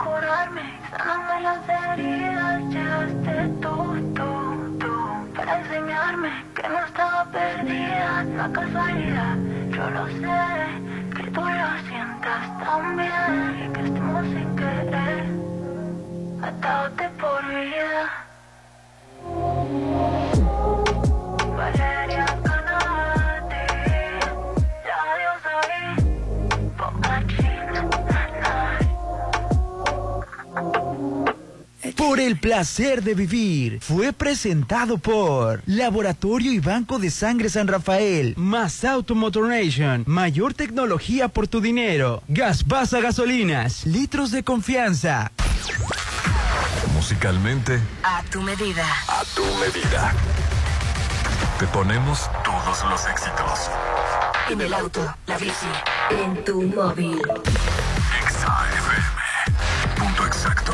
tocarme, sanarme las heridas, llegaste tú, tú, tú, para enseñarme que no estaba perdida, no casualidad, yo lo sé, que tú lo sientas también, y que estemos sin querer, atados de por vida. Valeria Canati, la diosa y boca china. Por el placer de vivir fue presentado por Laboratorio y Banco de Sangre San Rafael, más Automotoration, mayor tecnología por tu dinero, Gaspasa Gasolinas, litros de confianza. Musicalmente, A tu medida. a tu medida. Te ponemos todos los éxitos. En el auto, la bici, en tu móvil. XAFM. Punto exacto.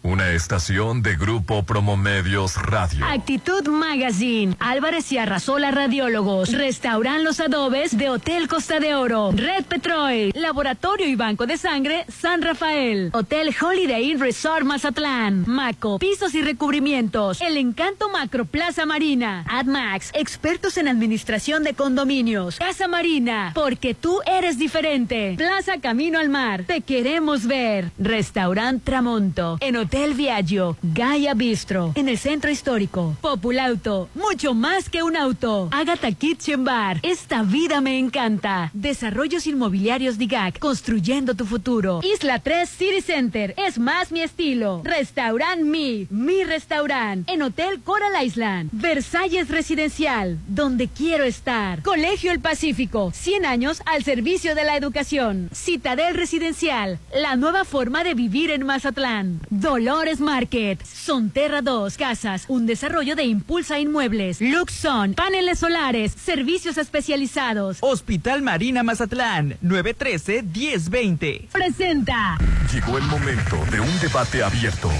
Una estación de Grupo Promomedios Radio. Actitud Magazine. Álvarez y Arrasola Radiólogos. Restauran los adobes de Hotel Costa de Oro. Red Petroil. Laboratorio y Banco de Sangre San Rafael. Hotel Holiday Inn Resort Mazatlán. Maco. Pisos y recubrimientos. El Encanto Macro Plaza Marina. AdMax. Expertos en administración de condominios. Casa Marina. Porque tú eres diferente. Plaza Camino al Mar. Te queremos ver. Restaurant Tramonto. En Hotel Viaggio. Gaia Bistro. En el Centro Histórico. Populauto. Mucho más que un auto. Agatha Kitchen Bar. Esta vida me encanta. Desarrollos Inmobiliarios DIGAC. Construyendo tu futuro. Isla 3 City Center. Es más mi estilo. Restaurant Mi. Mi restaurant. En Hotel Coral Island. Versalles Residencial. Donde quiero estar. Colegio El Pacífico. 100 años al servicio de la educación. Citadel Residencial. La nueva forma de vivir en Mazatlán. Dolores Market. Sonterra 2. Casas. Un desarrollo de Impulsa Inmuebles. Luxon. Paneles solares. Servicios especializados. Hospital Marina Mazatlán, 913-1020. Presenta. Llegó el momento de un debate abierto.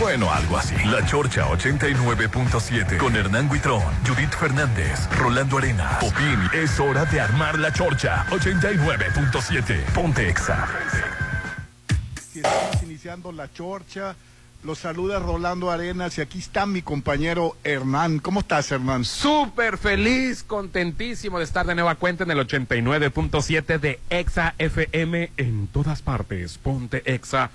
Bueno, algo así. La Chorcha 89.7 con Hernán Guitrón, Judith Fernández, Rolando Arenas, Popín. Es hora de armar la Chorcha 89.7. Ponte Exa. Si estamos iniciando la chorcha, los saluda Rolando Arenas y aquí está mi compañero Hernán. ¿Cómo estás, Hernán? Súper feliz, contentísimo de estar de nueva cuenta en el 89.7 de Exa FM en todas partes. Ponte Exa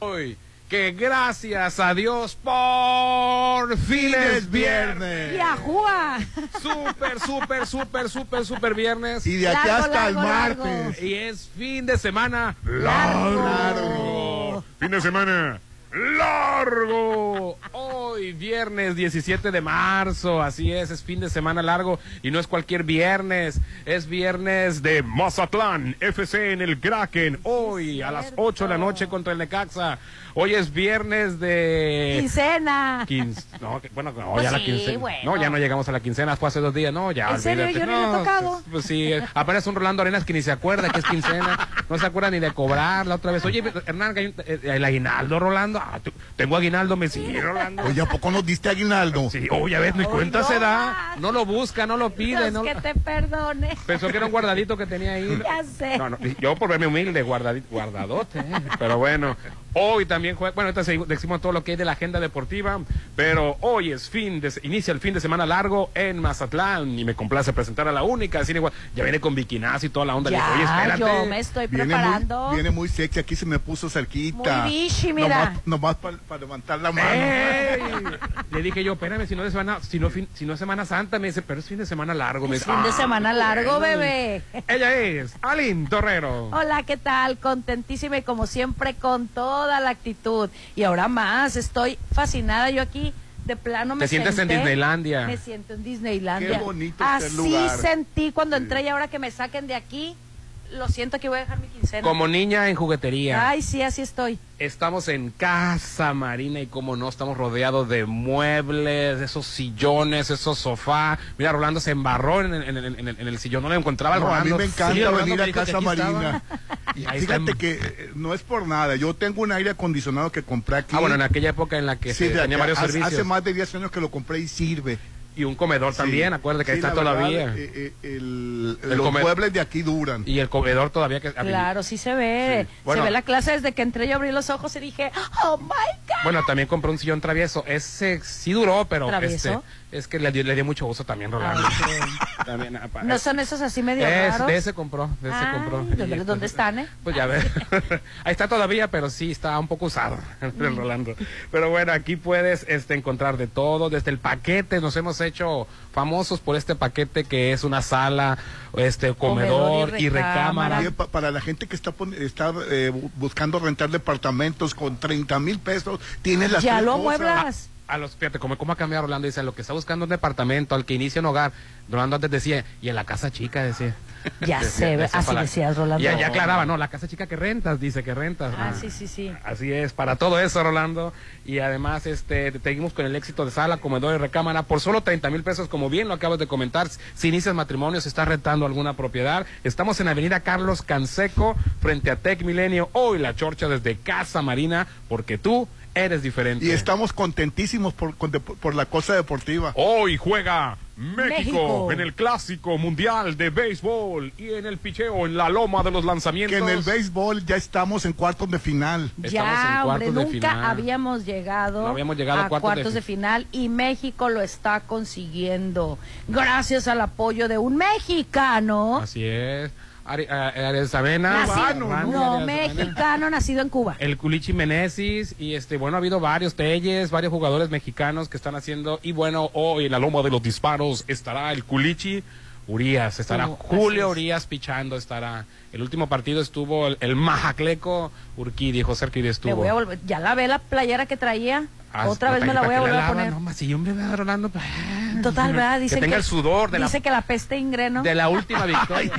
hoy. Que gracias a Dios por fin es viernes. ¡Yajúa! Súper, súper, súper, súper, súper viernes. Y de aquí Largo, hasta el largo, largo. martes. Y es fin de semana Largo. Fin de semana largo. Hoy viernes 17 de marzo, así es, es fin de semana largo y no es cualquier viernes, es viernes de Mazatlán FC en el Kraken hoy a las 8 de la noche contra el Necaxa. Hoy es viernes de ¡Quincena! quince- no, que- bueno, no, Pues ya la sí, quincena. bueno. No, ya no llegamos a la quincena, fue hace dos días. No, ya. ¿En serio? olvídate. Yo no le he tocado. Pues, pues sí, eh, apenas un Rolando Arenas que ni se acuerda que es quincena. no se acuerda ni de cobrar la otra vez. Oye, Hernán, que hay un- eh, el aguinaldo, Rolando. Ah, tú- tengo aguinaldo, me sigue, Rolando. Oye, ¿a poco nos diste aguinaldo? Sí, oh, ya ves, ni Ay, cuenta no se da. más. No lo busca, no lo pide. Dios No... que te perdone. Pensó que era un guardadito que tenía ahí. Ya sé. No, no, yo por verme humilde, guardadi- guardadote. ¿eh? Pero bueno, hoy también juega. Bueno, ahorita se- decimos todo lo que hay de la agenda deportiva. Pero hoy es fin de. se- Inicia el fin de semana largo en Mazatlán. Y me complace presentar a la única. Cine, Gua- ya viene con biquinazo y toda la onda. Le ya, dije, Oye, espérate. yo me estoy Viene preparando. muy, viene muy sexy, aquí se me puso cerquita. Muy bichi, mira. Nomás, para levantar la mano. ¡Ey! Le dije yo, espérame, si no es semana, si no, fin- si no es semana santa, me dice, pero es fin de semana largo. Me Es dice, fin de "Ah, semana largo, bebé. Ella es Alin Torrero. Hola, ¿qué tal? Contentísima y como siempre con toda la actitud. Y ahora más, estoy fascinada yo aquí. De plano me Te sientes en senté. Disneylandia. este Me siento en Disneylandia. Qué bonito es el Así lugar. sentí cuando Sí. entré y ahora que me saquen de aquí, lo siento que voy a dejar mi quincena. Como niña en juguetería. Ay, sí, así estoy. Estamos en casa, Marina, y como no, estamos rodeados de muebles, de esos sillones, esos sofás. Mira, Rolando se embarró en, en- en- en el, en el sillón, no le encontraba al No, a mí Rolando. me encanta Sí, Rolando venir me a dijo que Casa aquí Marina. estaba. Ah, Y Ahí está. fíjate que eh, no es por nada. Yo tengo un aire acondicionado que compré aquí. Ah, bueno, en aquella época en la que Sí, se de tenía acá. varios hace, servicios. hace más de 10 años que lo compré y sirve. Y un comedor también, acuérdate que ahí Sí, está la verdad, todavía. eh, eh, el- El los comer- muebles de aquí duran. Y el comedor todavía que... Claro, sí se ve. Sí. Bueno. Se ve la clase desde que entré yo abrí los ojos y dije, oh my God. Bueno, también compré un sillón travieso. Ese sí duró, pero ¿Travieso? este es que le, dio- le dio mucho uso también, Rolando. Ay, También, apa- No son esos así medio Es, raros. Ah, de ese compró, de ese Ay, compró. ¿dónde- Y, dónde están, eh? Pues ya ves. Ahí está todavía, pero sí está un poco usado el Rolando. Pero bueno, aquí puedes este, encontrar de todo, desde el paquete. Nos hemos hecho famosos por este paquete que es una sala, este comedor, Comedor y y recámara. Oye, pa- para la gente que está pon- está eh, bu- buscando rentar departamentos con 30 mil pesos, tienes las Ya tres lo cosas. amueblas. A los, fíjate, ¿cómo, ¿cómo ha cambiado Rolando? Dice, lo que está buscando un departamento, al que inicia un hogar. Rolando antes decía, y en la casa chica, decía. Ya Decía- sé, decía así para- decías, Rolando. Y allá aclaraba, no, la casa chica que rentas, dice que rentas. Ah, ¿no? sí, sí, sí. Así es, para todo eso, Rolando. Y además, este, te- seguimos con el éxito de sala, comedor y recámara por solo 30 mil pesos, como bien lo acabas de comentar. Si inicias matrimonio, si estás rentando alguna propiedad, estamos en Avenida Carlos Canseco, frente a Tech Milenio. Hoy la chorcha desde Casa Marina, porque tú eres diferente. Y estamos contentísimos por, con de- Ah, por la cosa deportiva. Hoy juega México, México. en el clásico mundial de béisbol y en el picheo, en la loma de los Que lanzamientos. en el béisbol ya estamos en cuartos de final. Estamos en Ya, hombre, cuartos de nunca final. habíamos llegado, No habíamos llegado a cuartos, de, fi- final y México lo está consiguiendo gracias al apoyo de un mexicano, Así es. Ari- ah, Ares Avena. nacido, Randy no, Ares Avena. mexicano nacido en Cuba. El Culichi Meneses y este, bueno, ha habido varios Telles, varios jugadores mexicanos que están haciendo y bueno, hoy en la loma de los disparos estará el Culichi Urias, estará Como- Julio Oh, así es. Urias pichando, estará. El último partido estuvo el, el Majacleco Urquidi, José Urquidi Me estuvo. voy a volver- ya la ve la playera que traía, Ah, otra vez ¿para me qué- la para voy qué a la volver a lavan? poner. No, más, si yo me voy a Rolando, pues. Total, ¿verdad? Dicen que tenga el sudor de la, dice que la peste ingreno. de la última victoria.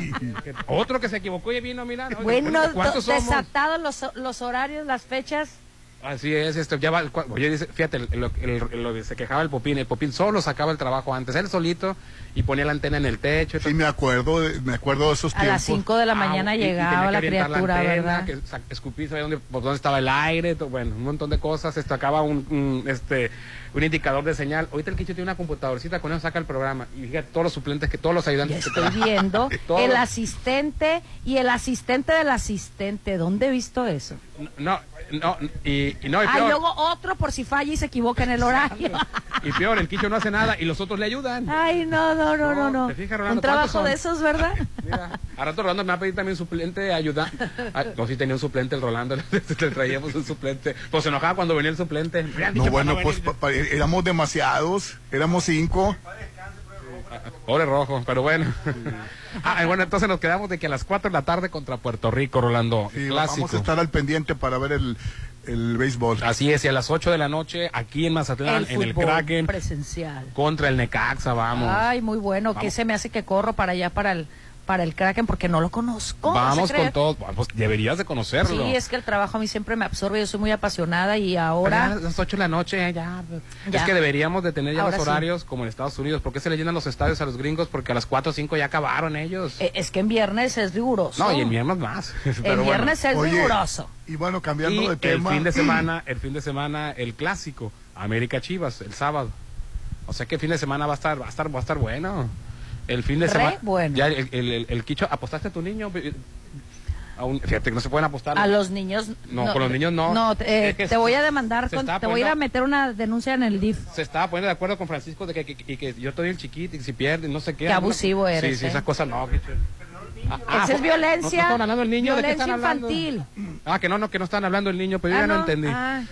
Que- Otro que se equivocó y vino a Milán. Oye, Bueno, ¿cuántos to- somos? desatados los, los horarios, las fechas. Así es, este, ya va, el cua- oye, dice, fíjate, el- el- el- el- lo que se quejaba el Popín, el Popín solo sacaba el trabajo antes, él solito, y ponía la antena en el techo. y Sí, todo. me acuerdo, de- me acuerdo de esos A tiempos. las 5 de la mañana Ah, y- y llegaba tenía que la orientar criatura, antena, ¿verdad? Que sa- escupir, sabía dónde, por dónde estaba el aire, to- bueno, un montón de cosas, se sacaba un, un, este, un indicador de señal. Ahorita el Quicho tiene una computadorcita, con eso saca el programa, y fíjate, todos los suplentes, que todos los Ya ayudantes que estoy trabajan. viendo Todo. el asistente y el asistente del asistente. ¿Dónde he visto eso? No, no, y, y no, y Ah, peor, luego otro por si falla y se equivoca en el horario. y peor, el Quicho no hace nada, y los otros le ayudan. Ay, no, no, no, no, No, no. te fijas, Rolando, Un trabajo ¿cuántos de esos, ¿verdad? Mira, a rato Rolando me va a pedir también suplente ayuda. Ah, No, si tenía un suplente el Rolando, le traíamos un suplente. Pues se enojaba cuando venía el suplente. Mira, No, dicho, bueno, para pues venir. pa- pa- éramos demasiados, éramos cinco. Pobre rojo, pero bueno. Ah, bueno, entonces nos quedamos de que a las 4 de la tarde contra Puerto Rico, Rolando. Sí, clásico. vamos a estar al pendiente para ver el, el béisbol. Así es, y a las 8 de la noche aquí en Mazatlán, en el fútbol Ah, Kraken, presencial. contra el Necaxa, vamos. Ay, muy bueno. Que Vamos. se me hace que corro para allá, para el, para el Kraken, porque no lo conozco. no vamos se con cree. todo. Pues deberías de conocerlo. Sí, es que el trabajo a mí siempre me absorbe. Yo soy muy apasionada y Pero ya ahora... a las 8 de la noche, ya. Ya. Es que deberíamos de tener ya Ahora los sí. horarios como en Estados Unidos. ¿Por qué se le llenan los estadios a los gringos? Porque a las 4 o 5 ya acabaron ellos. Eh, Es que en viernes es riguroso. no, y en viernes más. El Pero bueno. viernes es Oye, riguroso. Y bueno, cambiando Y de el tema. fin de semana, el fin de semana, el clásico, América Chivas, el sábado. O sea que el fin de semana va a estar, va a estar, va a estar bueno. El fin de Re semana. bueno. Ya el, el, el- el Quicho, ¿apostaste a tu niño? A un- fíjate que no se pueden apostar. A los niños. No, con los niños no. No, te- eh, Es que te voy a demandar, se con- está te voy a ir a poniendo- meter una denuncia en el DIF. se estaba poniendo de acuerdo con Francisco de que, que- y que yo te doy el chiquito y si pierdes, no sé qué. Qué abusivo Sí, eres, Sí, ¿eh? Ah, esas cosas no. ah, Esa es violencia. No, no están hablando del niño, ¿de qué Violencia están hablando? infantil. Pues Ah, que no, no, que no están hablando del niño, pero yo Ah, ya no entendí. Ah,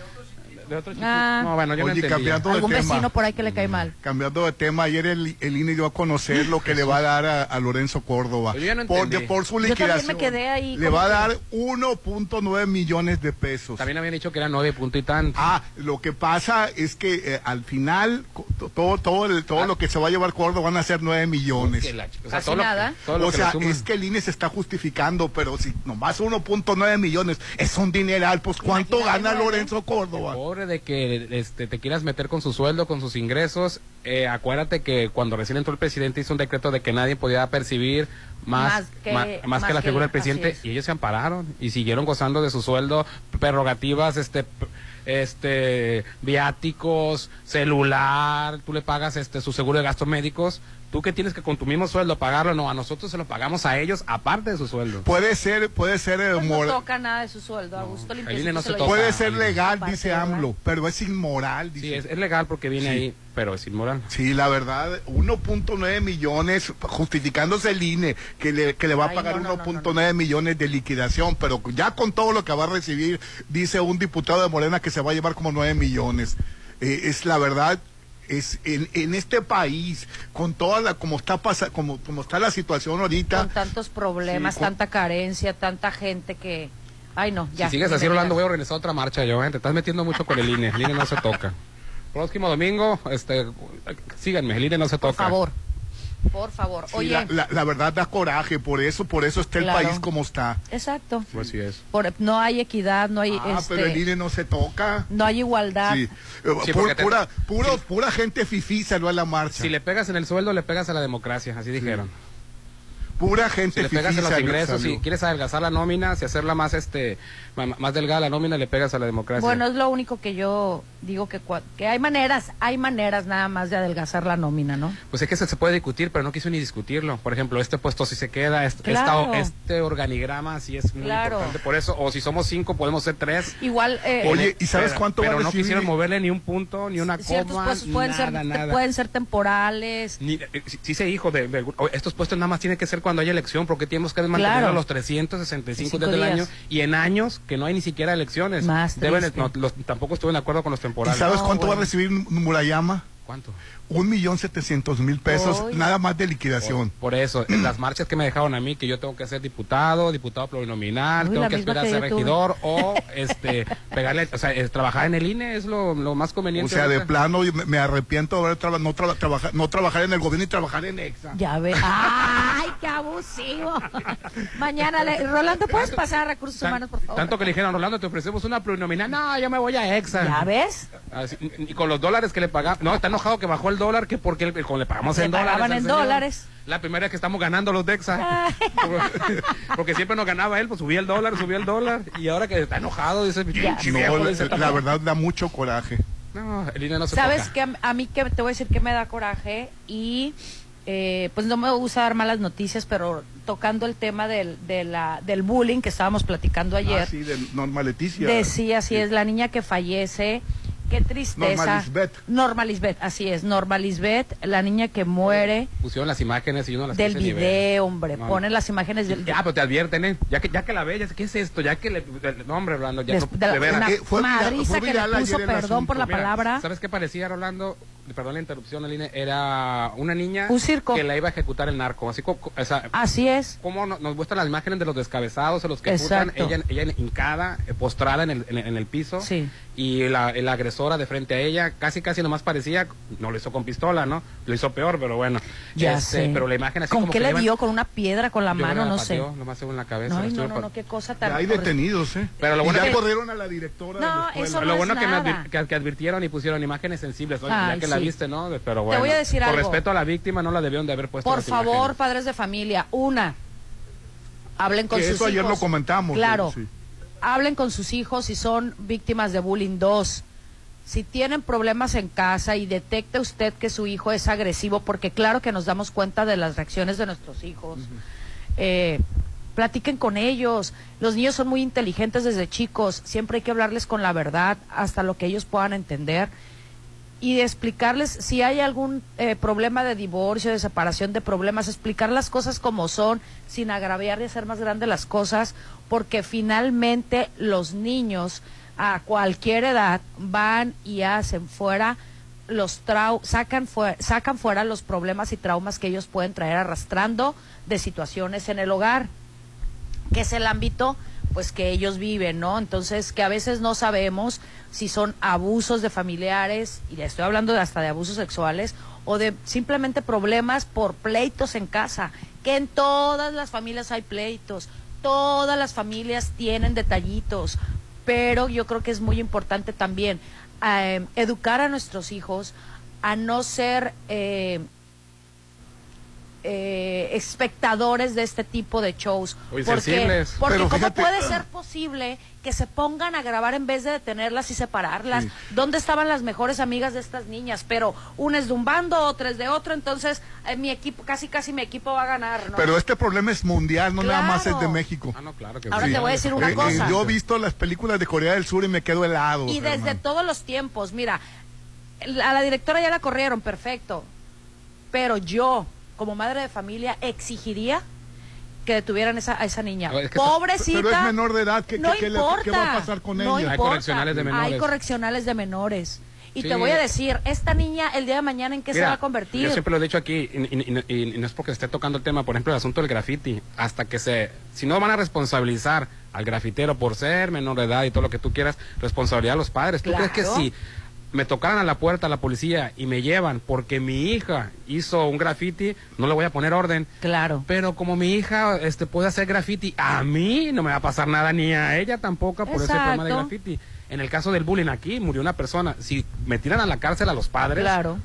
de otro chico. Ah. No, bueno, yo no Oye, entendí. cambiando de Algún tema. vecino por ahí que le cae mal. Cambiando de tema, ayer el, el INE dio a conocer lo que le va a dar a, a Lorenzo Córdoba. Yo ya no entendí. porque por su Yo también me liquidación quedé ahí le como va a que- dar 1.9 millones de pesos. También habían dicho que era nueve punto y tanto. Ah, lo que pasa es que eh, al final co- to- todo todo el- todo Ah. lo que se va a llevar Córdoba van a ser 9 millones. Que la ch- o sea, Casi todo lo que- nada. todo lo o que sea, le suman. es que el INE se está justificando, pero si nomás 1.9 millones es un dineral, pues ¿cuánto Imagínate, gana nueve. Lorenzo Córdoba? Pobre de que este, te quieras meter con su sueldo, con sus ingresos. Eh, acuérdate que cuando recién entró el presidente hizo un decreto de que nadie podía percibir más, Más que- ma- más que, más la que- figura así del presidente es. y ellos se ampararon y siguieron gozando de su sueldo, prerrogativas, este, p- este, viáticos, celular, tú le pagas este, su seguro de gastos médicos. Tú que tienes que con tu mismo sueldo pagarlo, no, a nosotros se lo pagamos a ellos aparte de su sueldo. Puede ser, puede ser eh, Pues mor- no toca nada de su sueldo, Augusto el limpiecito INE no se se lo toca. lleva. Puede Ah, ser mira. legal, Aparte, dice ¿verdad? AMLO, pero es inmoral, dice. Sí, es, es legal porque viene Sí. ahí, pero es inmoral. Sí, la verdad, 1.9 millones, justificándose el INE, que le, que le va a Ay, pagar no, no, no, 1.9 millones de liquidación, pero ya con todo lo que va a recibir, dice un diputado de Morena que se va a llevar como 9 millones. Eh, es la verdad. Es en, en este país, con toda la, como está pasa, como, como está la situación ahorita, Con tantos problemas, Sí, con- tanta carencia, tanta gente que... Ay, no, ya. Si sigues así hablando, voy a organizar otra marcha yo, ¿eh? Te estás metiendo mucho con el INE. El INE no se toca. Próximo domingo, este, síganme, el INE no se toca. Por favor, por favor. Sí, Oye, la, la- la verdad da coraje, por eso, por eso está Claro. el país como está. exacto. Pues sí es. Por- no hay equidad, no hay... Ah, este, pero el INE no se toca. No hay igualdad. Sí. Eh, Sí, pu- porque te- pura, puro- pura gente fifí salió a la marcha. Si le pegas en el sueldo, le pegas a la democracia, así dijeron. Pura Si gente le fifí pegas en los salió- ingresos, salió. si quieres adelgazar la nómina, si hacerla más este ma- más delgada la nómina, le pegas a la democracia. Bueno, es lo único que yo digo que, cua- que hay maneras, hay maneras nada más de adelgazar la nómina, ¿no? Pues es que se, se puede discutir, pero no quiso ni discutirlo. Por ejemplo, este puesto si se queda, est- Claro. esta- este organigrama si es muy Claro. importante. Por eso, o si somos cinco, podemos ser tres. Igual eh, Oye, ¿y sabes Pero- cuánto va pero a no recibir? quisieron moverle ni un punto, ni una ciertos coma, puestos pueden nada, ser nada. pueden ser temporales. Ni- eh, sí- sí se dijo de, de algún- oye, estos puestos nada más tienen que ser cuando haya elección porque tenemos que mantener Claro. a los 365 Cinco días del año días. y en años que no hay ni siquiera elecciones. Más Deben- triste. no, los- tampoco estuve de acuerdo con los ¿Y temporales. sabes No, cuánto va bueno. a recibir Murayama? ¿Cuánto? Un millón setecientos mil pesos, Uy. nada más de Por, liquidación. por eso, en las marchas que me dejaron a mí que yo tengo que ser diputado, diputado plurinominal, Uy, la tengo que misma aspirar a que ser yo tuve. regidor o este pegarle, o sea, eh, trabajar en el INE es lo, lo más O conveniente. sea, de ahorita. plano yo me, me arrepiento de haber traba- no, traba- trabaja- no trabajar en el gobierno y trabajar en EXA. Ya ve. ¡Ay, qué abusivo! Mañana, le- Rolando, ¿puedes pasar a recursos Tan- humanos, por favor? Tanto que le dijeron, Rolando, te ofrecemos una plurinominal. No, yo me voy a EXA. ¿Ya ves? Así, y con los dólares que le pagamos. No, está enojado que bajó el dólar, que porque el- como le pagamos Le en pagaban dólares. al en señor. dólares. La primera es que estamos ganando los Dexa. porque siempre nos ganaba él, pues subía el dólar, subía el dólar. Y ahora que está enojado, dice. "Pinche viejo", No, la, dice, la verdad da mucho coraje. "No, el INE no se ¿Sabes toca". que A mí que te voy a decir que me da coraje y eh, pues no me gusta dar malas noticias, pero tocando el tema del, de la, del bullying que estábamos platicando ayer, Ah, sí, de Norma Leticia. decía, así es, la niña que fallece, qué tristeza. Norma Lisbeth. Norma Lisbeth, así es, Norma Lisbeth, la niña que muere Pusieron las imágenes y yo no las del quise ni ver. video, hombre, No, ponen no. las imágenes del... Ya, pero te advierten, ¿eh? Ya que, ya que la ve, ya sé, ¿qué es esto? Ya que le. el- No, hombre, Rolando, ya Des- no- de la- de veras. una Eh, fue viral- madriza fue que viral le ayer puso, el perdón por la asunto, Mira, palabra. ¿Sabes qué parecía, Rolando? Perdón la interrupción, Aline. Era una niña Un circo. que la iba a ejecutar el narco. Así como, o sea, Así es. como no- nos muestran las imágenes de los descabezados, de los que Exacto. ejecutan, ella, ella hincada, eh, postrada en el, en el- en el piso. Sí. Y la, la agresora de frente a ella, casi casi nomás parecía, no lo hizo con pistola, ¿no? Lo hizo peor, pero bueno. Ya Este, sé. Pero la imagen así ¿Con como qué que le iban- dio? ¿Con una piedra? ¿Con la yo creo que mano? la No sé. pateó, nomás según la cabeza. No, la ay, no, estuvo no, pa- no, qué cosa tan... Ya hay detenidos, ¿eh? Pero lo Y bueno ya es que- corrieron a la directora. de No, la escuela. eso Lo no bueno es que, me nada. advi- que- que advirtieron y pusieron imágenes sensibles, ¿no? Ay, ya que la sí. viste, ¿no? De- Pero bueno, voy a decir por algo. respeto a la víctima no la debieron de haber puesto. Por las favor, imágenes. padres de familia, una, hablen con Que sus eso ayer hijos. lo comentamos, Claro, sí. hablen con sus hijos si son víctimas de bullying. Dos, si tienen problemas en casa y detecta usted que su hijo es agresivo, porque claro que nos damos cuenta de las reacciones de nuestros hijos. Eh, platiquen con ellos. Los niños son muy inteligentes desde chicos. Siempre hay que hablarles con la verdad hasta lo que ellos puedan entender y de explicarles si hay algún eh, problema de divorcio, de separación, de problemas, explicar las cosas como son, sin agraviar y hacer más grandes las cosas, porque finalmente los niños a cualquier edad van y hacen fuera los trau sacan, fue- sacan fuera los problemas y traumas que ellos pueden traer arrastrando de situaciones en el hogar que es el ámbito pues que ellos viven, ¿no? Entonces, que a veces no sabemos si son abusos de familiares, y le estoy hablando de hasta de abusos sexuales, o de simplemente problemas por pleitos en casa, que en todas las familias hay pleitos, todas las familias tienen detallitos, pero yo creo que es muy importante también eh, educar a nuestros hijos a no ser... eh, eh, espectadores de este tipo de shows. O porque, insensibles. porque Pero ¿cómo fíjate- eh, puede ser posible que se pongan a grabar en vez de detenerlas y separarlas? Sí. ¿Dónde estaban las mejores amigas de estas niñas? Pero una es de un bando, otra es de otro, entonces eh, mi equipo, casi casi mi equipo va a ganar, ¿no? Pero este problema es mundial, no nada más es de Claro. México. Ah, no, claro que Ahora sí. te voy a decir una Eh, eh, cosa. yo he visto las películas de Corea del Sur y me quedo helado. y desde Germán. todos los tiempos, mira, el- a la directora ya la corrieron, perfecto. Pero yo, como madre de familia, exigiría que detuvieran esa, a esa niña. No, es que- Pobrecita. Pero es menor de edad, ¿qué- no qué- qué le- importa. qué va a pasar con no ella? Hay importa. correccionales de menores. Hay correccionales de menores. Y Sí. te voy a decir, esta niña el día de mañana en qué se Mira, va a convertir. Yo siempre lo he dicho aquí, y, y- y- y- y no es porque esté tocando el tema, por ejemplo, el asunto del graffiti. Hasta que se. Si no van a responsabilizar al grafitero por ser menor de edad y todo lo que tú quieras, responsabilidad a los padres. ¿Tú Claro. crees que si me tocaran a la puerta la policía y me llevan porque mi hija hizo un graffiti, no le voy a poner orden? Claro. Pero como mi hija este, puede hacer graffiti, a mí no me va a pasar nada, ni a ella tampoco por ese problema de Exacto. graffiti. En el caso del bullying aquí, murió una persona. Si me tiran a la cárcel a los padres, Claro.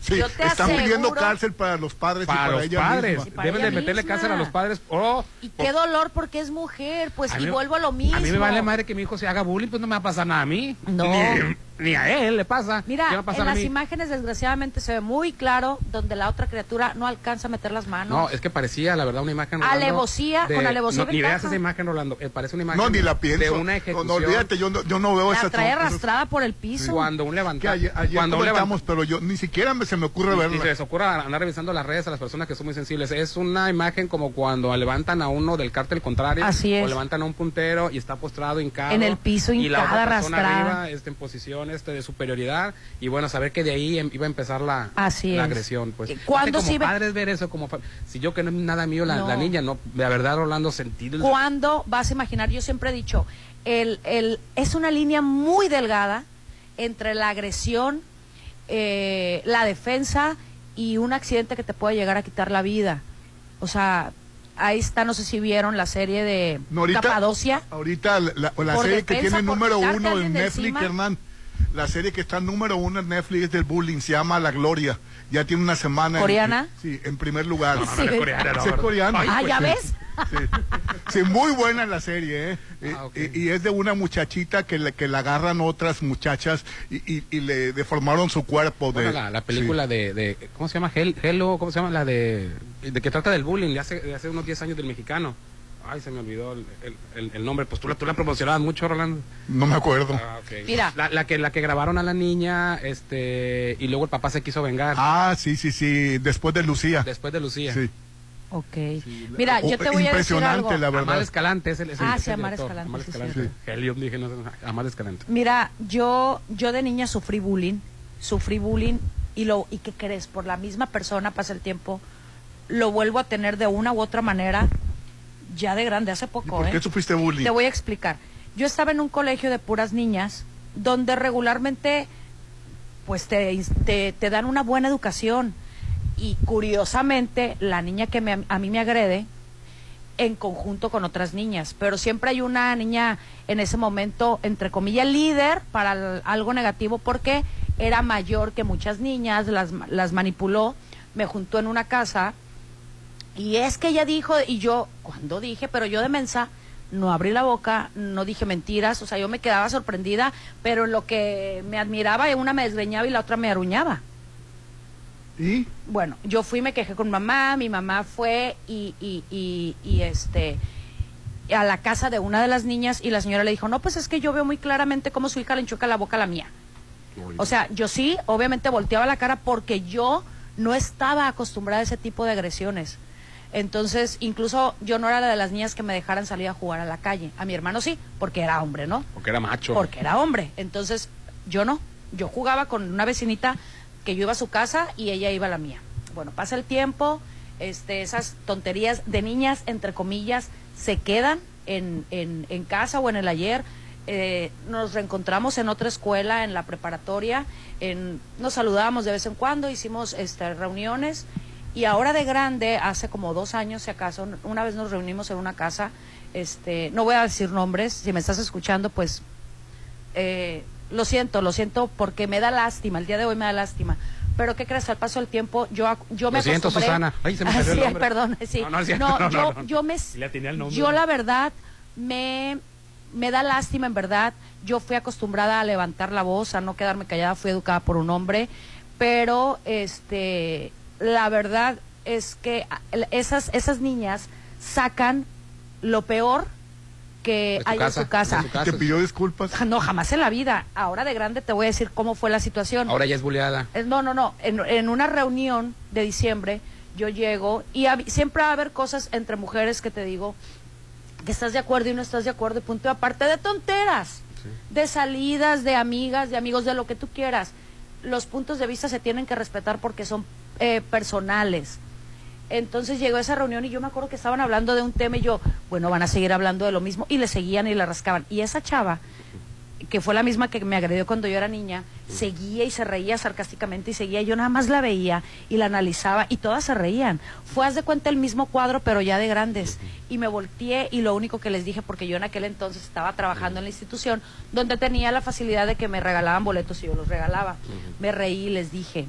Sí, Yo te están pidiendo aseguro- cárcel para los padres y para para los ella padres. misma. para Deben de ella meterle misma. cárcel a los padres. Oh, Y por- qué dolor porque es mujer, pues, a y mí- vuelvo a lo mismo. A mí me vale madre que mi hijo se haga bullying, pues no me va a pasar nada a mí. No. Ni, ni a él le pasa. ¿Qué va Mira, a pasar en a las mí? imágenes desgraciadamente se ve muy claro donde la otra criatura no alcanza a meter las No, manos. es que parecía, la verdad, una imagen. Rolando, Alevosía, con alevosía No, ni ventaja. veas esa imagen, Rolando. eh, parece una imagen. No, ni la pienso. De una no, ejecución. no, olvídate, yo no, yo no veo la esa trae tro- arrastrada por el piso. Cuando un Que levanta. ayer, ayer cuando un levanta. comentamos, pero yo ni siquiera me, se me ocurre Y- verla. Y se les ocurra andar revisando las redes a las personas que son muy sensibles. Es una imagen como cuando levantan a uno del cártel contrario. Así es. O levantan a un puntero y está postrado, hincado. En el piso, Y la otra hincada, persona arrastrada. arriba, este, en posición este, de superioridad. Y bueno, saber que de ahí em- iba a empezar la, Así la es. agresión. Pues. ¿Y cuándo Es que sí ve- como padres ver eso, como fa- si yo que no es nada mío, la, No. la niña, no, de verdad, Rolando, sentir el- ¿Cuándo vas a imaginar? Yo siempre he dicho, el, el, es una línea muy delgada entre la agresión, eh, la defensa y un accidente que te puede llegar a quitar la vida. O sea, ahí está, no sé si vieron la serie de No, ahorita, Capadocia. Ahorita la, la- la Por serie que defensa, tiene por número quitarte a uno alguien en de Netflix, encima. Hernán. La serie que está número uno en Netflix es del bullying, se llama La Gloria. Ya tiene una semana. en- ¿Coreana? sí, en primer lugar. No, no, no, coreana, no, Sí, es ¿verdad? coreana. Ah, ¿ya Sí. ves? Sí. Sí, muy buena la serie, ¿eh? Eh, Ah, ok. eh, Y, es de una muchachita que, le, que la agarran otras muchachas y, y- y le deformaron su cuerpo. De, Bueno, la, la película de, de- ¿Cómo se llama? Hel- Hello, ¿cómo se llama? La de. de que trata del bullying de hace, de hace unos 10 años del mexicano. Ay, se me olvidó el, el- el- el nombre. Pues tú la, tú la promocionabas mucho, Rolando. Sí. No me acuerdo. Ah, ok. Mira. La, la que, la que grabaron a la niña, este. Y luego el papá se quiso vengar. Ah, sí, sí, sí. Después de Lucía. Después de Lucía. Sí. Ok. Mira, Oh, yo te voy a decir impresionante, algo. la Amal verdad. Escalante es el. es el- Ah, es sí, el Amal director. Escalante, Amal sí, Escalante. Helio, dije, no sé, Amal Escalante. Mira, yo, yo de niña sufrí bullying, sufrí bullying y lo y qué crees, por la misma persona pasa el tiempo, lo vuelvo a tener de una u otra manera, ya de grande hace ¿Y poco. ¿Por qué ¿eh? sufriste bullying? Te voy a explicar. Yo estaba en un colegio de puras niñas, donde regularmente pues te, ins- te, te dan una buena educación. Y curiosamente, la niña que me- a mí me agrede, en conjunto con otras niñas, pero siempre hay una niña en ese momento, entre comillas, líder para el- algo negativo porque era mayor que muchas niñas, las, ma- las manipuló, me juntó en una casa y es que ella dijo, y yo, cuando dije, pero yo de mensa, no abrí la boca, no dije mentiras, o sea, yo me quedaba sorprendida, pero en lo que me admiraba, una me desgreñaba y la otra me aruñaba ¿Y? bueno, yo fui, me quejé con mamá, mi mamá fue y, y, y, y, este a la casa de una de las niñas y la señora le dijo, no, pues es que yo veo muy claramente cómo su hija le enchuca la boca a la mía. O sea, yo sí, obviamente volteaba la cara porque yo no estaba acostumbrada a ese tipo de agresiones. Entonces, incluso yo no era la de las niñas que me dejaran salir a jugar a la calle. A mi hermano sí, porque era hombre, ¿no? Porque era macho. Porque era hombre. Entonces, yo no. Yo jugaba con una vecinita que yo iba a su casa y ella iba a la mía. Bueno, pasa el tiempo, este, esas tonterías de niñas, entre comillas, se quedan en, en, en casa o en el ayer. Eh, nos reencontramos en otra escuela, en la preparatoria, en, nos saludábamos de vez en cuando, hicimos este, reuniones y ahora de grande, hace como dos años si acaso, una vez nos reunimos en una casa, este, no voy a decir nombres, si me estás escuchando, pues eh, lo siento, lo siento porque me da lástima, el día de hoy me da lástima. Pero ¿qué crees? Al paso del tiempo, yo, ac- yo me Lo siento, acostumbré- Ah, Susana. Ay, se me salió el Sí, nombre. perdón, sí. No, no es cierto, no, no, yo, no. yo me... Le atiné al nombre. Yo la verdad me, me da lástima, en verdad. Yo fui acostumbrada a levantar la voz, a no quedarme callada, fui educada por un hombre, pero este la verdad es que a- el- esas, esas niñas sacan lo peor que De tu hay casa, en su casa. Ah, de su casa. ¿Te pidió disculpas? No, jamás en la vida. Ahora de grande te voy a decir cómo fue la situación. Ahora ya es buleada. Eh, No, no, no. En, en una reunión de diciembre yo llego y hab- siempre va a haber cosas entre mujeres que te digo que estás de acuerdo y no estás de acuerdo y punto. y Aparte de tonteras, de salidas, de amigas, de amigos, de lo que tú quieras. Los puntos de vista se tienen que respetar porque son eh, personales. Entonces llegó esa reunión y yo me acuerdo que estaban hablando de un tema y yo, bueno, van a seguir hablando de lo mismo y le seguían y le rascaban. Y esa chava, que fue la misma que me agredió cuando yo era niña, seguía y se reía sarcásticamente y seguía. Yo nada más la veía y la analizaba y todas se reían. Fue, haz de cuenta, el mismo cuadro, pero ya de grandes. Y me volteé y lo único que les dije, porque yo en aquel entonces estaba trabajando en la institución donde tenía la facilidad de que me regalaban boletos y yo los regalaba. Me reí y les dije,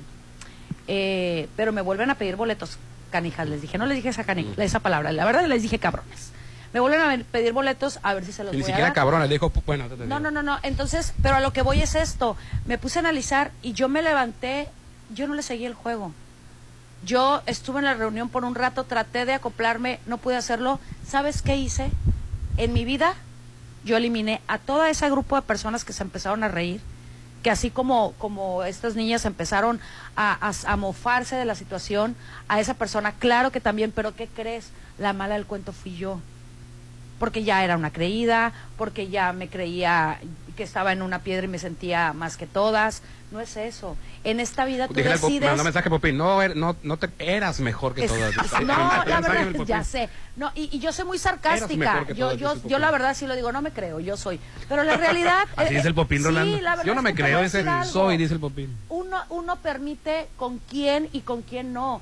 eh, pero me vuelven a pedir boletos, canijas, les dije, no les dije esa, cani- esa palabra, la verdad les dije cabrones. Me vuelven a ven- pedir boletos a ver si se los Y ni voy a siquiera dar. cabrona, le dijo, pu- bueno, te- te No, digo. no, no, no. Entonces, pero a lo que voy es esto. Me puse a analizar y yo me levanté, yo no le seguí el juego. Yo estuve en la reunión por un rato, traté de acoplarme, no pude hacerlo. ¿Sabes qué hice? En mi vida, yo eliminé a todo ese grupo de personas que se empezaron a reír, que así como, como estas niñas empezaron a, a- a mofarse de la situación, a esa persona, claro que también, pero ¿qué crees? La mala del cuento fui yo porque ya era una creída, porque ya me creía que estaba en una piedra y me sentía más que todas. No es eso. En esta vida tú Dije al Pop- me decides. mandó mensaje Popín, no, er- no, no te eras mejor que Es- todas. es- Dice, no, mensaje la del verdad, Popín. ya sé. No, y, y yo soy muy Eras mejor sarcástica. que Yo, todas, yo, dice el yo la Popín. verdad sí lo digo, no me creo, yo soy. Pero la realidad. Así dice el Popín, sí, Rolando. la verdad Yo no es me que te creo voy a decir ese algo. soy, dice el Popín. Uno, uno permite con quién y con quién no.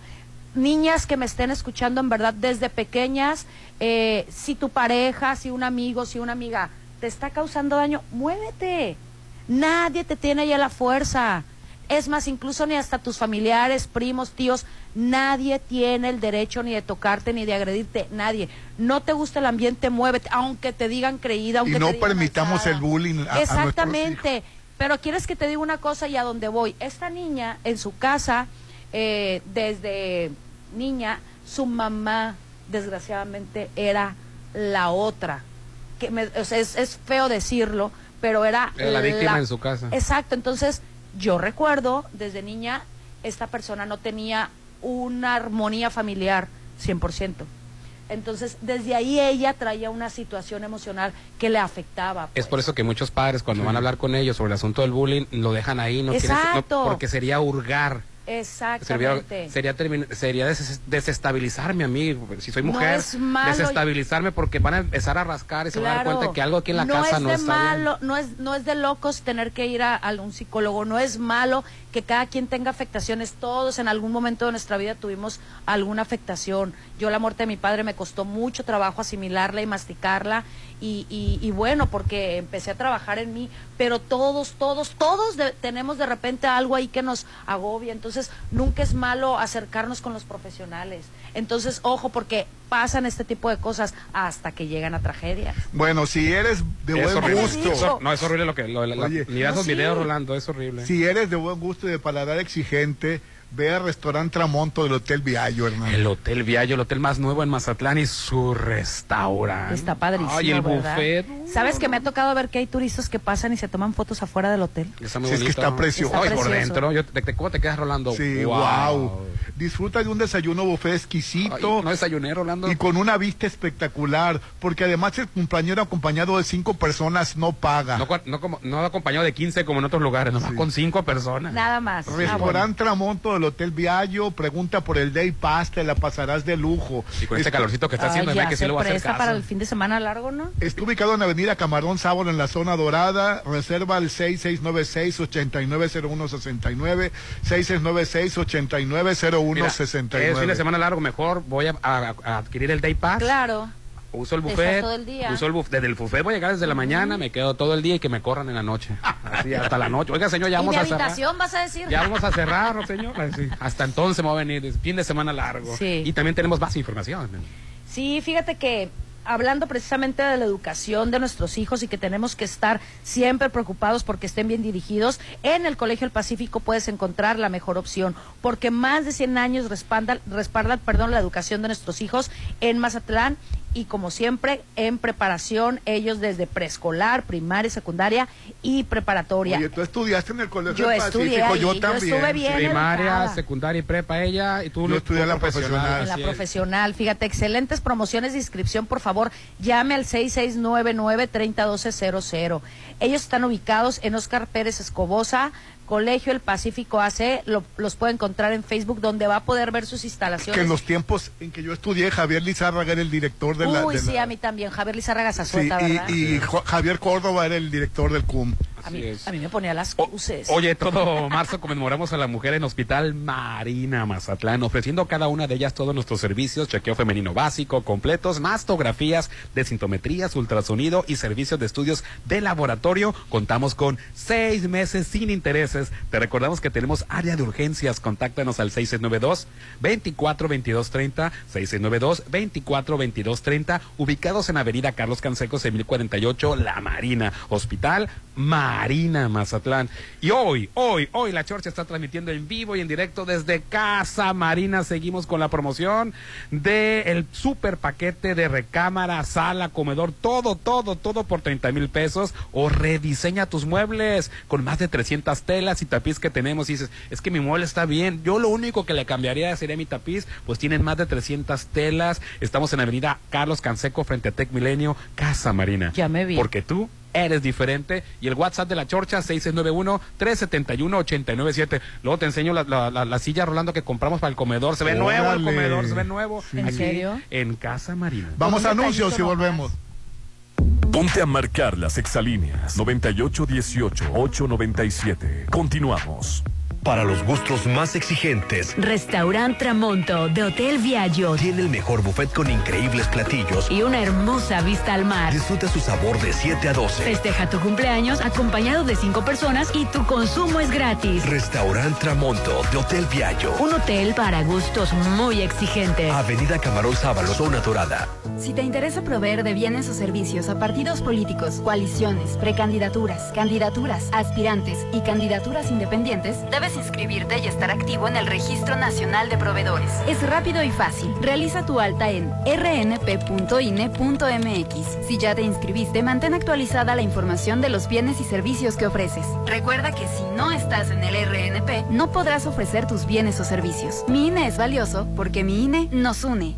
Niñas que me estén escuchando en verdad desde pequeñas, eh, si tu pareja, si un amigo, si una amiga te está causando daño, muévete. Nadie te tiene ya la fuerza. Es más, incluso ni hasta tus familiares, primos, tíos, nadie tiene el derecho ni de tocarte ni de agredirte, nadie. No te gusta el ambiente, muévete, aunque te digan creída, aunque Y no te digan permitamos alzada. el bullying a- a nuestros Exactamente. Pero quieres que te diga una cosa y a dónde voy. Esta niña en su casa, eh, desde niña, su mamá, desgraciadamente, era la otra. Que me- o sea, es, es feo decirlo, pero era... Era la víctima en su casa. Exacto. Entonces, yo recuerdo, desde niña, esta persona no tenía una armonía familiar 100%. Entonces, desde ahí ella traía una situación emocional que le afectaba. Es pues. por eso que muchos padres cuando van a hablar con ellos sobre el asunto del bullying lo dejan ahí, no quieren- no- Exacto. porque sería hurgar. Sería, Exactamente. sería, termin- sería des- desestabilizarme a mí, pues, si soy No mujer, es malo. desestabilizarme porque van a empezar a rascar y se van a dar Claro. cuenta que algo aquí en la no casa es no de está bien. malo, No es, no es de locos tener que ir a, a un psicólogo, no es malo que cada quien tenga afectaciones, todos en algún momento de nuestra vida tuvimos alguna afectación. Yo la muerte de mi padre me costó mucho trabajo asimilarla y masticarla y, y- y bueno, porque empecé a trabajar en mí, pero todos, todos, todos de- tenemos de repente algo ahí que nos agobia, entonces nunca es malo acercarnos con los profesionales. Entonces, ojo, porque pasan este tipo de cosas hasta que llegan a tragedias. Bueno, si eres de Es buen horrible. gusto, Eso- No, es horrible lo que... Lo, de la- la- Oye. ni das No, esos ¿Ah, sí. videos, Rolando, es horrible. si eres de buen gusto y de paladar exigente, Ve al restaurante Tramonto del Hotel Viallo, hermano. El Hotel Viallo, el hotel más nuevo en Mazatlán y su restaurante. Está padrísimo, Ay, el ¿verdad? buffet. ¿Sabes que me ha tocado ver que hay turistas que pasan y se toman fotos afuera del hotel? Está muy Sí, es que bonito. está precioso. Ay, Está por precioso. dentro. Yo, te, te- ¿Cómo te quedas rolando? Sí, wow. Disfruta de un desayuno buffet Ay, exquisito. no desayuné, Rolando. Y con una vista espectacular, porque además el compañero acompañado de cinco personas no paga. No, cua- no, como, no acompañado de 15 como en otros lugares, nomás con 5 personas. Nada más. Ah, bueno. Restaurante Tramonto del Hotel Viallo, pregunta por el Day Pass, te la pasarás de lujo. Y con este Está- calorcito que está Ay, haciendo, ya ve que sí se lo va a hacer presta caso. para el fin de semana largo, ¿no? Está ubicado en Avenida Camarón Sábado en la zona dorada. Reserva al 6696-890169. 6696-890169. Mira, es fin de semana largo, mejor voy a, a- a adquirir el Day Pass. Claro. Uso el Estás buffet. todo el día. Uso el buffet. Desde el buffet voy a llegar desde la mañana, me quedo todo el día y que me corran en la noche. Así hasta la noche. Oiga, señor, ya ¿Y vamos de a cerrar. habitación vas a decir? Ah, Ya vamos a cerrar, ¿no, señor. Así. Hasta entonces me va a venir. es Fin de semana largo. Sí. Y también tenemos más información. Sí, fíjate que hablando precisamente de la educación de nuestros hijos y que tenemos que estar siempre preocupados porque estén bien dirigidos, en el Colegio del Pacífico puedes encontrar la mejor opción, porque más de 100 años respaldan, respaldan perdón, la educación de nuestros hijos en Mazatlán y como siempre en preparación ellos desde preescolar, primaria, secundaria y preparatoria. Oye, tú estudiaste en el Colegio Yo del estudié Pacífico, ahí, yo yo también. estuve bien. Primaria, educada. secundaria y prepa ella. Y tú Yo estudié en la profesional. en la así es. profesional. Fíjate, excelentes promociones de inscripción, por favor, llame al 6699-301200. Ellos están ubicados en Oscar Pérez Escobosa, Colegio El Pacífico AC, lo- los puede encontrar en Facebook, donde va a poder ver sus instalaciones. Que en los tiempos en que yo estudié, Javier Lizárraga era el director de la. Uy, de sí, la- a mí también, Javier Lizárraga Sí, Zazueta, ¿verdad? y, y Jo- Javier Córdoba era el director del CUM. a, mí, Así es. a mí me ponía las O- cruces. Oye, todo marzo conmemoramos a la mujer en Hospital Marina Mazatlán, ofreciendo a cada una de ellas todos nuestros servicios, chequeo femenino básico, completos, mastografías, desintometrías, ultrasonido y servicios de estudios de laboratorio. Contamos con seis meses sin intereses. Te recordamos que tenemos área de urgencias. Contáctanos al 6692 242230 6692 242230 ubicados en Avenida Carlos Canseco 1048 La Marina, Hospital Marina Mazatlán. Y hoy, hoy, hoy la Chorcha está transmitiendo en vivo y en directo desde Casa Marina. Seguimos con la promoción del el super paquete de recámara, sala, comedor, todo, todo, todo por 30 mil pesos. O rediseña tus muebles con más de 300 telas y tapiz que tenemos. Y dices, es que mi mueble está bien. Yo lo único que le cambiaría sería mi tapiz. Pues tienen más de 300 telas. Estamos en Avenida Carlos Canseco frente a Tec Milenio, Casa Marina. Ya me vi. Porque tú eres diferente. Y el WhatsApp de la Chorcha, 6691-371-897. Luego te enseño la, la- la- la silla, Rolando, que compramos para el comedor. Se ve nuevo el Órale. comedor, se ve nuevo. ¿En Aquí, serio? En Casa Marina. Vamos a Un detallito anuncios y nomás. volvemos. Ponte a marcar las exalíneas 9818-897. Continuamos. Para los gustos más exigentes, Restaurant Tramonto de Hotel Viaggio tiene el mejor buffet con increíbles platillos. y una hermosa vista al mar. Disfruta su sabor de 7 a 12. Festeja tu cumpleaños acompañado de cinco personas y tu consumo es gratis. Restaurant Tramonto de Hotel Viallo. Un hotel para gustos muy exigentes. Avenida Camarón Sábalo, Zona Dorada. Si te interesa proveer de bienes o servicios a partidos políticos, coaliciones, precandidaturas, candidaturas, aspirantes y candidaturas independientes, debes inscribirte y estar activo en el Registro Nacional de Proveedores. Es rápido y fácil. Realiza tu alta en rnp.ine.mx. Si ya te inscribiste, mantén actualizada la información de los bienes y servicios que ofreces. Recuerda que si no estás en el RNP, no podrás ofrecer tus bienes o servicios. Mi INE es valioso porque mi INE nos une.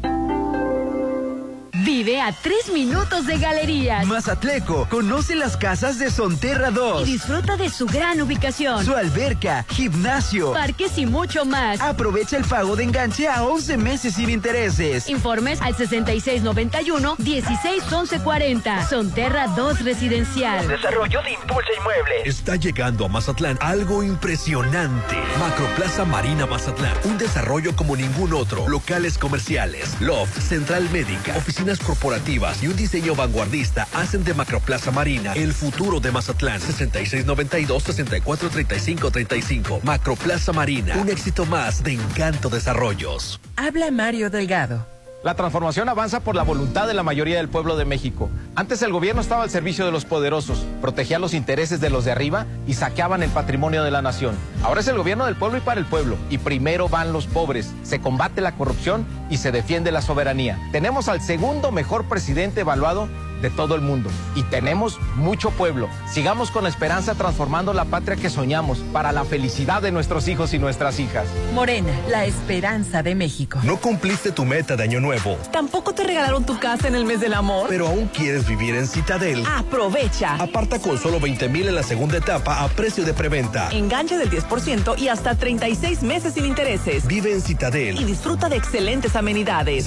Vive a tres minutos de galerías Mazatleco, conoce las casas de Sonterra y 2, disfruta de su gran ubicación, su alberca, gimnasio. parques y mucho más. Aprovecha el pago de enganche a 11 meses sin intereses. Informes al 6691-161140. Sonterra 2 Residencial. Desarrollo de Impulsa Inmuebles. Está llegando a Mazatlán algo impresionante. Macroplaza Marina Mazatlán. Un desarrollo como ningún otro. Locales comerciales, loft, central médica, oficinas corporativas y un diseño vanguardista hacen de Macroplaza Marina el futuro de Mazatlán. 6692-643535. Macroplaza Marina. Un éxito más de Encanto Desarrollos. Habla Mario Delgado. La transformación avanza por la voluntad de la mayoría del pueblo de México. Antes el gobierno estaba al servicio de los poderosos, protegía los intereses de los de arriba y saqueaban el patrimonio de la nación. Ahora es el gobierno del pueblo y para el pueblo. Y primero van los pobres, se combate la corrupción y se defiende la soberanía. Tenemos al segundo mejor presidente evaluado de todo el mundo y tenemos mucho pueblo. Sigamos con esperanza transformando la patria que soñamos para la felicidad de nuestros hijos y nuestras hijas. Morena, la esperanza de México. No cumpliste tu meta de año nuevo, ¿Tampoco te regalaron tu casa en el mes del amor? pero aún quieres vivir en Citadel. Ah, Aprovecha. Aparta con solo 20 mil en la segunda etapa a precio de preventa. Enganche del 10% y hasta 36 meses sin intereses. Vive en Y Citadel. disfruta de excelentes amenidades.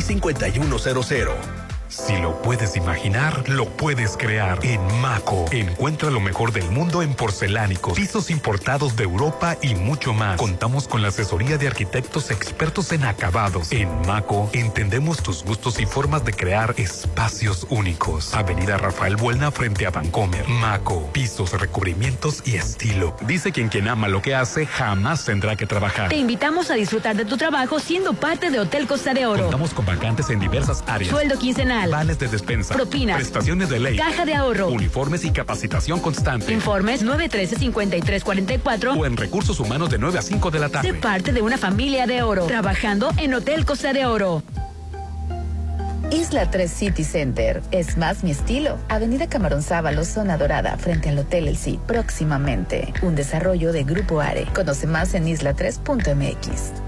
6692-165100. Si lo puedes imaginar, lo puedes crear. En Maco, encuentra lo mejor del mundo en porcelánicos, pisos importados de Europa y mucho más. Contamos con la asesoría de arquitectos expertos en acabados. En Maco, entendemos tus gustos y formas de crear espacios únicos. Avenida Rafael Buelna frente a Vancomer. Maco, pisos, recubrimientos y estilo. Dice quien quien ama lo que hace jamás tendrá que trabajar. Te invitamos a disfrutar de tu trabajo siendo parte de Hotel Costa de Oro. Contamos con vacantes en diversas áreas. Sueldo quincenal. Vales de despensa. Propinas. Prestaciones de ley. Caja de ahorro. Uniformes y capacitación constante. Informes 913-5344. O en recursos humanos de 9 a 5 de la Sé tarde. parte de una familia de oro, trabajando en Hotel Costa de Oro. Isla 3 City Center. Es más mi estilo. Avenida Camarón Sábalo, zona dorada, frente al Hotel El Cid. Próximamente. Un desarrollo de Grupo Are. Conoce más en isla3.mx.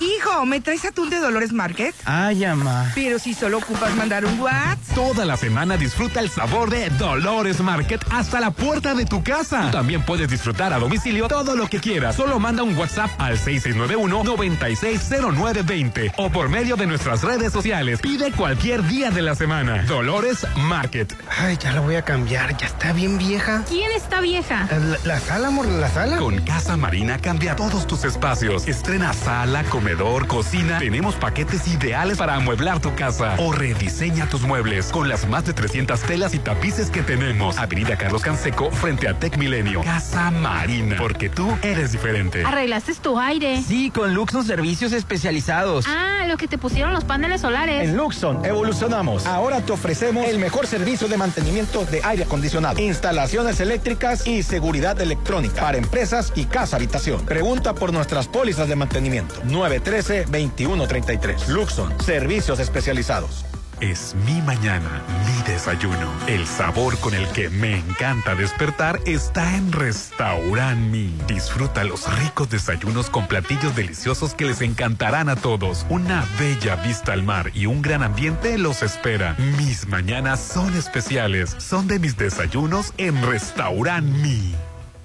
Hijo, ¿me traes atún de Dolores Market? Ay, ama. Pero si solo ocupas mandar un WhatsApp. Toda la semana disfruta el sabor de Dolores Market hasta la puerta de tu casa. También puedes disfrutar a domicilio todo lo que quieras. Solo manda un WhatsApp al 6691-960920 o por medio de nuestras redes sociales. Pide cualquier día de la semana. Dolores Market. Ay, ya la voy a cambiar, ya está bien vieja. Eh, ¿Quién está vieja? La, la sala, amor, la sala. Con Casa Marina cambia todos tus espacios. Estrena sala, comedor, cocina. Tenemos paquetes ideales para amueblar tu casa o rediseña tus muebles con las más de 300 telas y tapices que tenemos. Avenida Carlos Canseco frente a Tech Milenio. Casa Marina, porque tú eres diferente. Arreglaste tu aire. Sí, con Luxon Servicios Especializados. Ah, lo que te pusieron los paneles solares. En Luxon evolucionamos. Ahora te ofrecemos el mejor servicio de mantenimiento de aire acondicionado, instalaciones eléctricas y seguridad electrónica para empresas y casa habitación. Pregunta por nuestras pólizas de mantenimiento. 913-2133. Luxon, servicios especializados. Es mi mañana, mi desayuno. El sabor con el que me encanta despertar está en Restaurant Mi. Disfruta los ricos desayunos con platillos deliciosos que les encantarán a todos. Una bella vista al mar y un gran ambiente los espera. Mis mañanas son especiales. Son de mis desayunos en Restaurant Mi.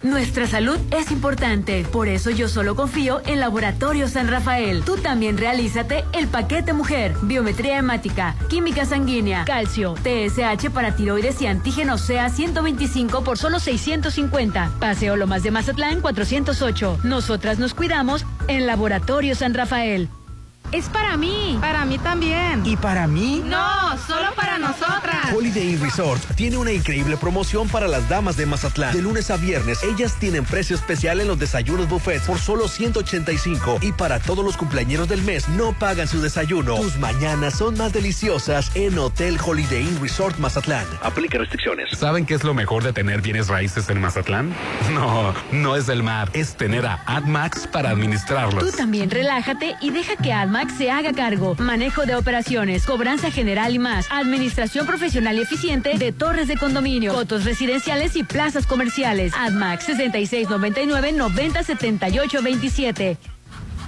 Nuestra salud es importante, por eso yo solo confío en Laboratorio San Rafael. Tú también realízate el paquete mujer, biometría hemática, química sanguínea, calcio, TSH para tiroides y antígeno CA 125 por solo 650. Paseo Lomas de Mazatlán 408. Nosotras nos cuidamos en Laboratorio San Rafael. Es para mí. Para mí también. ¿Y para mí? No, solo para nosotras. Holiday Inn Resort tiene una increíble promoción para las damas de Mazatlán. De lunes a viernes, ellas tienen precio especial en los desayunos buffets por solo 185 y para todos los cumpleañeros del mes no pagan su desayuno. Tus mañanas son más deliciosas en Hotel Holiday Inn Resort Mazatlán. Aplica restricciones. ¿Saben qué es lo mejor de tener bienes raíces en Mazatlán? No, no es el mar, es tener a AdMax para Tú administrarlos. también relájate y deja que AdMax se haga cargo. Manejo de operaciones, cobranza general y más. Administración profesional y eficiente de torres de condominio, cotos residenciales y plazas comerciales. AdMax 6699-907827.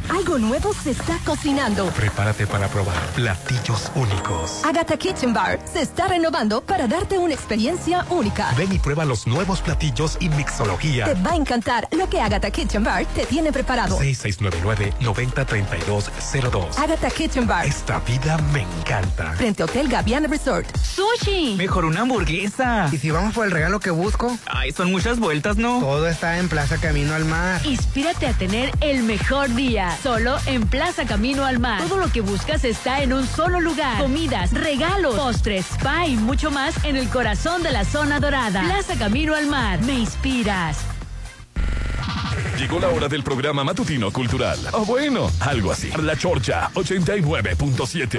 Algo nuevo se está cocinando. Prepárate para probar platillos únicos. Agatha Kitchen Bar se está renovando para darte una experiencia única. Ven y prueba los nuevos platillos y Te mixología. va a encantar lo que Agatha Kitchen Bar te tiene preparado. 6699-903202. Agatha Kitchen Ah. Bar, Esta vida me encanta. frente a Hotel Gaviana Resort. ¡Sushi! Mejor una hamburguesa. ¿Y si vamos por el regalo que busco? Ay, son muchas vueltas, ¿no? Todo está en Plaza Camino al Mar. Inspírate a tener el mejor día, solo en Plaza Camino al Mar. Todo lo que buscas está en un solo lugar. Comidas, regalos, postres, spa y mucho más en el corazón de la zona dorada. Plaza Camino al Mar, me inspiras. Llegó la hora del programa matutino cultural. O Ah, bueno, algo así. La Chorcha 89.7.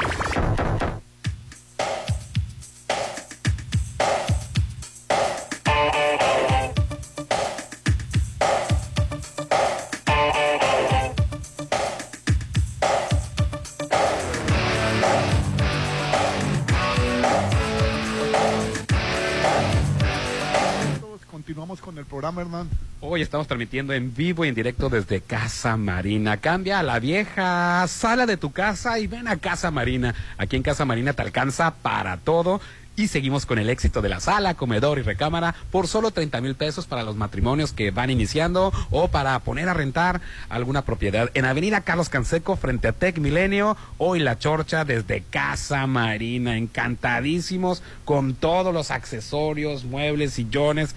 Continuamos con el programa, Hernán. Hoy estamos transmitiendo en vivo y en directo desde Casa Marina. Cambia a la vieja sala de tu casa y ven a Casa Marina. Aquí en Casa Marina te alcanza para todo. Y seguimos con el éxito de la sala, comedor y recámara por solo 30 mil pesos para los matrimonios que van iniciando o para poner a rentar alguna propiedad. En Avenida Carlos Canseco, frente a Tec Milenio, hoy la chorcha desde Casa Marina. Encantadísimos con todos los accesorios, muebles, sillones.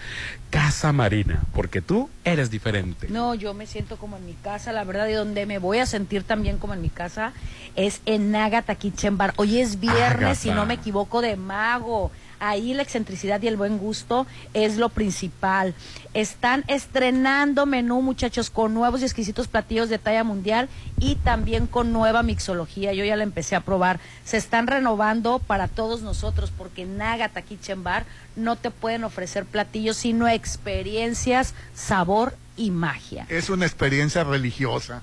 Casa Marina, porque tú eres diferente. No, yo me siento como en mi casa, la verdad, y donde me voy a sentir también como en mi casa es en Agatha Kitchen Bar. Hoy es viernes, Ágata. si no me equivoco, de mago. Ahí la excentricidad y el buen gusto es lo principal. Están estrenando menú, muchachos, con nuevos y exquisitos platillos de talla mundial y también con nueva mixología. Yo ya la empecé a probar. Se están renovando para todos nosotros porque en Agatha Kitchen Bar no te pueden ofrecer platillos, sino experiencias, sabor y magia. Es una experiencia religiosa.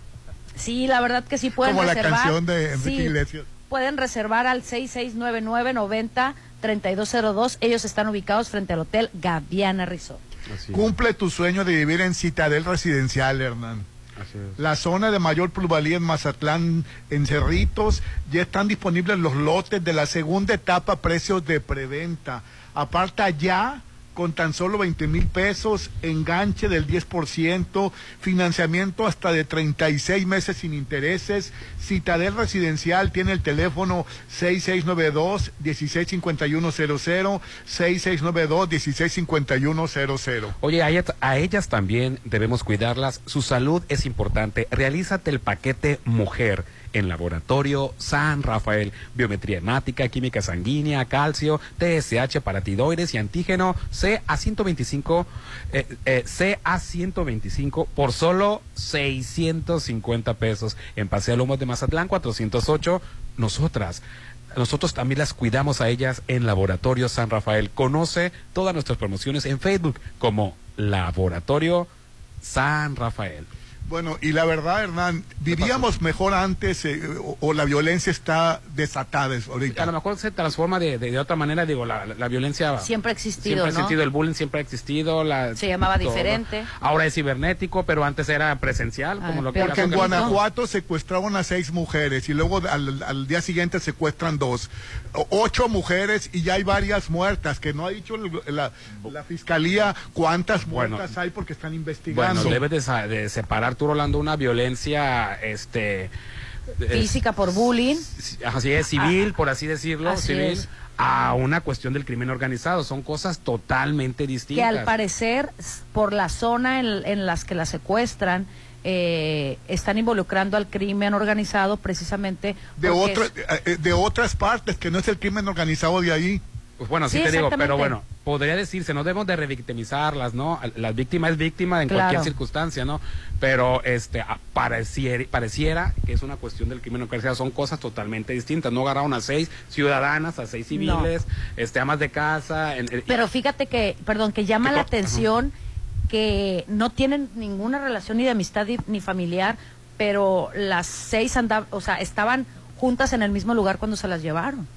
Sí, la verdad que sí pueden como reservar. la canción de Enrique Sí, Iglesias. Pueden reservar al 6699-90-3202. Ellos están ubicados frente al Hotel Gaviana Resort. Cumple tu sueño de vivir en Citadel Residencial, Hernán. La zona de mayor plusvalía en Mazatlán, en Cerritos, ya están disponibles los lotes de la segunda etapa a precios de preventa. Aparta ya con tan solo 20 mil pesos, enganche del 10%, financiamiento hasta de 36 meses sin intereses. Citadel Residencial tiene el teléfono 6692-165100, 6692-165100. Oye, a ellas, a ellas también debemos cuidarlas. Su salud es importante. Realízate el paquete mujer en laboratorio San Rafael. Biometría hemática, química sanguínea, calcio, TSH para tiroides y antígeno CA125, eh, eh, CA125 por solo 650 pesos. En Paseo Lomas de Mazatlán 408, nosotras. Nosotros también las cuidamos a ellas en Laboratorio San Rafael. Conoce todas nuestras promociones en Facebook como Laboratorio San Rafael. Bueno, y la verdad, Hernán, vivíamos mejor antes eh, o, o la violencia está desatada es- ahorita. A lo mejor se transforma de, de- de otra manera, digo, la, la- la violencia Siempre ha existido, siempre ha ¿no? existido, el bullying siempre ha existido. La, Se llamaba todo. diferente. Ahora es cibernético, pero antes era presencial, como lo que era Porque en Zuckerberg. Guanajuato secuestraron a seis mujeres y luego al, al día siguiente secuestran dos. O- ocho mujeres y ya hay varias muertas, que no ha dicho el- la, la fiscalía cuántas Bueno. muertas hay porque están investigando. Bueno, debes de, sa- de separar, tú, Rolando, una violencia este, eh, Física por bullying. así es, civil, por así decirlo, Así civil, es. a una cuestión del crimen organizado. Son cosas totalmente distintas. que al parecer s- por la zona en, en las que la secuestran eh, están involucrando al crimen organizado precisamente de, porque otra- eh, de otras partes, que no es el crimen organizado de ahí. Pues bueno, sí, Sí, te digo, pero exactamente. bueno, podría decirse, no debemos de revictimizarlas, ¿no? La víctima es víctima en Claro. cualquier circunstancia, ¿no? Pero este a- pareciera, pareciera que es una cuestión del crimen organizado, son cosas totalmente distintas. No agarraron a seis ciudadanas, a seis civiles, este amas de casa, en- en- Pero fíjate que, perdón, que llama la atención que no tienen ninguna relación ni de amistad ni, ni familiar, pero las seis andaban, o sea, estaban juntas en el mismo lugar cuando se las llevaron.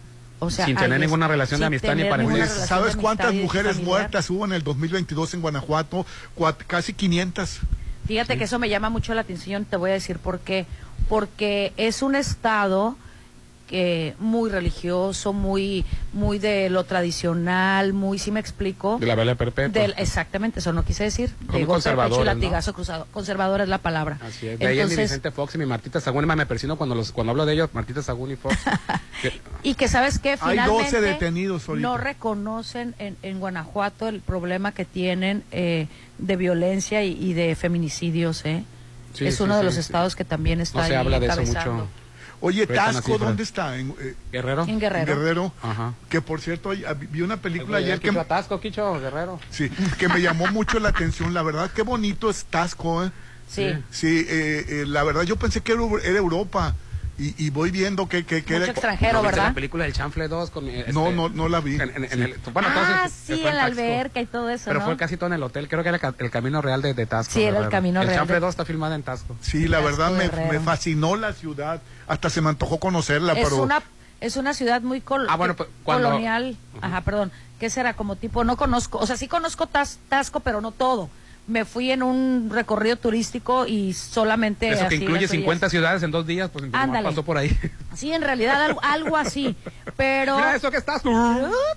O sea, Sin tener ahí es- ninguna relación de sin amistad ni tener parentesco. ninguna Oye, relación de ¿Sabes amistad cuántas y mujeres familiar. muertas hubo en el 2022 en Guanajuato? Cuat- casi 500. Fíjate que eso me llama mucho la atención, te voy a decir por qué. Porque es un estado que muy religioso, muy muy de lo tradicional, muy, si me explico. de la vela perpetua. Del- exactamente, eso no quise decir. De Como golpe al pecho y conservadores, ¿no? latigazo cruzado. Conservador es la palabra. Así es. De ahí es mi Entonces, Vicente Fox y mi Martita Sagún, me persino cuando los cuando hablo de ellos, Martita Sagún y Fox. que- y que sabes que Hay 12 finalmente detenidos ahorita. no reconocen en, en Guanajuato el problema que tienen eh, de violencia y, y de feminicidios. ¿eh? Sí, es sí, uno de sí, los sí. estados que también está ahí encabezando. Oye, Pero están las Tasco, cifras. ¿dónde está? En, eh, Guerrero. En Guerrero. Ajá. Que por cierto, ay- ah, vi- vi una película Ay, ayer que, Quicho Atasco, Quicho, Guerrero. sí, que me llamó mucho la atención. La verdad, qué bonito es Tasco. ¿eh? Sí. Sí, eh, eh, la verdad, yo pensé que era, era Europa. Y, y voy viendo que, que, que era. ¿No viste la película del Chanfle 2 con mi- este- No, no, no la vi. En, en- en el- bueno, Ah, entonces, sí, fue en la Taxco. alberca y todo eso, Pero ¿no? fue casi todo en el hotel, creo que era el ca- el camino real de, de Tasco. Sí, era el Guerrero. Camino Real El Chanfle de- 2 está filmada en Tasco. Sí, la verdad me, Guerrero. me fascinó la ciudad. Hasta se me antojó conocerla, es pero. una es una ciudad muy col- Ah, bueno, pues, cuando- colonial ajá perdón qué será como tipo no conozco o sea sí conozco Tas- Tasco pero no todo me fui en un recorrido turístico y solamente así Eso que las incluye orillas. 50 ciudades en dos días, pues nomás Ándale. pasó por ahí. sí en realidad algo, algo así pero Mira eso que estás.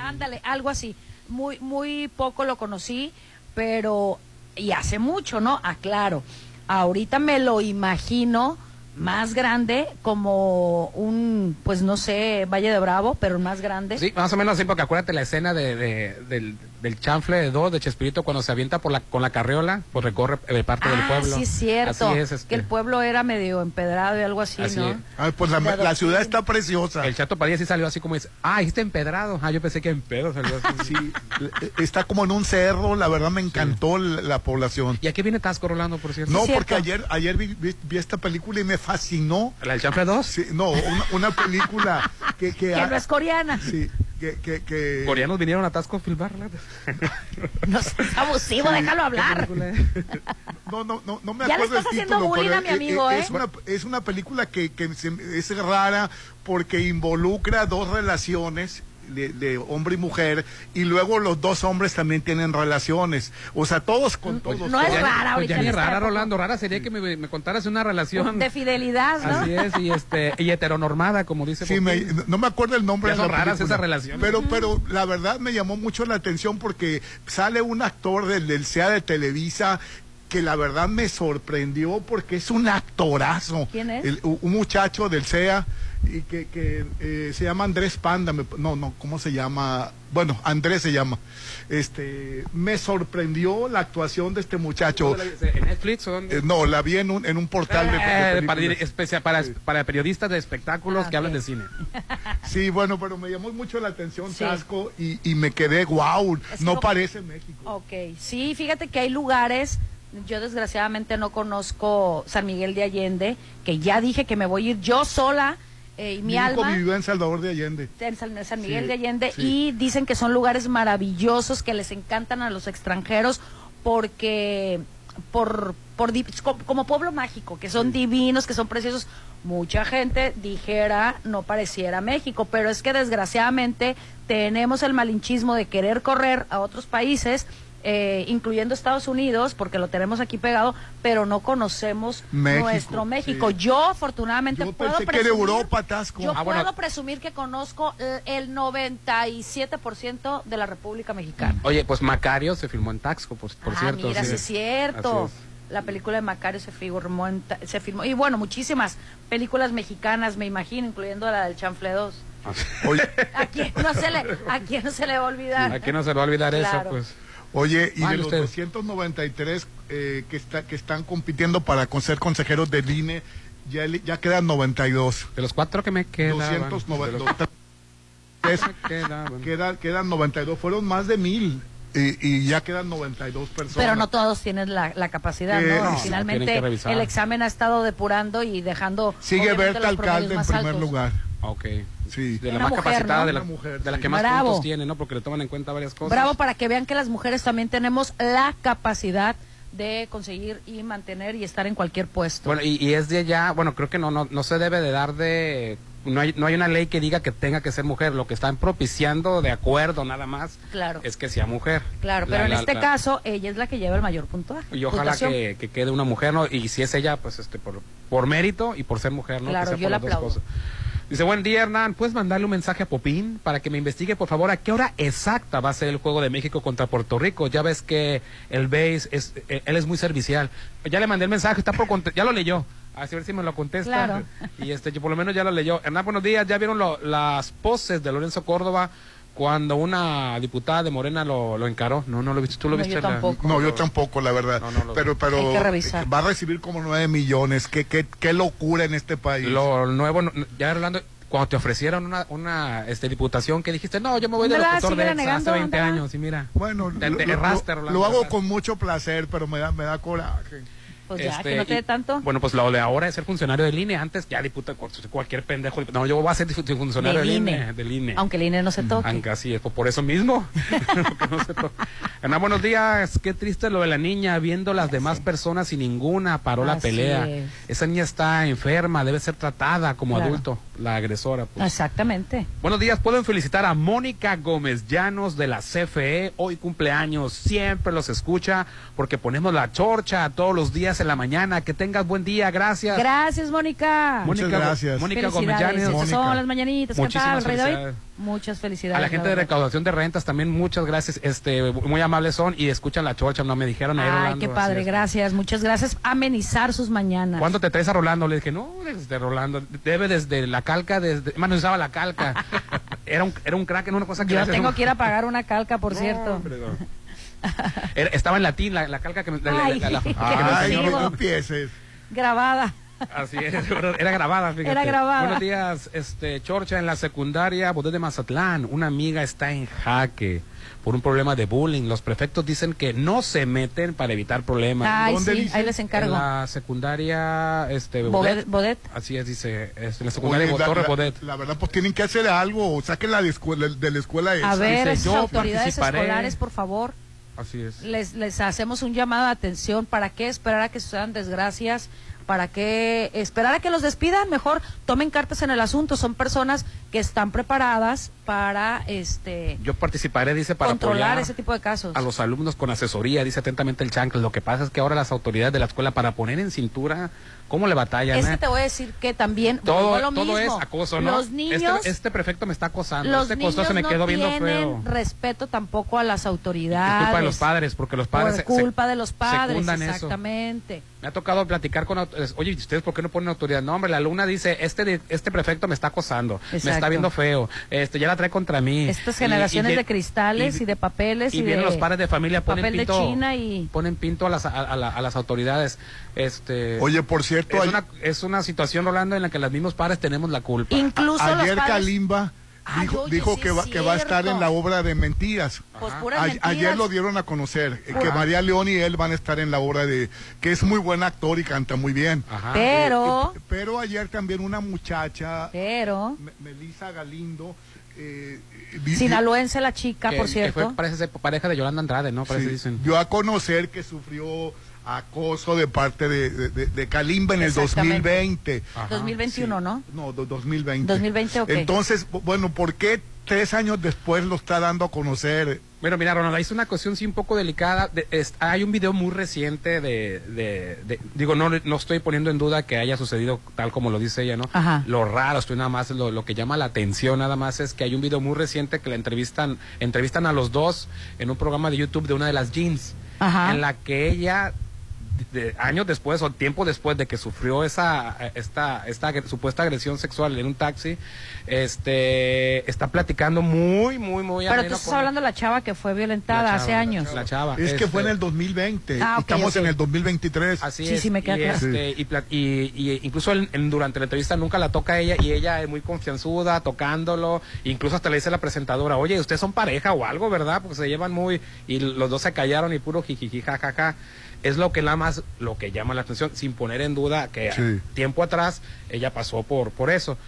ándale algo así muy muy poco lo conocí pero y hace mucho no aclaro ahorita me lo imagino más grande como un pues no sé Valle de Bravo pero más grande Sí, más o menos así, porque acuérdate la escena de, de- del, del chanfle de dos de Chespirito cuando se avienta por la, con la carriola, pues recorre eh, parte del Ah, pueblo. sí es cierto. Así es, este, Que el pueblo era medio empedrado y algo así, así ¿no? es. Ay, pues la, De la ciudad está preciosa. El Chato Padilla sí salió así como dice, ah, dijiste empedrado. Ah, yo pensé que en pedo salió así. Eh, Está como en un cerro, la verdad me encantó la, la población. ¿Y aquí viene Tasco Rolando, por cierto? No, Sí, porque cierto. ayer ayer vi, vi- vi esta película y me fascinó. ¿La del Chanfle 2? no, una, una película que... Que, Que no es coreana. Sí, que... que, que- Eh, Coreanos vinieron a Tasco a filmarla. Ah, Abusivo, déjalo hablar. No, no, no, no me Ya le acuerdo estás el haciendo título, bullying pero a mi e- e- amigo, es, ¿eh? una, es una película que, que se- es rara porque involucra dos relaciones de, de hombre y mujer y luego los dos hombres también tienen relaciones. O sea, todos con todos. no es todos. rara ahorita Pues Ya en ni esta rara, época. Rolando. Rara sería que me, me contaras una relación. De fidelidad, ¿no? Así es, y, este, y heteronormada, como dice. Sí, me- Popín. no me acuerdo el nombre Ya de son la raras película. esas relaciones. Pero, pues, pero la verdad me llamó mucho la atención porque sale un actor del, del CEA de Televisa que la verdad me sorprendió porque es un actorazo. ¿Quién es? El- un muchacho del CEA y que, que, eh, se llama Andrés Panda. me- no, no, ¿cómo se llama? Bueno, Andrés se llama. Este, me sorprendió la actuación de este muchacho. ¿En Netflix o dónde? Eh, no, la vi en un, en un portal de- de Eh, para, películas. dir- especia- para, para periodistas de Ah, espectáculos que hablan de cine. Sí, bueno, pero me llamó mucho la atención Sí. Tasco y, y me quedé, wow, Es que no no- parece México. Ok, sí, fíjate que hay lugares, yo desgraciadamente no conozco San Miguel de Allende, que ya dije que me voy a ir yo sola eh, y mi, Mi hijo alma vivió en Salvador de Allende. en San, San Sí, Miguel de Allende sí. y dicen que son lugares maravillosos que les encantan a los extranjeros porque por, por di- co- como pueblo mágico, que son divinos, que son preciosos. Mucha gente dijera no pareciera México, pero es que desgraciadamente tenemos el malinchismo de querer correr a otros países, eh, incluyendo Estados Unidos, porque lo tenemos aquí pegado, pero no conocemos México, nuestro sí. México. Yo afortunadamente Yo puedo pensé que era presumir- Europa, Tasco. Yo Ah, puedo bueno. presumir que conozco eh, el 97% de la República Mexicana. Oye, pues Macario se filmó en Taxco, por, por ah, cierto. mira, así sí es es. cierto. Así es. La película de Macario se filmó, en ta- se filmó. Y bueno, muchísimas películas mexicanas, me imagino, incluyendo la del Chanfle 2. Oye, ¿A quién no se le, a quién no se le va a olvidar? ¿A quién no se le va a olvidar Claro. eso? Pues Oye, y de ¿Cuál los usted? 293 eh, que, está, que están compitiendo para con- ser consejeros del INE, ya, le- ya quedan 92. De los cuatro que me quedaban. 293. Quedan, quedan 92. Fueron más de mil. Y, y ya quedan 92 personas. Pero no todos tienen la, la capacidad, Eh, ¿no? no, Finalmente, tienen que revisar. el examen ha estado depurando y dejando. Sigue obviamente, Berta los promedios Alcalde en más primer altos. lugar. Ah, Ok. Sí. De la Una más mujer, capacitada, ¿no? de la, Una mujer, de la sí. que más Bravo. puntos tiene, ¿no? Porque le toman en cuenta varias cosas. Bravo para que vean que las mujeres también tenemos la capacidad de conseguir y mantener y estar en cualquier puesto. Bueno, y, y es de allá, bueno, creo que no, no, no se debe de dar de... No hay, no hay una ley que diga que tenga que ser mujer, lo que están propiciando de acuerdo nada más claro, es que sea mujer. claro, La- pero en la- este la- caso ella es la que lleva el mayor puntuaje. Y ojalá puntuación. que, que quede una mujer, ¿no? Y si es ella, pues este, por, por mérito y por ser mujer, ¿no? Claro, que sea yo por la las dos aplaudo. cosas. Dice, buen día Hernán, ¿puedes mandarle un mensaje a Popín para que me investigue, por favor, a qué hora exacta va a ser el juego de México contra Puerto Rico? Ya ves que Eh, el base, es, eh, él es muy servicial. Ya le mandé el mensaje, está por conte- ya lo leyó. A ver si me lo contesta. Claro. Y este, yo por lo menos ya lo leyó. Hernán, buenos días, ¿ya vieron lo- las poses de Lorenzo Córdoba cuando una diputada de Morena lo, lo encaró? No, no lo viste, tú lo No, viste. yo la- tampoco. No, yo tampoco, la verdad. pero pero Hay que revisar. va a recibir como 9 millones. Qué, qué, qué locura en este país. Lo nuevo, no- ya Rolando, cuando te ofrecieron una, una este, diputación que dijiste, no, yo me voy de Mira, locutor síguela de EXA hace negando, 20 anda. años, y mira. Bueno, te, lo, te lo- erraste, lo- Rolando, lo hago erraste. con mucho placer, pero me da, me da coraje. Pues ya, Este, que no te y- dé tanto. Bueno, pues lo de ahora es ser funcionario del INE. Antes ya diputa cu- cualquier pendejo. No, yo voy a ser difu- funcionario Del E. del, INE. INE. Del INE. Aunque el INE no se toque. Aunque así es, pues por eso mismo. Porque no se to- Ana, buenos días. Qué triste lo de la niña, viendo las demás personas y ninguna paró la Así pelea. es. Esa niña está enferma, debe ser tratada como Claro. adulto, la agresora. pues. Exactamente. Buenos días, pueden felicitar a Mónica Gómez Llanos de la CFE, hoy cumpleaños, siempre los escucha porque ponemos la chorcha todos los días en la mañana, que tengas buen día, gracias. Gracias, Mónica. Mónica Muchas Gó- gracias. Mónica Gómez Felicidades. Llanes. Estas son Mónica. las mañanitas. que Muchísimas cantaba el rey David. felicidades. Muchas felicidades. A la gente de verdad. recaudación de rentas también muchas gracias, este muy amables son y escuchan la chorcha, no me dijeron ahí Ay, Rolando, qué así padre, es. gracias. Muchas gracias. Amenizar sus mañanas. ¿Cuándo te traes a Rolando? Le dije, no, desde Rolando, debe desde la calca, desde, más no usaba la calca. Era un, era un crack en una cosa que le Yo hacías tengo un- que ir a pagar una calca, por cierto. Era- estaba en latín la, la calca que me, la- la- Ay, la- la- qué que me Ay, enseñó. no Grabada. Así es, era grabada, fíjate. Era grabada. Buenos días, este, Chorcha, en la secundaria, Bodé de Mazatlán, una amiga está en jaque por un problema de bullying. Los prefectos dicen que no se meten para evitar problemas. Ay, sí, ahí les encargo. En la secundaria, este, Bodet. Bodet. Así es, dice, este, en la secundaria Oye, la- Torre la- Bodet. La verdad, pues tienen que hacer algo. Sáquenla de, escuela, de la escuela esa. A ver, esas yo autoridades participaré. escolares, por favor, Así es. les, les hacemos un llamado de atención. ¿Para qué esperar a que sucedan desgracias? ¿Para qué esperar a que los despidan? Mejor tomen cartas en el asunto. Son personas que están preparadas para este Yo participaré, dice, para controlar apoyar ese tipo de casos. a los alumnos con asesoría, dice atentamente el chancla. Lo que pasa es que ahora las autoridades de la escuela para poner en cintura, ¿cómo le batallan? Es eh? que te voy a decir que también vuelvo todo, a lo todo es mismo. acoso, ¿no? Los niños Este, este prefecto me está acosando. Los este niños costoso me quedó no viendo tienen feo. respeto tampoco a las autoridades. Es culpa de los padres, porque los padres. Por se- se- culpa de los padres, secundan eso. exactamente. me ha tocado platicar con. autor- Oye, ¿y ¿ustedes por qué no ponen autoridad? No, hombre, la alumna dice: Este de- este prefecto me está acosando. Me Exacto. está viendo feo. Este ya la trae contra mí. Estas Y- generaciones y- de cristales y, y- de papeles y, y vienen de los padres de familia, ponen papel de pito. China y ponen pinto a las, a, a la- a las autoridades. Este, Oye, por cierto, es, hay- una, es una situación, Rolando, en la que los mismos padres tenemos la culpa. Incluso los Ayer padres- Kalimba dijo, oye, dijo sí que, es va, que va a estar cierto. en la obra de mentiras. Pues puras A- mentiras. Ayer lo dieron a conocer, eh, que Ajá. María León y él van a estar en la obra de... que es muy buen actor y canta muy bien. Pero- Eh, eh, pero ayer también una muchacha, pero Me- Melissa Galindo, eh, sinaloense la chica, Que- por que cierto. fue, parece ser pareja de Yolanda Andrade, ¿no? Parece dicen. dio a conocer que sufrió acoso de parte de, de, de- de Kalimba en el Exactamente. 2020. 2021, ¿no? No, do- 2020. 2020, ok. Entonces, bu- bueno, ¿por qué tres años después lo está dando a conocer? Bueno, mira, Ronald, ahí es una cuestión sí un poco delicada. De- es- hay un video muy reciente de... de- de- digo, no, no estoy poniendo en duda que haya sucedido tal como lo dice ella, ¿no? Ajá. Lo raro, estoy nada más, lo, lo que llama la atención nada más es que hay un video muy reciente que la entrevistan, entrevistan a los dos en un programa de YouTube de una de las jeans, Ajá. en la que ella de- años después o tiempo después de que sufrió esa esta, esta agre- supuesta agresión sexual en un taxi, este está platicando muy, muy, muy Pero ameno tú estás con- hablando de la chava que fue violentada La chava, hace la años. chava, la chava. Es que Este- fue en el 2020. Ah, ok, Estamos ok. en el 2023. Así Sí, es. sí, me queda y, claro. este, y pla- y- y incluso en- en- durante la entrevista nunca la toca ella y ella es muy confianzuda, tocándolo. Incluso hasta le dice la presentadora, oye, ustedes son pareja o algo, ¿verdad? Porque se llevan muy... Y los dos se callaron y puro jijiji, jajaja. Es lo que la más, lo que llama la atención, sin poner en duda que Sí. tiempo atrás ella pasó por, por eso.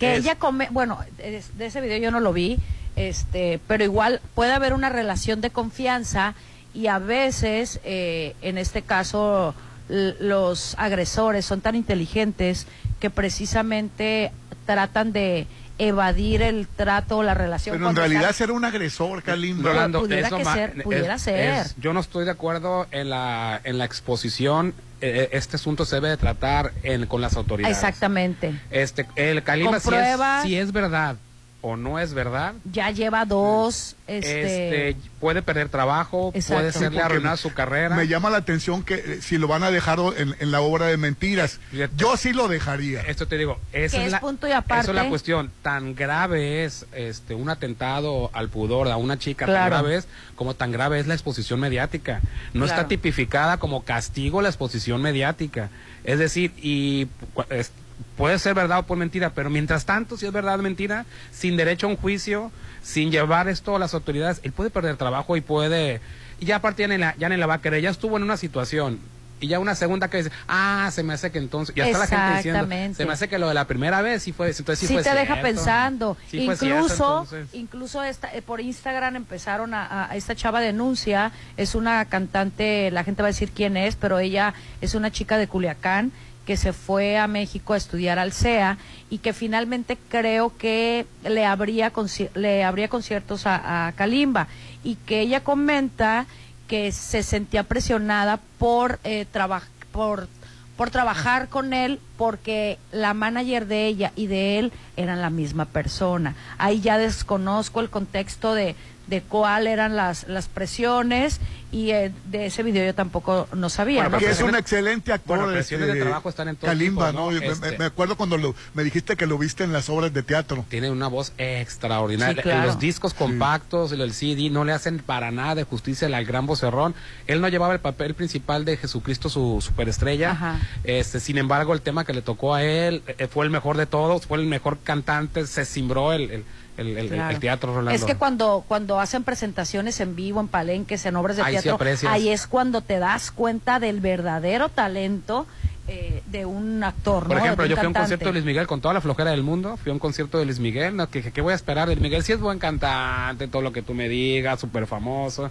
Que Es- ella come, bueno, es- de ese video yo no lo vi, este, pero igual puede haber una relación de confianza y a veces, eh, en este caso, l- los agresores son tan inteligentes que precisamente tratan de evadir el trato o la relación. Pero en cuando realidad están- será un agresor, Kalim. Rolando, pudiera eso que ma- ser, pudiera ser. yo no estoy de acuerdo en la, en la exposición. Eh, eh, este asunto se debe de tratar en- con las autoridades. Exactamente. Este, el Calima, Con si es, pruebas. si es verdad o no es verdad, Ya lleva dos, este, este, puede perder trabajo, Exacto. puede serle Porque arruinar me- su carrera. Me llama la atención que eh, si lo van a dejar o- en, en la obra de mentiras. Yo sí lo dejaría. Esto te digo, esa que es es la, punto y Eso aparte. es la cuestión. Tan grave es este un atentado al pudor a una chica, tan Claro. grave es como tan grave es la exposición mediática. Claro. No está tipificada como castigo la exposición mediática. Es decir, y pu- es- puede ser verdad o por mentira, pero mientras tanto, si es verdad o mentira, sin derecho a un juicio, sin llevar esto a las autoridades, él puede perder trabajo y puede. Y ya aparte ya ni la, ya ni la va a querer, ya estuvo en una situación. Y ya una segunda que dice, ah, se me hace que entonces. Ya está la gente diciendo, Exactamente. se me hace que lo de la primera vez sí fue. Entonces sí, sí, fue te deja cierto. pensando. Sí fue cierto, incluso, entonces. incluso esta, eh, por Instagram empezaron a, a- esta chava denuncia. Es una cantante, la gente va a decir quién es, pero ella es una chica de Culiacán que se fue a México a estudiar al CEA y que finalmente creo que le abría, conci- le abría conciertos a, a Kalimba y que ella comenta que se sentía presionada por eh, traba- por por trabajar con él porque la manager de ella y de él eran la misma persona. Ahí ya desconozco el contexto de, de cuál eran las, las presiones y eh, de ese video yo tampoco no sabía. ¿no? que es Pero- un excelente actor. Bueno, presiones de este, trabajo están en todo Kalimba, tipo, ¿no? ¿no? Me- Este- Me, me acuerdo cuando lo- me dijiste que lo viste en las obras de teatro. Tiene una voz extraordinaria. Sí, claro. En Los discos compactos, el CD, no le hacen para nada de justicia al gran vocerrón. Él no llevaba el papel principal de Jesucristo, su superestrella. Ajá. Este, sin embargo, el tema que le tocó a él eh, fue el mejor de todos, fue el mejor cantante, se cimbró el, el- el- el- Claro. el teatro, Rolando. Es que cuando, cuando hacen presentaciones en vivo, en palenques, en obras de Ahí sí teatro, aprecias. ahí es cuando te das cuenta del verdadero talento eh, de un actor. Por ¿no? ejemplo, De un yo fui a un cantante. concierto de Luis Miguel con toda la flojera del mundo. Fui a un concierto de Luis Miguel. No, que, que- ¿Qué voy a esperar de Luis Miguel? Sí es buen cantante, todo lo que tú me digas, súper famoso.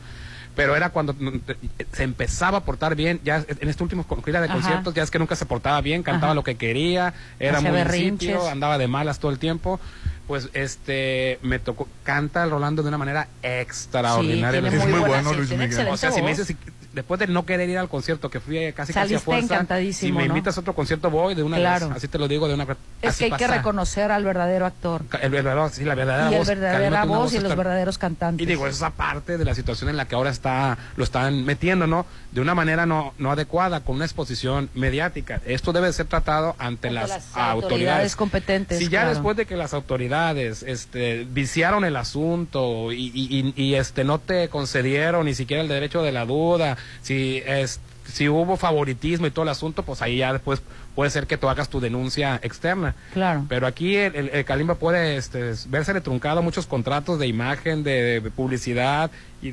Pero era cuando mm, te- se empezaba a portar bien. Ya en este último con- gira de Ajá. conciertos, ya es que nunca se portaba bien, cantaba Ajá. lo que quería, era Hacía muy berrinches. insípido, andaba de malas todo el tiempo. Pues este, me tocó, canta el Rolando de una manera extraordinaria. tiene Es muy muy buena- bueno sí, Luis tiene Miguel. excelente O sea, si me voz. dices, si- después de no querer ir al concierto, que fui casi casi a Saliste fuerza, encantadísimo, si me ¿no? invitas a otro concierto voy de una Claro. vez, así te lo digo de una vez. Es Así que hay que pasa. reconocer al verdadero actor. el verdadero, sí, la verdadera y el voz, Kalimba verdadera tiene una voz y los extra- verdaderos cantantes. y digo, esa parte de la situación en la que ahora está, lo están metiendo, ¿no? De una manera no, no adecuada, con una exposición mediática. Esto debe ser tratado ante, las, autoridades. competentes. Si ya claro. después de que las autoridades este, viciaron el asunto y, y- y- y, este, no te concedieron ni siquiera el derecho de la duda, si, es, si hubo favoritismo y todo el asunto, pues ahí ya después puede ser que tú hagas tu denuncia externa. Claro. Pero aquí el, el- el Kalimba puede este, verse truncado muchos contratos de imagen, de, de publicidad, y,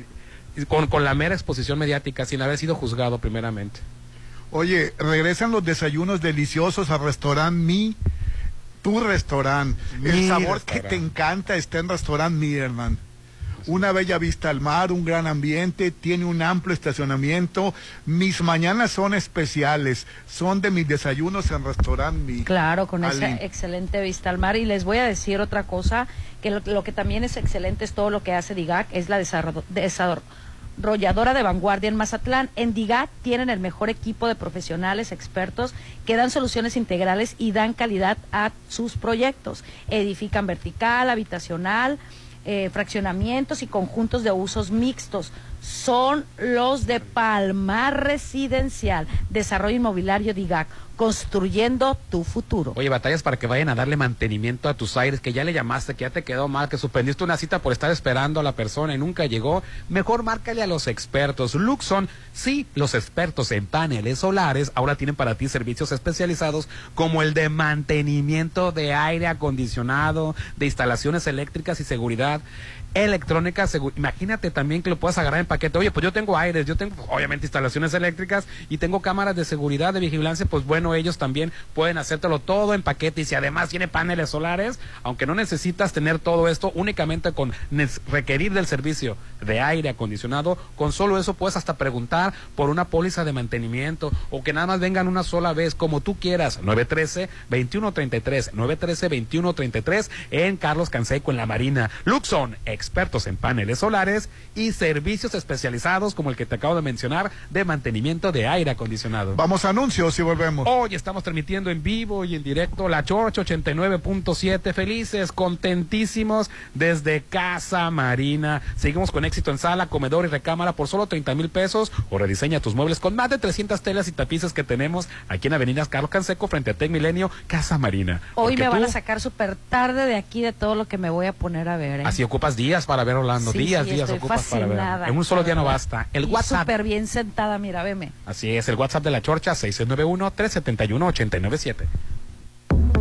y con, con la mera exposición mediática, sin haber sido juzgado primeramente. Oye, regresan los desayunos deliciosos al restaurante Mi, tu restaurante. El Mi sabor restaurant. que te encanta está en restaurante Mi, Hernán. Una bella vista al mar, un gran ambiente, tiene un amplio estacionamiento. Mis mañanas son especiales, son de mis desayunos en restaurante Mi. Claro, con Aline. esa excelente vista al mar. Y les voy a decir otra cosa, que lo, lo que también es excelente es todo lo que hace DIGAC, es la desarro- desarrolladora de vanguardia en Mazatlán. En DIGAC tienen el mejor equipo de profesionales, expertos, que dan soluciones integrales y dan calidad a sus proyectos. Edifican vertical, habitacional, eh, fraccionamientos y conjuntos de usos mixtos. son los de Palmar Residencial, Desarrollo Inmobiliario DIGAC, construyendo tu futuro. Oye, batallas para que vayan a darle mantenimiento a tus aires, que ya le llamaste, que ya te quedó mal, que suspendiste una cita por estar esperando a la persona y nunca llegó. Mejor márcale a los expertos. Luxon, sí, los expertos en paneles solares ahora tienen para ti servicios especializados como el de mantenimiento de aire acondicionado, de instalaciones eléctricas y seguridad electrónica. segu- Imagínate también que lo puedas agarrar en paquete. Oye, pues yo tengo aires, yo tengo pues, obviamente instalaciones eléctricas y tengo cámaras de seguridad, de vigilancia. Pues bueno, ellos también pueden hacértelo todo en paquete. Y si además tiene paneles solares, aunque no necesitas tener todo esto, únicamente con nes- requerir del servicio de aire acondicionado, con solo eso puedes hasta preguntar por una póliza de mantenimiento o que nada más vengan una sola vez, como tú quieras. 913-2133, 913-2133 en Carlos Canseco, en la Marina. Luxon, expertos en paneles solares y servicios especializados como el que te acabo de mencionar de mantenimiento de aire acondicionado. Vamos a anuncios y volvemos. Hoy estamos transmitiendo en vivo y en directo La Chorcha 89.7. Felices, contentísimos desde Casa Marina. Seguimos con éxito en sala, comedor y recámara por solo 30 mil pesos o rediseña tus muebles con más de 300 telas y tapices que tenemos aquí en Avenidas Carlos Canseco frente a Tec Milenio, Casa Marina. Hoy Porque me van tú a sacar súper tarde de aquí de todo lo que me voy a poner a ver. ¿eh? Así ocupas días para ver Orlando, Sí, días, sí, días estoy ocupas para ver. fascinada. En un solo día no basta. El Y WhatsApp Súper bien sentada, mira, veme. Así es, el WhatsApp de la Chorcha 691-371-897.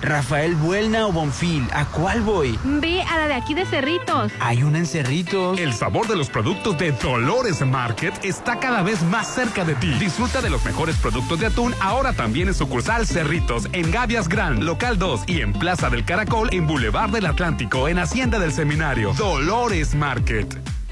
Rafael Buelna o Bonfil, ¿a cuál voy? Ve a la de aquí de Cerritos. Hay una en Cerritos. El sabor de los productos de Dolores Market está cada vez más cerca de ti. Disfruta de los mejores productos de atún ahora también en sucursal Cerritos, en Gavias Gran, Local 2 y en Plaza del Caracol, en Boulevard del Atlántico, en Hacienda del Seminario. Dolores Market.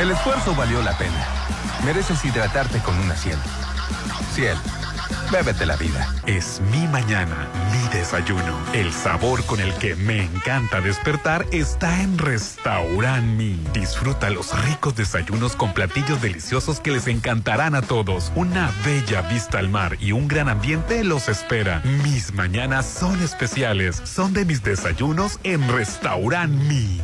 El esfuerzo valió la pena. Mereces hidratarte con una ciel. Ciel, bébete la vida. Es mi mañana, mi desayuno. El sabor con el que me encanta despertar está en Restaurant Mi. Disfruta los ricos desayunos con platillos deliciosos que les encantarán a todos. Una bella vista al mar y un gran ambiente los espera. Mis mañanas son especiales. Son de mis desayunos en Restaurant Mi.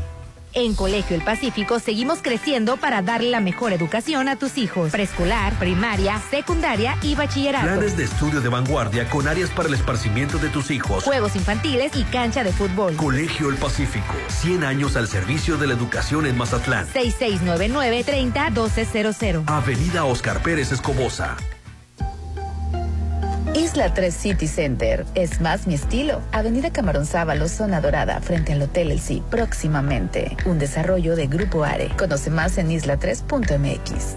En Colegio El Pacífico seguimos creciendo para darle la mejor educación a tus hijos. Preescolar, primaria, secundaria y bachillerato. Planes de estudio de vanguardia con áreas para el esparcimiento de tus hijos. Juegos infantiles y cancha de fútbol. Colegio El Pacífico, 100 años al servicio de la educación en Mazatlán. 6699-301200. Avenida Oscar Pérez Escobosa. Isla 3 City Center. Es más mi estilo. Avenida Camarón Sábalo, zona dorada, frente al Hotel El Sí, próximamente. Un desarrollo de Grupo Are. Conoce más en isla3.mx.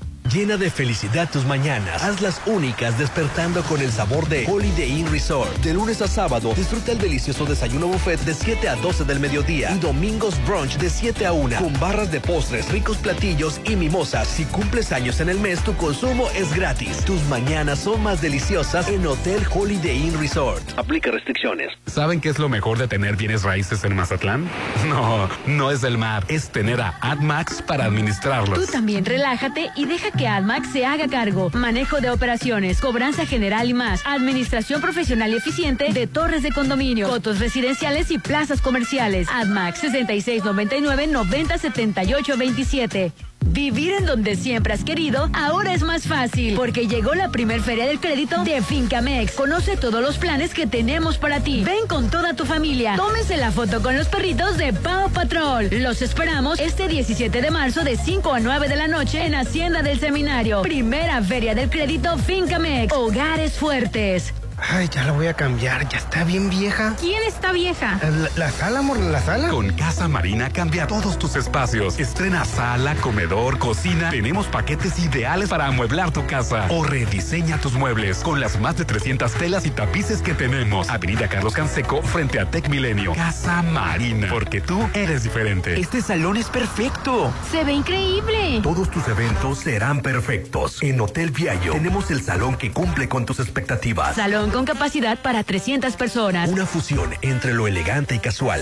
Llena de felicidad tus mañanas. Hazlas únicas despertando con el sabor de Holiday Inn Resort. De lunes a sábado, disfruta el delicioso desayuno buffet de 7 a 12 del mediodía y domingos brunch de 7 a 1 con barras de postres, ricos platillos y mimosas. Si cumples años en el mes, tu consumo es gratis. Tus mañanas son más deliciosas en Hotel Holiday Inn Resort. Aplica restricciones. ¿Saben qué es lo mejor de tener bienes raíces en Mazatlán? No, no es el mar, es tener a AdMax para Tú administrarlos. también relájate y deja que AdMax se haga cargo. Manejo de operaciones, cobranza general y más. Administración profesional y eficiente de torres de condominio, cotos residenciales y plazas comerciales. AdMax 6699-907827. Vivir en donde siempre has querido ahora es más fácil porque llegó la primer feria del crédito de Fincamex. Conoce todos los planes que tenemos para ti. Ven con toda tu familia. Tómense la foto con los perritos de Pau Patrol. Los esperamos este 17 de marzo de 5 a 9 de la noche en Hacienda del Seminario. Primera feria del crédito Fincamex. Hogares fuertes. Ay, ya la voy a cambiar, ya está bien vieja. Eh, ¿Quién está vieja? La, la sala, amor, la sala. Con Casa Marina cambia todos tus espacios. Estrena sala, comedor, cocina. Tenemos paquetes ideales para amueblar tu casa o rediseña tus muebles con las más de 300 telas y tapices que tenemos. Avenida Carlos Canseco frente a Tech Milenio. Casa Marina, porque tú eres diferente. Este salón es perfecto. Se ve increíble. Todos tus eventos serán perfectos. En Hotel Viallo tenemos el salón que cumple con tus expectativas. Salón con capacidad para 300 personas. Una fusión entre lo elegante y casual.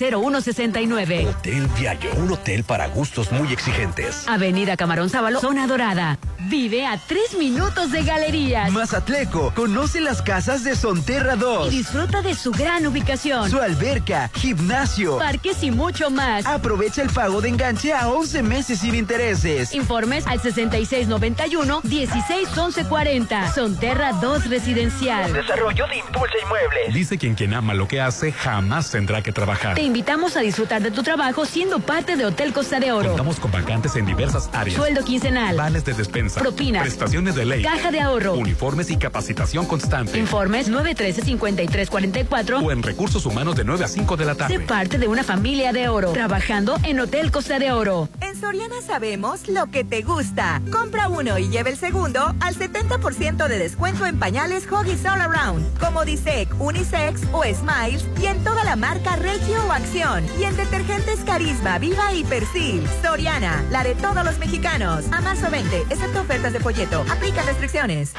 6696-890169. Hotel Viallo, un hotel para gustos muy exigentes. Avenida Camarón Sábalo, Zona Dorada. Vive a tres minutos de galerías. Mazatleco, conoce las casas de Sonterra Y 2, disfruta de su gran ubicación. su alberca, gimnasio. Parques y mucho más. Aprovecha el pago de enganche a 11 meses sin intereses. Informes al 6691-161140. Sonterra 2 Residencial. Desarrollo de Impulsa Inmuebles. Dice quien quien ama lo que hace jamás tendrá que trabajar. Te invitamos a disfrutar de tu trabajo siendo parte de Hotel Costa de Oro. Contamos con vacantes en diversas áreas. Sueldo quincenal. Vales de despensa. Propinas. Prestaciones de ley. Caja de ahorro. Uniformes y capacitación constante. Informes 913-5344. O en recursos humanos de 9 a 5 de la Sé tarde. parte de una familia de oro, trabajando en Hotel Costa de Oro. En Soriana sabemos lo que te gusta. Compra uno y lleva el segundo al 70% de descuento en pañales Hoggies All Around, como Disec, Unisex o Smiles, y en toda la marca Regio o Acción, y en detergentes Carisma, Viva y Persil. Soriana, la de todos los mexicanos. A marzo 20, excepto ofertas de folleto. Aplica restricciones.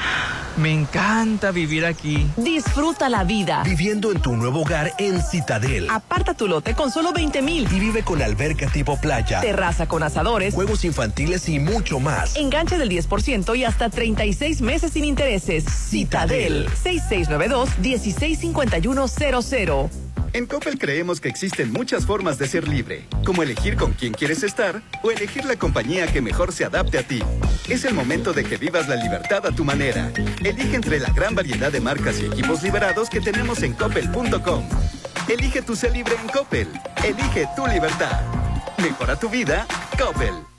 Me encanta vivir aquí. Disfruta la vida. Viviendo en tu nuevo hogar en Citadel. Aparta tu lote con solo 20 mil. Y vive con alberca tipo playa. Terraza con pasadores, juegos infantiles y mucho más. enganche del 10% y hasta 36 meses sin intereses. Citadel 6692-165100. En Coppel creemos que existen muchas formas de ser libre, como elegir con quién quieres estar o elegir la compañía que mejor se adapte a ti. Es el momento de que vivas la libertad a tu manera. Elige entre la gran variedad de marcas y equipos liberados que tenemos en coppel.com. Elige tu ser libre en Coppel. Elige tu libertad. Mejora tu vida, Coppel.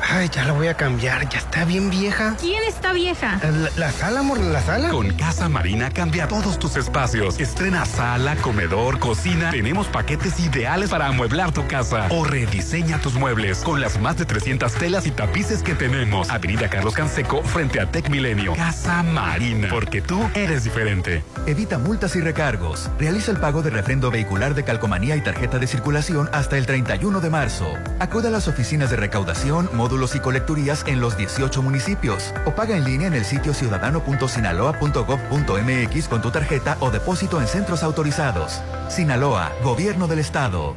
Ay, ya la voy a cambiar, ya está bien vieja. Eh, ¿Quién está vieja? La, la sala, amor, la sala. Con Casa Marina cambia todos tus espacios. Estrena sala, comedor, cocina. Tenemos paquetes ideales para amueblar tu casa o rediseña tus muebles con las más de 300 telas y tapices que tenemos. Avenida Carlos Canseco frente a Tech Milenio. Casa Marina, porque tú eres diferente. Evita multas y recargos. Realiza el pago de refrendo vehicular de calcomanía y tarjeta de circulación hasta el 31 de marzo. Acude a las oficinas de recaudación, módulos y colecturías en los 18 municipios. O paga en línea en el sitio ciudadano.sinaloa.gov.mx con tu tarjeta o depósito en centros autorizados. Sinaloa, Gobierno del Estado.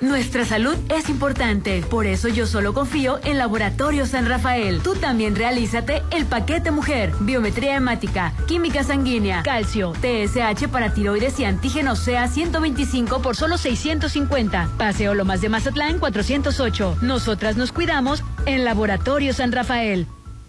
Nuestra salud es importante, por eso yo solo confío en Laboratorio San Rafael. Tú también realízate el paquete mujer, biometría hemática, química sanguínea, calcio, TSH para tiroides y antígeno CA 125 por solo 650. Paseo Lomas de Mazatlán 408. Nosotras nos cuidamos en Laboratorio San Rafael.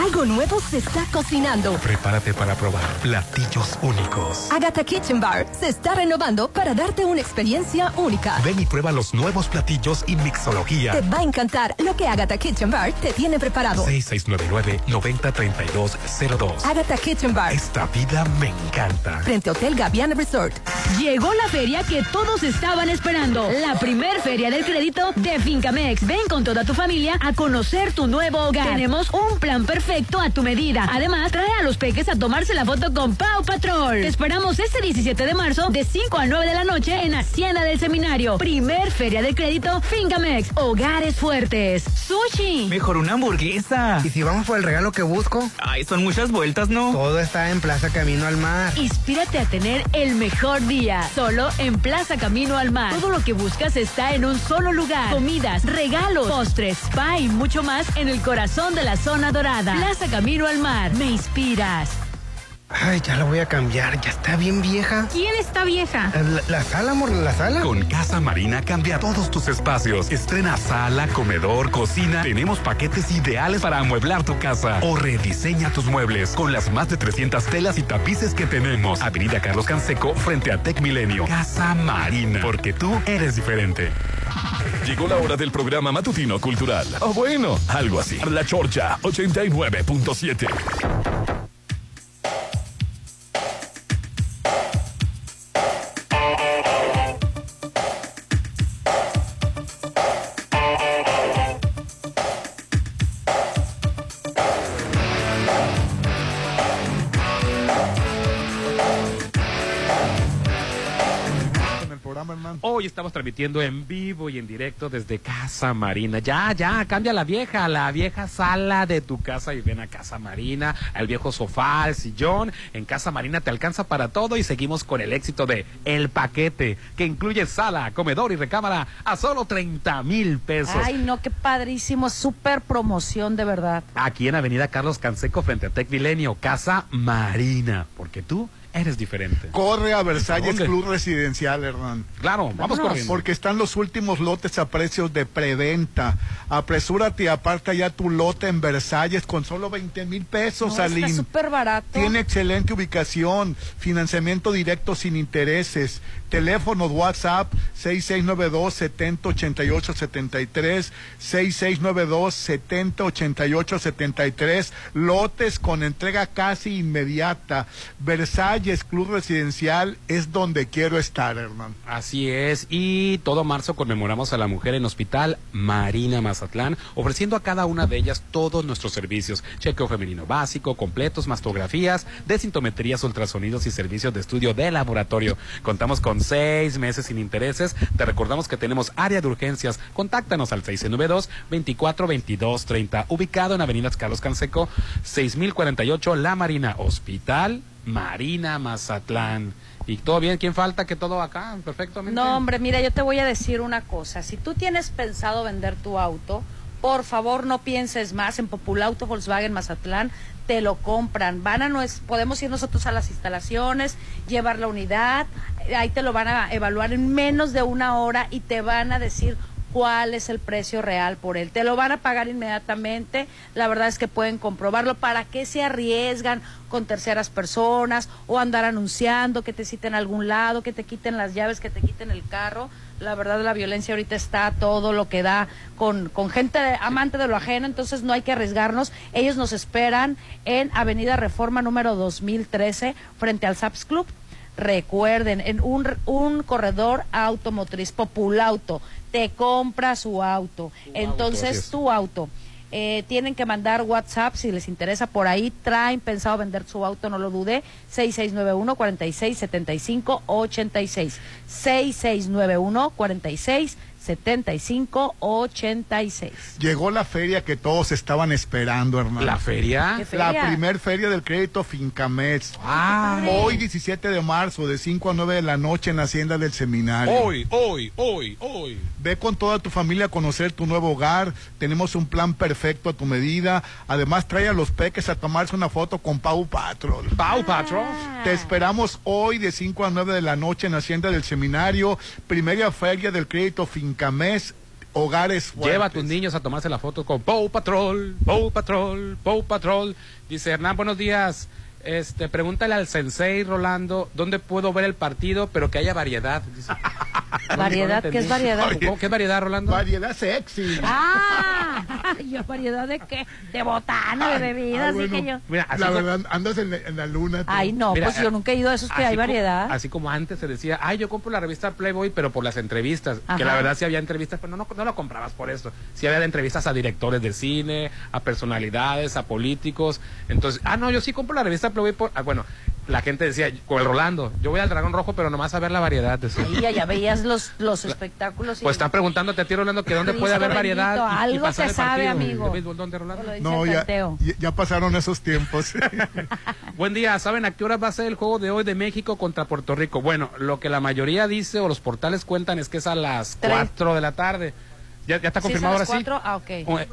Algo nuevo se está cocinando. Prepárate para probar platillos únicos. Agatha Kitchen Bar se está renovando para darte una experiencia única. Ven y prueba los nuevos platillos y mixología. Te va a encantar lo que Agatha Kitchen Bar te tiene preparado. 6699-903202. Agatha Kitchen Bar. Esta vida me encanta. Frente a Hotel Gaviana Resort. Llegó la feria que todos estaban esperando, la primer feria del crédito de Fincamex. Ven con toda tu familia a conocer tu nuevo hogar. Tenemos un plan perfecto a tu medida. Además, trae a los peques a tomarse la foto con Pau Patrol. Te esperamos este 17 de marzo de 5 a 9 de la noche en Hacienda del Seminario. Primer feria del crédito Fincamex. Hogares fuertes. Sushi. Mejor una hamburguesa. ¿Y si vamos por el regalo que busco? Ay, son muchas vueltas, ¿no? Todo está en Plaza Camino al Mar. Inspírate a tener el mejor día, solo en Plaza Camino al Mar. Todo lo que buscas está en un solo lugar. Comidas, regalos, postres, spa y mucho más en el corazón de la zona dorada. Plaza Camino al Mar, me inspiras. Ay, ya la voy a cambiar, ya está bien vieja. Eh, ¿Quién está vieja? La, la sala, amor, la sala. Con Casa Marina cambia todos tus espacios. Estrena sala, comedor, cocina. Tenemos paquetes ideales para amueblar tu casa o rediseña tus muebles con las más de 300 telas y tapices que tenemos. Avenida Carlos Canseco frente a Tech Milenio. Casa Marina, porque tú eres diferente. Llegó la hora del programa matutino cultural. O Ah, bueno, algo así. La Chorcha 89.7. Hoy estamos transmitiendo en vivo y en directo desde Casa Marina. Ya, ya, cambia la vieja, la vieja sala de tu casa y ven a Casa Marina, al viejo sofá, al sillón. En Casa Marina te alcanza para todo y seguimos con el éxito de El Paquete, que incluye sala, comedor y recámara a solo 30 mil pesos. Ay, no, qué padrísimo, súper promoción de verdad. Aquí en Avenida Carlos Canseco, frente a Tec Milenio, Casa Marina, porque tú eres diferente. Corre a Versalles ¿Dónde? Club Residencial, Hernán. Claro, vamos corriendo. Porque están los últimos lotes a precios de preventa. Apresúrate y aparta ya tu lote en Versalles con solo 20 mil pesos, No, Aline. está súper barato. Tiene excelente ubicación, financiamiento directo sin intereses, teléfono WhatsApp 6692 7088 73, 6692 7088 73, lotes con entrega casi inmediata. Versalles Club Residencial es donde quiero estar, hermano. Así es, y todo marzo conmemoramos a la mujer en Hospital Marina Mazatlán, ofreciendo a cada una de ellas todos nuestros servicios, chequeo femenino básico, completos, mastografías, desintometrías, ultrasonidos y servicios de estudio de laboratorio. Contamos con seis meses sin intereses, te recordamos que tenemos área de urgencias, contáctanos al 692-242230, ubicado en Avenidas Carlos Canseco, 6048 La Marina, Hospital Marina Mazatlán. ¿Y todo bien? ¿Quién falta? Que todo acá, perfectamente. No, hombre, mira, yo te voy a decir una cosa. Si tú tienes pensado vender tu auto, por favor no pienses más en Populauto Volkswagen Mazatlán, te lo compran. Van a nos, podemos ir nosotros a las instalaciones, llevar la unidad, eh, ahí te lo van a evaluar en menos de una hora y te van a decir cuál es el precio real por él. Te lo van a pagar inmediatamente. La verdad es que pueden comprobarlo. ¿Para qué se arriesgan con terceras personas o andar anunciando que te citen a algún lado, que te quiten las llaves, que te quiten el carro? La verdad, la violencia ahorita está a todo lo que da con, con gente de- amante de lo ajeno, entonces no hay que arriesgarnos. Ellos nos esperan en Avenida Reforma número 2013, frente al SAPS Club. Recuerden, en un, r- un corredor automotriz, Populauto, te compra su auto. así Entonces, es. tu auto. Eh, tienen que mandar WhatsApp si les interesa por ahí. Traen pensado vender su auto, no lo dudé. 6691 46 75 86. 6691 46 75 86. Llegó la feria que todos estaban esperando, hermano. ¿La feria? ¿Qué feria? Ah, La primer feria del crédito Fincamex. padre! Hoy 17 de marzo, de 5 a 9 de la noche en la Hacienda del Seminario. Hoy, hoy, hoy, hoy. Ve con toda tu familia a conocer tu nuevo hogar. Tenemos un plan perfecto a tu medida. Además, trae a los peques a tomarse una foto con Pau Patrol. ¿Pau Patrol? Ah. Te esperamos hoy de 5 a 9 de la noche en Hacienda del Seminario. Primera feria del crédito Fincamés. Hogares fuertes. Lleva a tus niños a tomarse la foto con Bow Patrol, Bow Patrol, Bow Patrol. Dice Hernán, buenos días. Este, pregúntale al sensei Rolando dónde puedo ver el partido, pero que haya variedad. Dice. Ah, No, no ¿Variedad? entendí. ¿Qué es variedad? ¿Cómo que es variedad, Rolando? Variedad sexy. ¡Ah! Yo, variedad de qué? De botana, de bebida, Ah, así bueno. que yo. Mira, así la como- verdad, andas en la, en la luna. tú. Ay, no, pues yo nunca he ido a esos que eh, así hay co- variedad. así como antes se decía, ay, yo compro la revista Playboy, pero por las entrevistas. Ajá. Que la verdad sí había entrevistas, pero no, no, no lo comprabas por eso. Sí había entrevistas a directores de cine, a personalidades, a políticos. Entonces, ah, no, yo sí compro la revista Playboy por... ah, bueno, la gente decía, con el Rolando, yo voy al Dragón Rojo, pero nomás a ver la variedad. decía. Ahí ya veías los, los espectáculos. y- Pues están preguntándote a ti, Rolando, que dónde Cristo puede haber bendito, variedad. y- y algo pasar se el sabe, partido. amigo. ¿De béisbol dónde, Rolando? No, ya, ya- ya pasaron esos tiempos. Buen día, ¿saben a qué hora va a ser el juego de hoy de México contra Puerto Rico? Bueno, lo que la mayoría dice o los portales cuentan es que es a las 4 de la tarde. ¿Ya, ya está Sí, son confirmado las ahora sí? cuatro? Ah, ok. O, eh,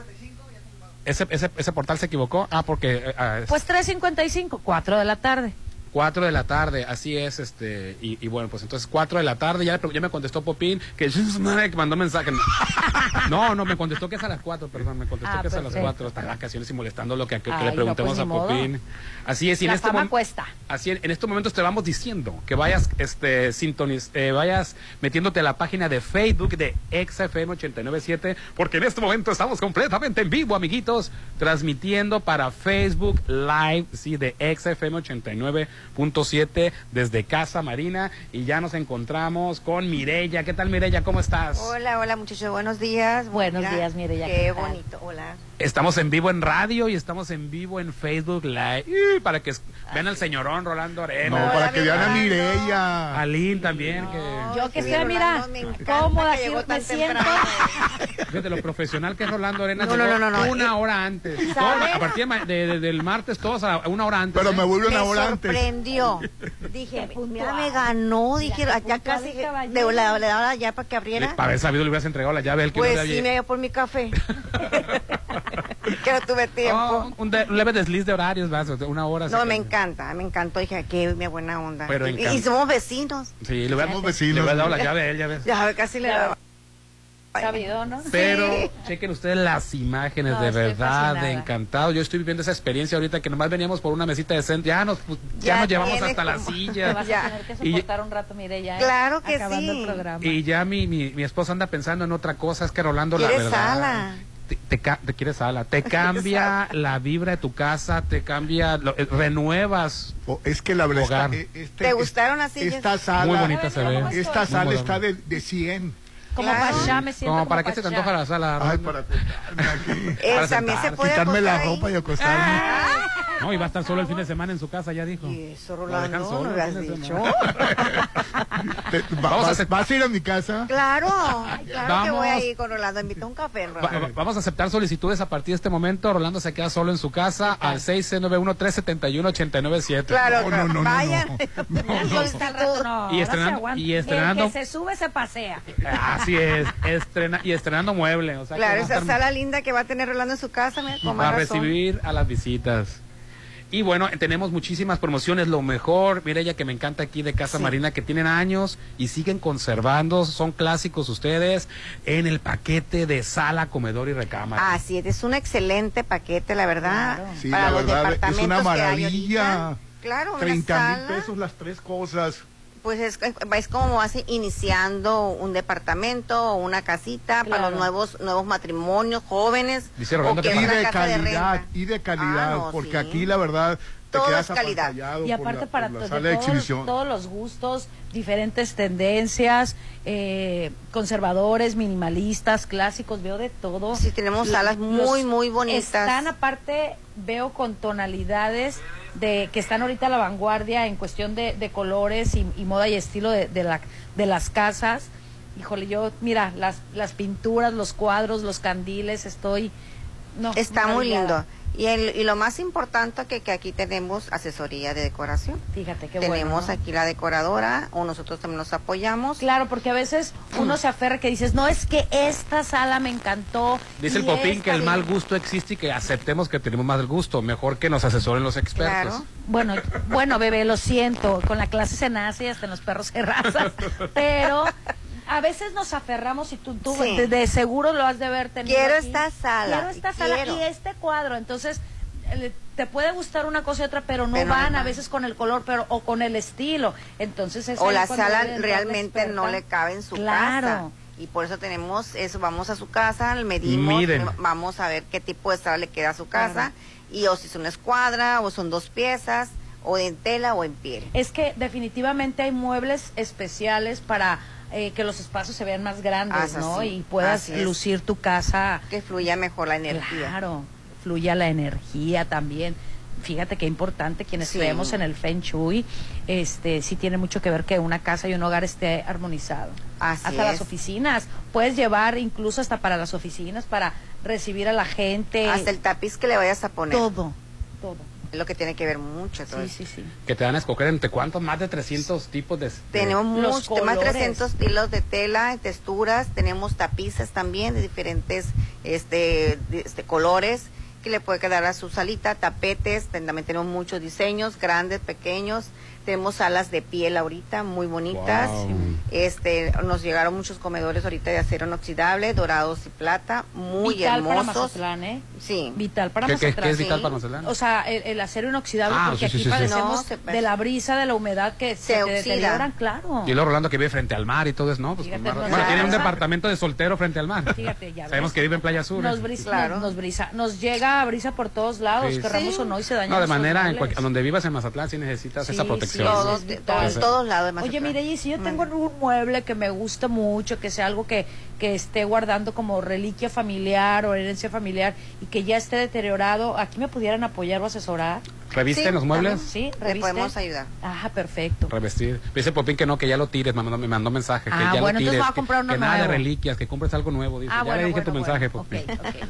Ese, ese, ese portal se equivocó. Ah, porque. eh, ah, es- Pues 3.55, 4 de la tarde. 4 de la tarde, así es, este, y, y bueno, pues entonces 4 de la tarde, ya, le pre- ya me contestó Popín, que que mandó mensaje. No, no, me contestó que es a las 4, perdón, me contestó Ah, que es a las perfecto. 4, está en vacaciones y molestando lo que, que- que Ay, le no, preguntemos pues, a ni modo. Popín. Así es, y en la este fama momento... cuesta. Así en, en estos momentos te vamos diciendo que vayas este sintoniz, eh, vayas metiéndote a la página de Facebook de XFM 897 porque en este momento estamos completamente en vivo, amiguitos, transmitiendo para Facebook Live sí de XFM 89.7 desde Casa Marina y ya nos encontramos con Mirella. ¿Qué tal Mirella? ¿Cómo estás? Hola, hola muchachos, buenos días. Buenos días, Mireya, ¿qué Qué tal? bonito, hola. Estamos en vivo en radio y estamos en vivo en Facebook Live Y para que es- vean al señorón Rolando Arena. No, para que vean a Mirella. Alín también que Yo que sí, estoy, mira, Rolando, me encanta cómoda, que aquí llegó me tan siento. Fíjate lo profesional que es Rolando Arenas. No, no, llegó no, no, no. Ah, Una Eh, hora antes. ¿sabes? Todos, a partir de ma- de- de- del martes, todos a una hora antes. Pero me me sorprendió. Dije, pues mira, me ganó, dije, ya casi de la le daba ya para que abriera. Para haber sabido, le hubieras entregado la llave al que no le Pues había- sí, me dio por mi café. que no tuve tiempo. Oh, un, de- un leve desliz de horarios, vas, de una hora. No, así me que- encanta, me encantó, dije, qué mi buena onda. Pero y, encanta. y somos vecinos. Sí, le hubiéramos Le hubiera dado la llave a él, ya ves. Ya, casi le daba. Sabido, ¿no? Pero chequen ustedes las imágenes, No, de estoy verdad, fascinada. de encantado. Yo estoy viviendo esa experiencia ahorita que nomás veníamos por una mesita de centro. Ya nos, pu- ya nos llevamos hasta la Te silla. vas a tener que Y- soportar un rato, Mireya. ¿eh? Claro que Acabando sí. el programa. Y ya mi, mi, mi esposa anda pensando en otra cosa, es que Rolando, la ¿Quieres verdad. sala? Te, te ca- te quieres sala, te cambia la vibra de tu casa, te cambia, lo- eh, renuevas. es que la verdad hogar. este, ¿Te gustaron así? Esta sala, Muy bonita se ve. Esta Muy sala moderna. está de, de 100. Como Claro. pachá, me siento No, como ¿para qué se te pachá. antoja la sala? Ay, Rolando? para acostarme aquí. Eh, también se puede quitarme la acostar ahí. Ah, ropa y acostarme. No, y va a estar solo el fin de semana en su casa, ya dijo. Eso, Lo Rolando, dejan solo no el lo fin has de dicho. semana. Te- va- Vamos a vas, vas a ir a mi casa? Claro, claro que voy Vamos. ahí con Rolando, invito a un café. Va- va- vamos a aceptar solicitudes a partir de este momento. Rolando se queda solo en su casa al 691-371-897. Claro, claro. Vayan. Y estrenando- y estrenando- El que se sube se pasea. Así es, estrena, y estrenando mueble. Ah, O sea, que Claro, va a esa estar- sala linda que va a tener Rolando en su casa, me con más para razón. recibir a las visitas. Y bueno, eh, tenemos muchísimas promociones, lo mejor, mira ella que me encanta aquí de Casa Marina, que tienen años y siguen conservando, son clásicos ustedes, en el paquete de sala, comedor y Ah, recámara. Así Ah, es, es un excelente paquete, la verdad. Sí, para la los verdad, es departamentos una que hay maravilla. ahorita. Claro, una 30 sala. mil pesos las tres cosas. Pues es, es como así iniciando un departamento o una casita para Claro. los nuevos nuevos matrimonios jóvenes Dice o que y es una de casa de calidad, renta. y de calidad, Ah, no, porque sí. aquí la verdad te Todo quedas es calidad. apantallado Y por la- aparte para por to- la de sala de todos, exhibición. todos los gustos, diferentes tendencias, eh, conservadores, minimalistas, clásicos, veo de todo. Sí, tenemos La- salas muy, muy bonitas. Están aparte, veo con tonalidades de que están ahorita a la vanguardia en cuestión de, de colores y, y moda y estilo de, de la- de las casas. Híjole, yo, mira, las, las pinturas, los cuadros, los candiles, estoy... No, Está muy maravillada. lindo. Y, el- y lo más importante que, que aquí tenemos asesoría de decoración. Fíjate qué bueno, Tenemos ¿no? aquí la decoradora o nosotros también nos apoyamos. Claro, porque a veces uno se aferra que dices, no, es que esta sala me encantó. Dice el y Popín esta que el y-". mal gusto existe y que aceptemos que tenemos mal gusto, mejor que nos asesoren los expertos. Claro. Bueno, bueno, bebé, lo siento, con la clase se nace y hasta en los perros se razas, pero a veces nos aferramos y tú, tú Sí. de, de seguro lo has Pues de ver tenido. Quiero aquí. esta sala, Quiero esta sala quiero. y este cuadro, entonces eh, te puede gustar una cosa y otra, pero no Pero no van a van. veces con el color, pero o con el estilo, entonces es o ahí la cuando sala deben de realmente no despertar. le cabe en su Claro. casa. Y por eso tenemos eso, vamos a su casa, le medimos, Miren. eh, vamos a ver qué tipo de sala le queda a su casa. Claro. Y o si es una escuadra, o son dos piezas, o en tela o en piel. es que definitivamente hay muebles especiales para eh, que los espacios se vean más grandes, Ah, ¿no? así, Y puedas Ah, así es. lucir tu casa. Que fluya mejor la energía. Claro, fluya la energía también. Fíjate qué importante quienes Sí. creemos en el Feng Shui, este, sí tiene mucho que ver que una casa y un hogar esté armonizado. Así hasta es. las oficinas, puedes llevar incluso hasta para las oficinas para recibir a la gente. Hasta el tapiz que le vayas a poner. Todo, todo. Es lo que tiene que ver mucho todo eso. Que te van a escoger entre cuántos, más de 300 tipos de... de- Tenemos Los mucho, más de colores. 300 hilos de tela, texturas, tenemos tapices también de diferentes este, de- este, colores, que que le puede quedar a su salita, tapetes, ten- también tenemos muchos diseños, grandes, pequeños. Tenemos salas de piel ahorita, muy bonitas. Guau. Este, nos llegaron muchos comedores ahorita de acero inoxidable, dorados y plata, muy Vital para hermosos. Mazatlán, ¿eh? Sí. Vital para ¿Qué- qué- Mazatlán. qué es vital para Mazatlán? O sea, el, el acero inoxidable, Ah, porque aquí sí, sí, sí, sí. padecemos No, se pa- de la brisa, de la humedad que se, te oxida. deterioran, claro. Y luego Rolando que vive frente al mar y todo eso, ¿no? Pues, Fíjate, con mar- nos Bueno, da- tiene un nos da- departamento de soltero frente al mar. Fíjate, ya Sabemos ves. que vive en Playa Sur. Nos ¿eh? brisa, nos, nos brisa, nos llega brisa por todos lados, Sí. querramos Sí. o no, y se dañan. No, de los manera, en muebles. cual- a donde vivas en Mazatlán sí necesitas Sí, esa sí, protección. todos- de- todos- Esa- todos lados de Oye, mire, y si yo tengo un mueble que me gusta mucho, que sea algo que, que esté guardando como reliquia familiar o herencia familiar y que ya esté deteriorado, ¿aquí me pudieran apoyar o asesorar? ¿Revisten Sí, los muebles? Sí, también. Le podemos ayudar. Ajá, perfecto. Revestir. Me dice Popín que no, que ya lo tires, mandó- me mandó mensaje. Ah, que ya bueno, lo entonces tires, voy a comprar que, uno que nada de nuevo. reliquias, que compres algo nuevo. Dice. Ah, ya bueno, le dije bueno, tu mensaje, pues. Popín.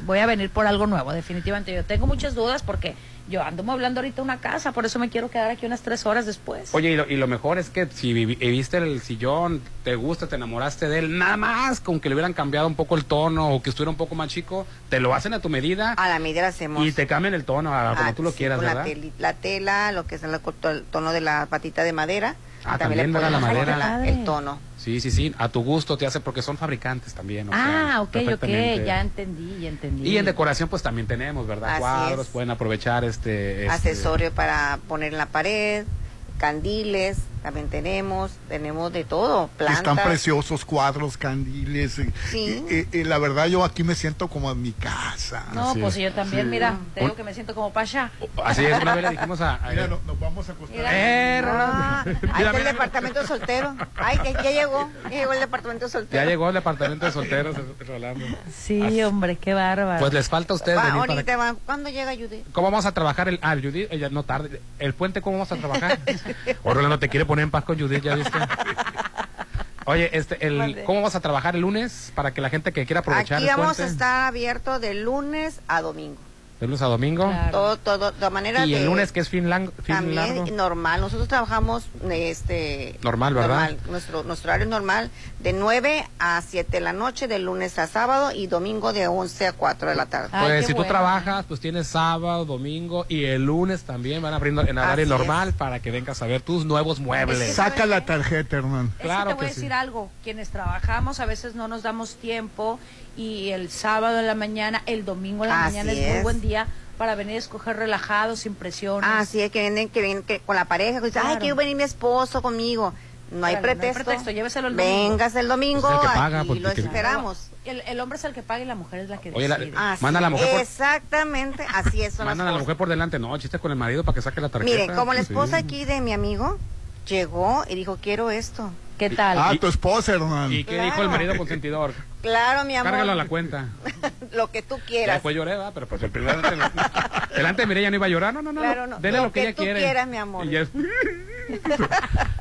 Voy a venir por algo nuevo, definitivamente. Yo tengo muchas dudas porque yo ando hablando ahorita una casa, por eso me quiero quedar aquí unas tres horas después. Oye, y lo, y lo mejor es que si vivi- eh, viste el sillón, te gusta, te enamoraste de él, nada más con que le hubieran cambiado un poco el tono o que estuviera un poco más chico, te lo hacen a tu medida A la medida hacemos. y te cambian el tono, a, como Ah, tú lo sí, quieras, con la, ¿verdad? teli- la tela, lo que es el, el tono de la patita de madera. Ah, también, también, le ¿verdad? La ponemos madera. Ah, la- el tono. Sí, sí, sí, a tu gusto te hace porque son fabricantes también. o sea, ah, ok, ok, perfectamente. ya entendí, ya entendí. Y en decoración pues también tenemos, ¿verdad? Así Cuadros, es. pueden aprovechar este... este- Accesorios para poner en la pared, candiles, también tenemos, tenemos de todo, plantas. Están preciosos cuadros, candiles. eh, Sí. eh, eh, la verdad yo aquí me siento como en mi casa. No, pues yo también, Sí. mira, te digo que me siento como pasha. Así es, una vez le dijimos a... a- Mira, no- nos vamos a acostar. Mira, ah, ahí está el departamento soltero. Ay, que ya llegó, ya llegó el departamento soltero. ya llegó el departamento de solteros, Rolando. Sí, hombre, qué bárbaro. Pues les falta a ustedes Va, venir para ahorita va. ¿Cuándo llega Judy? ¿Cómo vamos a trabajar el... Ah, Judith, ella no tarde. ¿El puente cómo vamos a trabajar? O Rolando te quiere poner en paz con Judith, ya viste. Oye, este, el, Mande. ¿cómo vas a trabajar el lunes para que la gente que quiera aprovechar Aquí el vamos puente, a estar abierto de lunes a domingo. de lunes a domingo? Todo, todo, de manera Y de... el lunes que es fin, lang- fin También largo. normal, nosotros trabajamos este Normal, ¿verdad? normal. Nuestro, nuestro horario es normal de 9 a 7 de la noche, de lunes a sábado y domingo de 11 a 4 de la tarde. Pues si tú trabajas, pues tienes sábado, domingo y el lunes también van abriendo en Así horario es. normal para que vengas a ver tus nuevos muebles. Saca la tarjeta, Hernán. Es que te voy a decir algo, quienes trabajamos a veces no nos damos tiempo y el sábado en la mañana, el domingo en la Así mañana es, muy es. Ah, buen día para venir a escoger relajados, sin presiones. Así es que vienen que vienen que con la pareja, que dicen, ay, Claro. quiero venir mi esposo conmigo. No hay, Órale, no hay pretexto. pretexto, lléveselo el domingo. Vengas el domingo Pues es el que paga, y pues, lo porque- esperamos. El, el hombre es el que paga y la mujer es la que Oye, la- decide. Así manda a la mujer por- Exactamente, así es. son las Mandan a la cosas. mujer por delante, no, chiste con el marido para que saque la tarjeta. Miren, como la esposa Sí. aquí de mi amigo llegó y dijo, quiero esto. ¿Qué Ah, tu esposa, Hernán. ¿Y qué dijo el marido consentidor? Claro, mi amor. Cárgalo a la cuenta. Lo que tú Ya quieras. después lloré, ¿verdad? pero pues el primero delante de Mireya no iba a llorar, no, no, no. Claro, no. Dele Lo lo, que ella tú quiere. quieras, mi amor. Y ya es-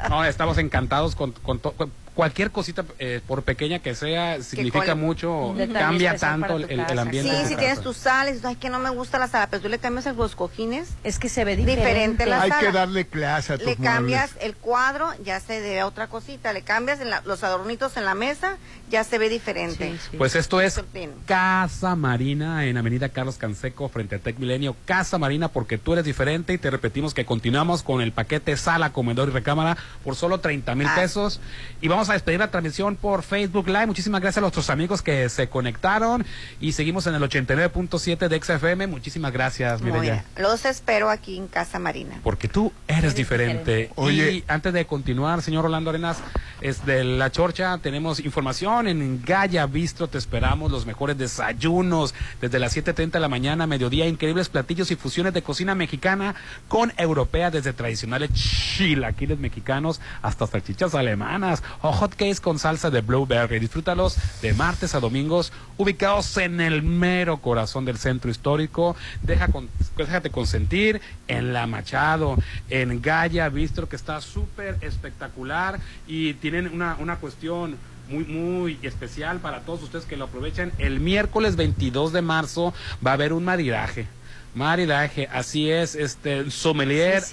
no, estamos encantados con, con to- con cualquier cosita, eh, por pequeña que sea, significa con- mucho, un detalle cambia especial tanto para el, tu el- el casa. ambiente. Sí, de si tu tienes casa. tus sales, dices, ay, que no me gusta la sala, pero tú le cambias a los cojines. Es que se ve diferente la Hay sala. que darle clase a tus le cambias muebles. el cuadro, ya se debe a otra cosita. Le cambias en la- los adornitos en la mesa, ya se ve diferente. Pues esto es Sortín. Casa Marina en Avenida Carlos Canseco frente a Tec Milenio. Casa Marina porque tú eres diferente y te repetimos que continuamos con el paquete sala, comedor y recámara por solo 30 mil pesos. Y vamos a despedir la transmisión por Facebook Live. Muchísimas gracias a nuestros amigos que se conectaron y seguimos en el 89.7 de XFM. Muchísimas gracias, Muy Mireya. bien. Los espero aquí en Casa Marina. Porque tú eres diferente. Oye. Y antes de continuar, señor Rolando Arenas, es de la Chorcha tenemos información en Gaya Bistro. Te esperamos los mejores desayunos desde las 7:30 de la mañana, mediodía, increíbles platillos y fusiones de cocina mexicana con europea, desde tradicionales chilaquiles mexicanos hasta salchichas alemanas o hotcakes con salsa de blueberry. Disfrútalos de martes a domingos, ubicados en el mero corazón del centro histórico. Deja con- déjate consentir en La Machado, en Gaya Bistro, que está súper espectacular y tienen una, una cuestión muy, muy especial para todos ustedes que lo aprovechen. El miércoles 22 de marzo va a haber un maridaje. maridaje, así es, este sommelier,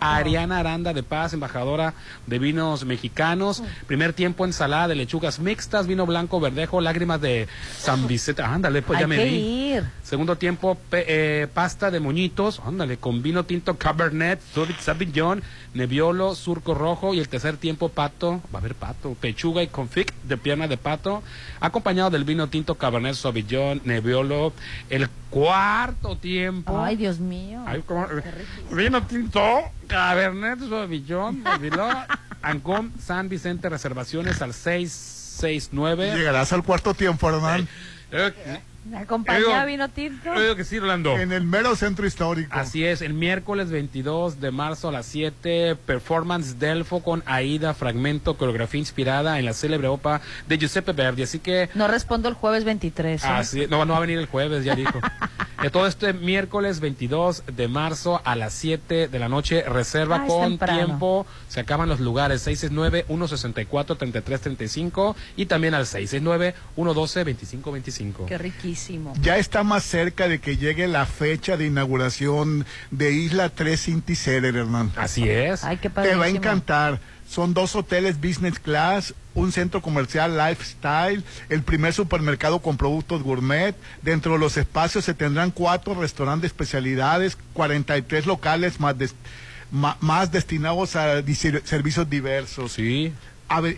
Ariana Aranda de Paz, embajadora de vinos mexicanos, Mm. primer tiempo ensalada de lechugas mixtas, vino blanco, verdejo, lágrimas de San Vicente, ándale, pues ya Hay me que vi. ir. Segundo tiempo, pe- eh, pasta de moñitos, ándale, con vino tinto Cabernet, Sauvig- Sauvignon, Nebbiolo, Surco Rojo. Y el tercer tiempo, pato, va a haber pato, pechuga y confit de pierna de pato, acompañado del vino tinto Cabernet Sauvignon, Nebbiolo. El cuarto tiempo. Ay, Dios mío. Ay, cómo- eh, Vino tinto, Cabernet Sauvignon, Nebbiolo, Ancón, San Vicente, reservaciones al 669. Llegarás al cuarto tiempo, Eh, Hernán. Eh, La compañía Digo, vino tinto. Yo digo que sí, Rolando. En el mero centro histórico. Así es, el miércoles 22 de marzo a las 7, performance Delfo con Aida, fragmento, coreografía inspirada en la célebre OPA de Giuseppe Verdi. Así que, No respondo el jueves 23. ¿eh? así, no, no va a venir el jueves, ya dijo. Eh, Todo este miércoles 22 de marzo a las 7 de la noche, reserva Ah, es con temprano. tiempo, se acaban los lugares, 669-164-3335 y también al 669-112-2525. Qué riquísimo. Ya está más cerca de que llegue la fecha de inauguración de Isla 3 Inticerer, Hernán. Así es. Ay, qué Te va a padrísimo. encantar. Son dos hoteles business class, un centro comercial lifestyle, el primer supermercado con productos gourmet. Dentro de los espacios se tendrán cuatro restaurantes de especialidades, 43 locales más, des- ma- más destinados a dise- servicios diversos. Sí.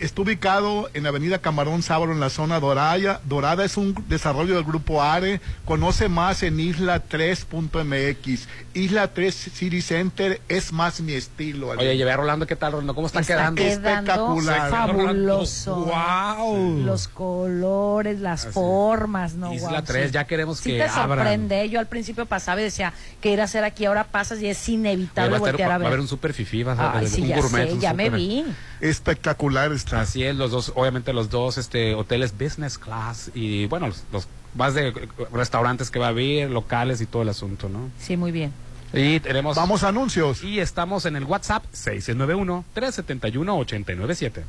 está ubicado en la Avenida Camarón Sábalo, en la zona Dorada. Dorada es un desarrollo del Grupo ARE. Conoce más en isla3.mx. Isla 3 City Center es más mi estilo. Ale. Oye, llevé a Rolando, ¿qué tal, Rolando? ¿Cómo está, quedando? espectacular. Fabuloso. Wow. Los colores, las formas, ¿no? Isla Guau, 3, Oh, sí. ya queremos Sí que te abran. sorprende. ¿eh? Yo al principio pasaba y decía, ¿qué ir a hacer aquí? Ahora pasas y es Oye, inevitable va, a estar- voltear a va ver. a haber un super fifí, va a ser Ay, un sí, ya gourmet. sé, un ya me súper- vi. Espectacular está. Así es, los dos, obviamente los dos este, hoteles business class y bueno, los, los más de eh, restaurantes que va a haber, locales y todo el asunto, ¿no? Sí, muy bien. Y tenemos... Vamos a anuncios. Y estamos en el WhatsApp 691-371-897.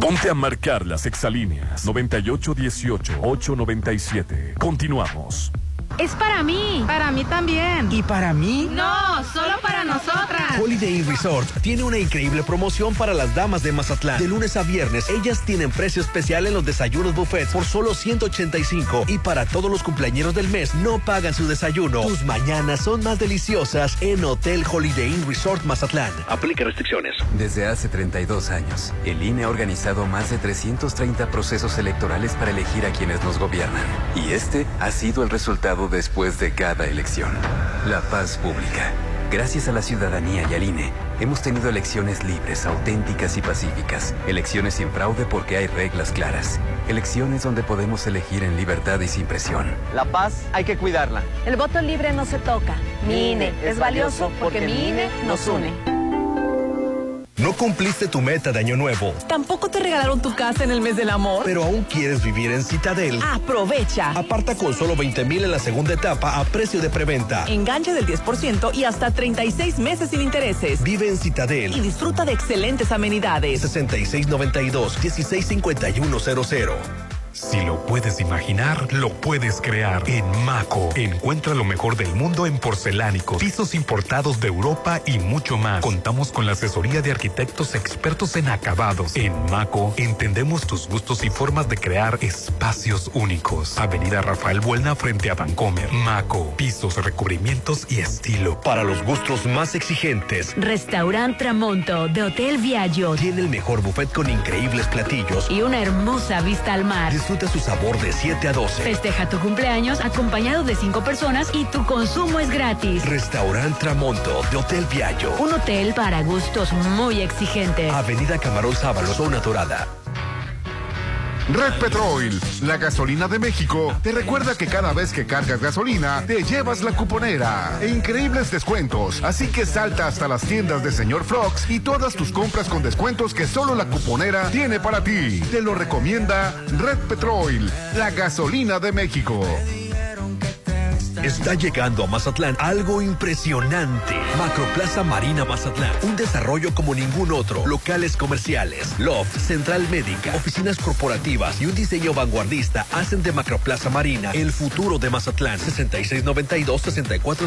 Ponte a marcar las exalíneas 9818-897. Continuamos. Es para mí. Para mí también. ¿Y para mí? No, solo para nosotras. Holiday Inn Resort tiene una increíble promoción para las damas de Mazatlán. De lunes a viernes, ellas tienen precio especial en los desayunos buffet por solo 185 y para todos los cumpleañeros del mes no pagan su desayuno. Tus mañanas son más deliciosas en Hotel Holiday Inn Resort Mazatlán. Aplica restricciones. Desde hace 32 años, el INE ha organizado más de 330 procesos electorales para elegir a quienes nos gobiernan. Y este ha sido el resultado después de cada elección. La paz pública. Gracias a la ciudadanía y al INE, hemos tenido elecciones libres, auténticas y pacíficas. Elecciones sin fraude porque hay reglas claras. Elecciones donde podemos elegir en libertad y sin presión. La paz hay que cuidarla. El voto libre no se toca. Mi INE es valioso porque mi INE nos une. No cumpliste tu meta de año nuevo, ¿Tampoco te regalaron tu casa en el mes del amor? pero aún quieres vivir en Citadel. Aprovecha. Aparta con solo 20 mil en la segunda etapa a precio de preventa. Enganche del 10% y hasta 36 meses sin intereses. Vive en Citadel. Y disfruta de excelentes amenidades. 6692-165100. Si lo puedes imaginar, lo puedes crear. En Maco, encuentra lo mejor del mundo en porcelánicos, pisos importados de Europa y mucho más. Contamos con la asesoría de arquitectos expertos en acabados. En Maco, entendemos tus gustos y formas de crear espacios únicos. Avenida Rafael Buelna frente a Vancomer. Maco, pisos, recubrimientos y estilo. Para los gustos más exigentes. Restaurant Tramonto de Hotel Viaggio Tiene el mejor buffet con increíbles platillos. y una hermosa vista al mar. Disfruta su sabor de 7 a 12. Festeja tu cumpleaños acompañado de cinco personas y tu consumo es gratis. Restaurant Tramonto de Hotel Viallo. Un hotel para gustos muy exigentes. Avenida Camarón Sábalo, Zona Dorada. Red Petrol, la gasolina de México, te recuerda que cada vez que cargas gasolina, te llevas la cuponera. E increíbles descuentos, así que salta hasta las tiendas de Señor Frogs y todas tus compras con descuentos que solo la cuponera tiene para ti. Te lo recomienda Red Petrol, la gasolina de México. Está llegando a Mazatlán algo impresionante. Macroplaza Marina Mazatlán. Un desarrollo como ningún otro. Locales comerciales, loft, central médica, oficinas corporativas y un diseño vanguardista hacen de Macroplaza Marina el futuro de Mazatlán.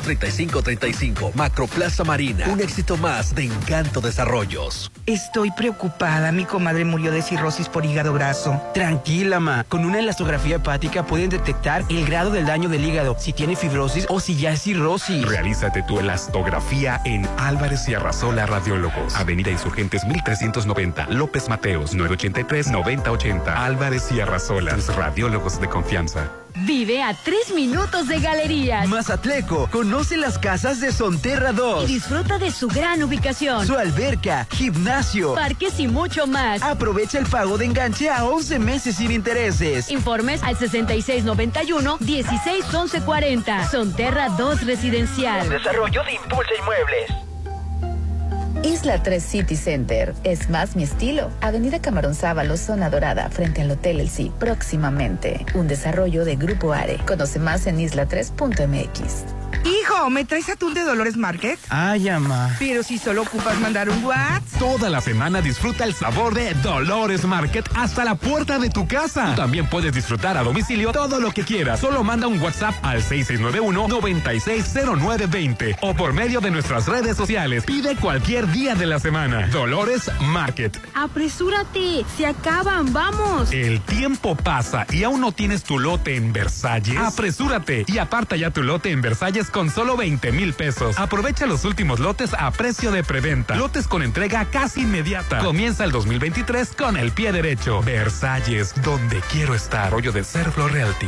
6692-643535. Macroplaza Marina. Un éxito más de Encanto Desarrollos. Estoy preocupada. Mi comadre murió de cirrosis por hígado graso. Tranquila, ma. Con una elastografía hepática pueden detectar el grado del daño del hígado, si tiene fibrosis o si ya es cirrosis. Realízate tu elastografía en Álvarez y Arrasola Radiólogos. Avenida Insurgentes 1390. López Mateos 983-9080. Álvarez y Arrasola. Tus radiólogos de confianza. Vive a tres minutos de galerías. Mazatleco, conoce las casas de Sonterra 2. Y disfruta de su gran ubicación. Su alberca, gimnasio, parques y mucho más. Aprovecha el pago de enganche a 11 meses sin intereses. Informes al 6691-161140. Sonterra 2 Residencial. Desarrollo de Impulsa Inmuebles. Isla 3 City Center. Es más mi estilo. Avenida Camarón Sábalo, zona dorada, frente al Hotel El Sí, próximamente. Un desarrollo de Grupo Are. Conoce más en isla3.mx. Hijo, ¿me traes atún de Dolores Market? Ay, ama. Pero si solo ocupas mandar un WhatsApp. Toda la semana disfruta el sabor de Dolores Market hasta la puerta de tu casa. Tú también puedes disfrutar a domicilio todo lo que quieras. Solo manda un WhatsApp al 6691-960920 o por medio de nuestras redes sociales. Pide cualquier día de la semana. Dolores Market. Apresúrate, se acaban, vamos. El tiempo pasa y aún no tienes tu lote en Versalles. Apresúrate y aparta ya tu lote en Versalles con solo 20 mil pesos. Aprovecha los últimos lotes a precio de preventa. Lotes con entrega casi inmediata. Comienza el 2023 con el pie derecho. Versalles, donde quiero estar. Rollo de Serflo Realty.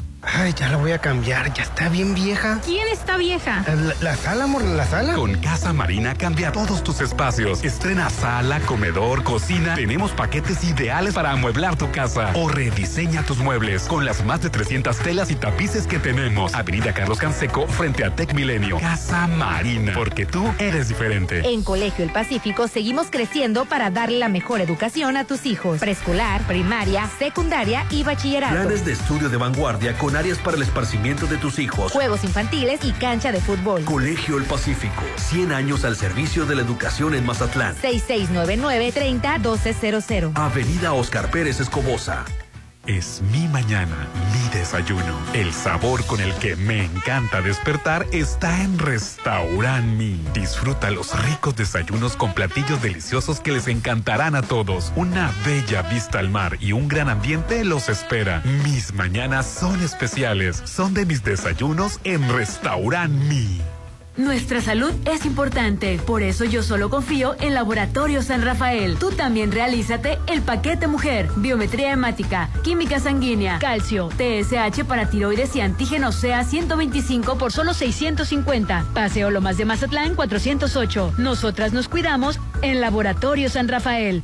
Ay, ya la voy a cambiar, ya está bien vieja. Eh, ¿Quién está vieja? La, la sala, amor, la sala. Con Casa Marina cambia todos tus espacios. Estrena sala, comedor, cocina. Tenemos paquetes ideales para amueblar tu casa o rediseña tus muebles con las más de 300 telas y tapices que tenemos. Avenida Carlos Canseco frente a Tech Milenio. Casa Marina, porque tú eres diferente. En Colegio El Pacífico seguimos creciendo para darle la mejor educación a tus hijos. Preescolar, primaria, secundaria y bachillerato. Planes de estudio de vanguardia con áreas para el esparcimiento de tus hijos, juegos infantiles y cancha de fútbol. Colegio El Pacífico, 100 años al servicio de la educación en Mazatlán. 6699-301200. Avenida Oscar Pérez Escobosa. Es mi mañana, mi desayuno. El sabor con el que me encanta despertar está en Restaurant Mi. Disfruta los ricos desayunos con platillos deliciosos que les encantarán a todos. Una bella vista al mar y un gran ambiente los espera. Mis mañanas son especiales. Son de mis desayunos en Restaurant Mi. Nuestra salud es importante, por eso yo solo confío en Laboratorio San Rafael. Tú también realízate el paquete mujer, biometría hemática, química sanguínea, calcio, TSH para tiroides y antígeno sea 125 por solo 650. Paseo Lomas de Mazatlán 408. Nosotras nos cuidamos en Laboratorio San Rafael.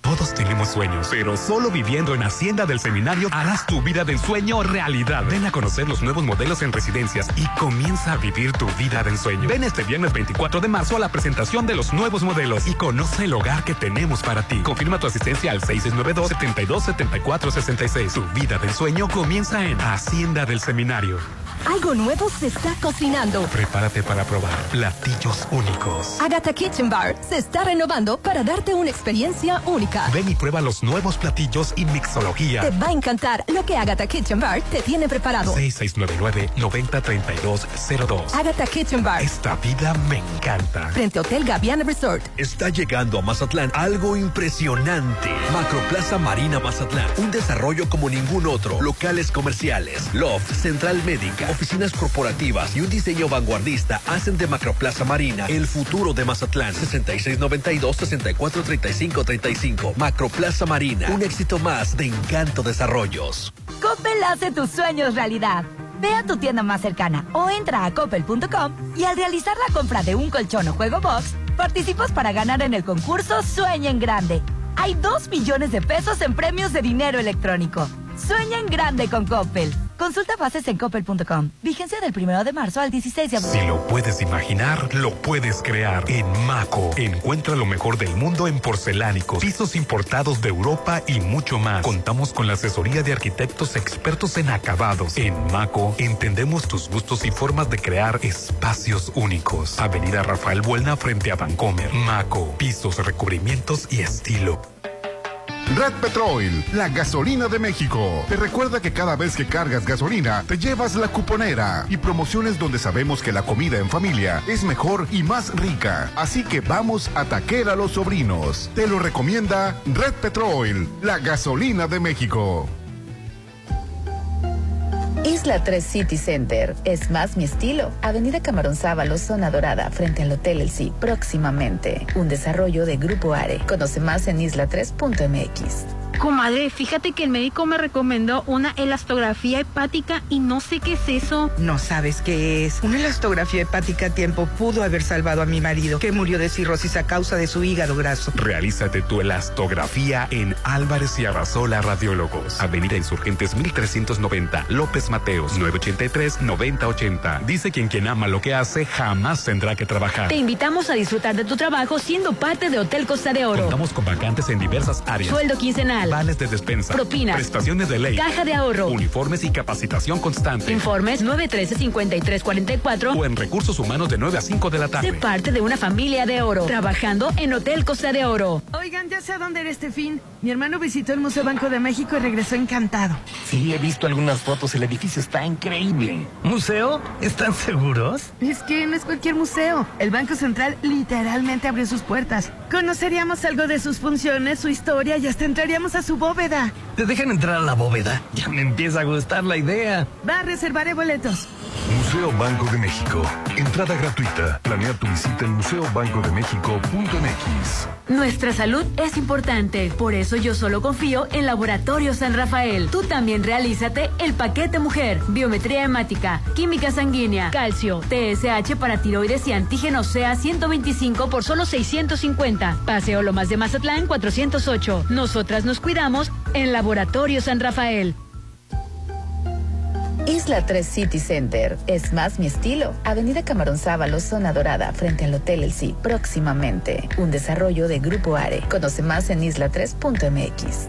Todos tenemos sueños, pero solo viviendo en Hacienda del Seminario harás tu vida del sueño realidad. Ven a conocer los nuevos modelos en residencias y comienza a vivir tu vida del sueño. Ven este viernes 24 de marzo a la presentación de los nuevos modelos y conoce el hogar que tenemos para ti. Confirma tu asistencia al 692-7274-66. Tu vida del sueño comienza en Hacienda del Seminario. Algo nuevo se está cocinando. Prepárate para probar platillos únicos. Agatha Kitchen Bar se está renovando para darte una experiencia única. Ven y prueba los nuevos platillos y mixología. Te va a encantar lo que Agatha Kitchen Bar te tiene preparado. 6699-903202. Agatha Kitchen Bar. Esta vida me encanta. Frente a Hotel Gaviana Resort. Está llegando a Mazatlán algo impresionante. Macroplaza Marina Mazatlán. Un desarrollo como ningún otro. Locales comerciales, loft, central médica oficinas corporativas y un diseño vanguardista hacen de Macroplaza Marina el futuro de Mazatlán. 6692-643535. Macroplaza Marina, un éxito más de Encanto Desarrollos. Coppel hace tus sueños realidad. Ve a tu tienda más cercana o entra a coppel.com y al realizar la compra de un colchón o juego box, participas para ganar en el concurso Sueña en Grande. Hay 2 millones de pesos en premios de dinero electrónico. Sueña en grande con Coppel. Consulta bases en coppel.com. Vigencia del 1 de marzo al 16 de abril. Si lo puedes imaginar, lo puedes crear. En Maco, encuentra lo mejor del mundo en porcelánicos, pisos importados de Europa y mucho más. Contamos con la asesoría de arquitectos expertos en acabados. En Maco, entendemos tus gustos y formas de crear espacios únicos. Avenida Rafael Buelna frente a Vancomer. Maco, pisos, recubrimientos y estilo. Red Petrol, la gasolina de México. Te recuerda que cada vez que cargas gasolina, te llevas la cuponera y promociones donde sabemos que la comida en familia es mejor y más rica. Así que vamos a taquer a los sobrinos. Te lo recomienda Red Petrol, la gasolina de México. Isla 3 City Center es más mi estilo. Avenida Camarón Sábalo, zona dorada, frente al Hotel El Sí, próximamente. Un desarrollo de Grupo Are. Conoce más en isla3.mx. Comadre, fíjate que el médico me recomendó una elastografía hepática y no sé qué es eso. No sabes qué es. Una elastografía hepática a tiempo pudo haber salvado a mi marido, que murió de cirrosis a causa de su hígado graso. Realízate tu elastografía en Álvarez y Arrasola Radiólogos. Avenida Insurgentes 1390, López Mateos 983-9080. Dice quien quien ama lo que hace jamás tendrá que trabajar. Te invitamos a disfrutar de tu trabajo siendo parte de Hotel Costa de Oro. Contamos con vacantes en diversas áreas. Sueldo quincenal, Vales de despensa. Propinas. Prestaciones de ley. caja de ahorro. Uniformes y capacitación constante. Informes 913-5344. o en recursos humanos de 9 a 5 de la Sé tarde. parte de una familia de oro, trabajando en Hotel Costa de Oro. Oigan, ya sé a dónde era este fin. Mi hermano visitó el Museo Banco de México y regresó encantado. Sí, he visto algunas fotos, el edificio está increíble. ¿Museo? ¿Están seguros? Es que no es cualquier museo. El Banco Central literalmente abrió sus puertas. Conoceríamos algo de sus funciones, su historia y hasta entraríamos a su bóveda. ¿Te dejan entrar a la bóveda? Ya me empieza a gustar la idea. Va, reservaré boletos. Museo Banco de México. Entrada gratuita. Planea tu visita en museobancodemexico.mx. Nuestra salud es importante, por eso yo solo confío en Laboratorio San Rafael. Tú también realízate el paquete mujer, biometría hemática, química sanguínea, calcio, TSH para tiroides y antígeno CA 125 por solo 650. Paseo Lomas de Mazatlán 408. Nosotras nos cuidamos en Laboratorio San Rafael. Isla 3 City Center es más mi estilo. Avenida Camarón Sábalo, zona dorada, frente al Hotel El Sí, próximamente. Un desarrollo de Grupo Are. Conoce más en isla3.mx.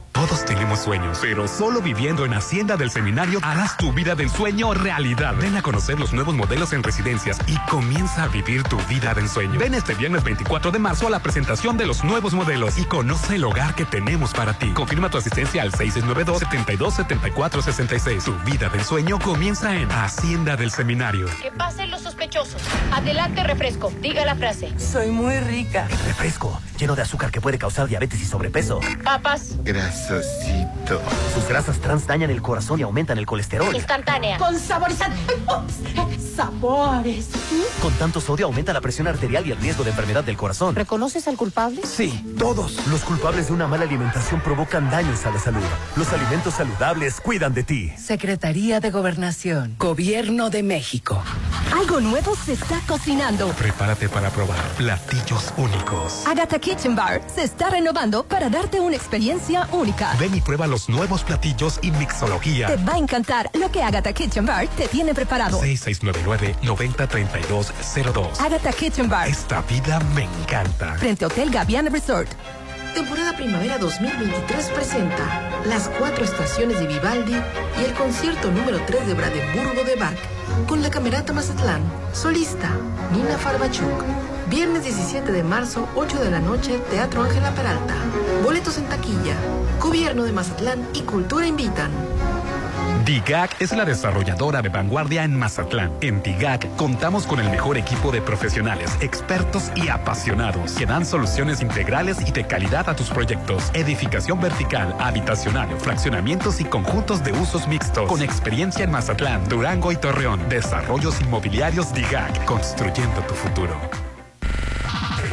Todos tenemos sueños, pero solo viviendo en Hacienda del Seminario harás tu vida del sueño realidad. Ven a conocer los nuevos modelos en residencias y comienza a vivir tu vida del sueño. Ven este viernes 24 de marzo a la presentación de los nuevos modelos y conoce el hogar que tenemos para ti. Confirma tu asistencia al 6692-727466. Tu vida del sueño comienza en Hacienda del Seminario. Que pasen los sospechosos. Adelante, refresco. Diga la frase. Soy muy rica. Refresco, lleno de azúcar que puede causar diabetes y sobrepeso. Papas. Grasosito. Sus grasas trans dañan el corazón y aumentan el colesterol. Instantánea. Con saborizante. eh, Sabores. Con tanto sodio aumenta la presión arterial y el riesgo de enfermedad del corazón. ¿Reconoces al culpable? Sí, todos. Los culpables de una mala alimentación provocan daños a la salud. Los alimentos saludables cuidan de ti. Secretaría de Gobernación. Gobierno de México. Algo nuevo se está cocinando. Prepárate para probar platillos únicos. Agatha Kitchen Bar se está renovando para darte una experiencia única. Ven y prueba los nuevos platillos y Te mixología. va a encantar lo que Agatha Kitchen Bar te tiene preparado. 6699-903202. Agatha Kitchen Bar, Esta vida me encanta. frente a Hotel Gaviana Resort. Temporada Primavera 2023 presenta Las cuatro estaciones de Vivaldi y el concierto número 3 de Brandenburgo de Bach con la Camerata Mazatlán, solista Nina Farbachuk. Viernes 17 de marzo, 8 de la noche, Teatro Ángela Peralta. Boletos en taquilla. Gobierno de Mazatlán y Cultura invitan. DIGAC es la desarrolladora de vanguardia en Mazatlán. En DIGAC contamos con el mejor equipo de profesionales, expertos y apasionados que dan soluciones integrales y de calidad a tus proyectos. Edificación vertical, habitacional, fraccionamientos y conjuntos de usos mixtos. Con experiencia en Mazatlán, Durango y Torreón. Desarrollos inmobiliarios DIGAC, construyendo tu futuro.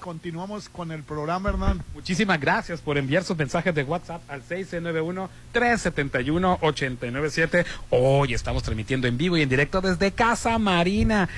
Continuamos con el programa, Hernán. Muchísimas gracias por enviar sus mensajes de WhatsApp al 691-371-897. Hoy estamos transmitiendo en vivo y en directo desde Casa Marina.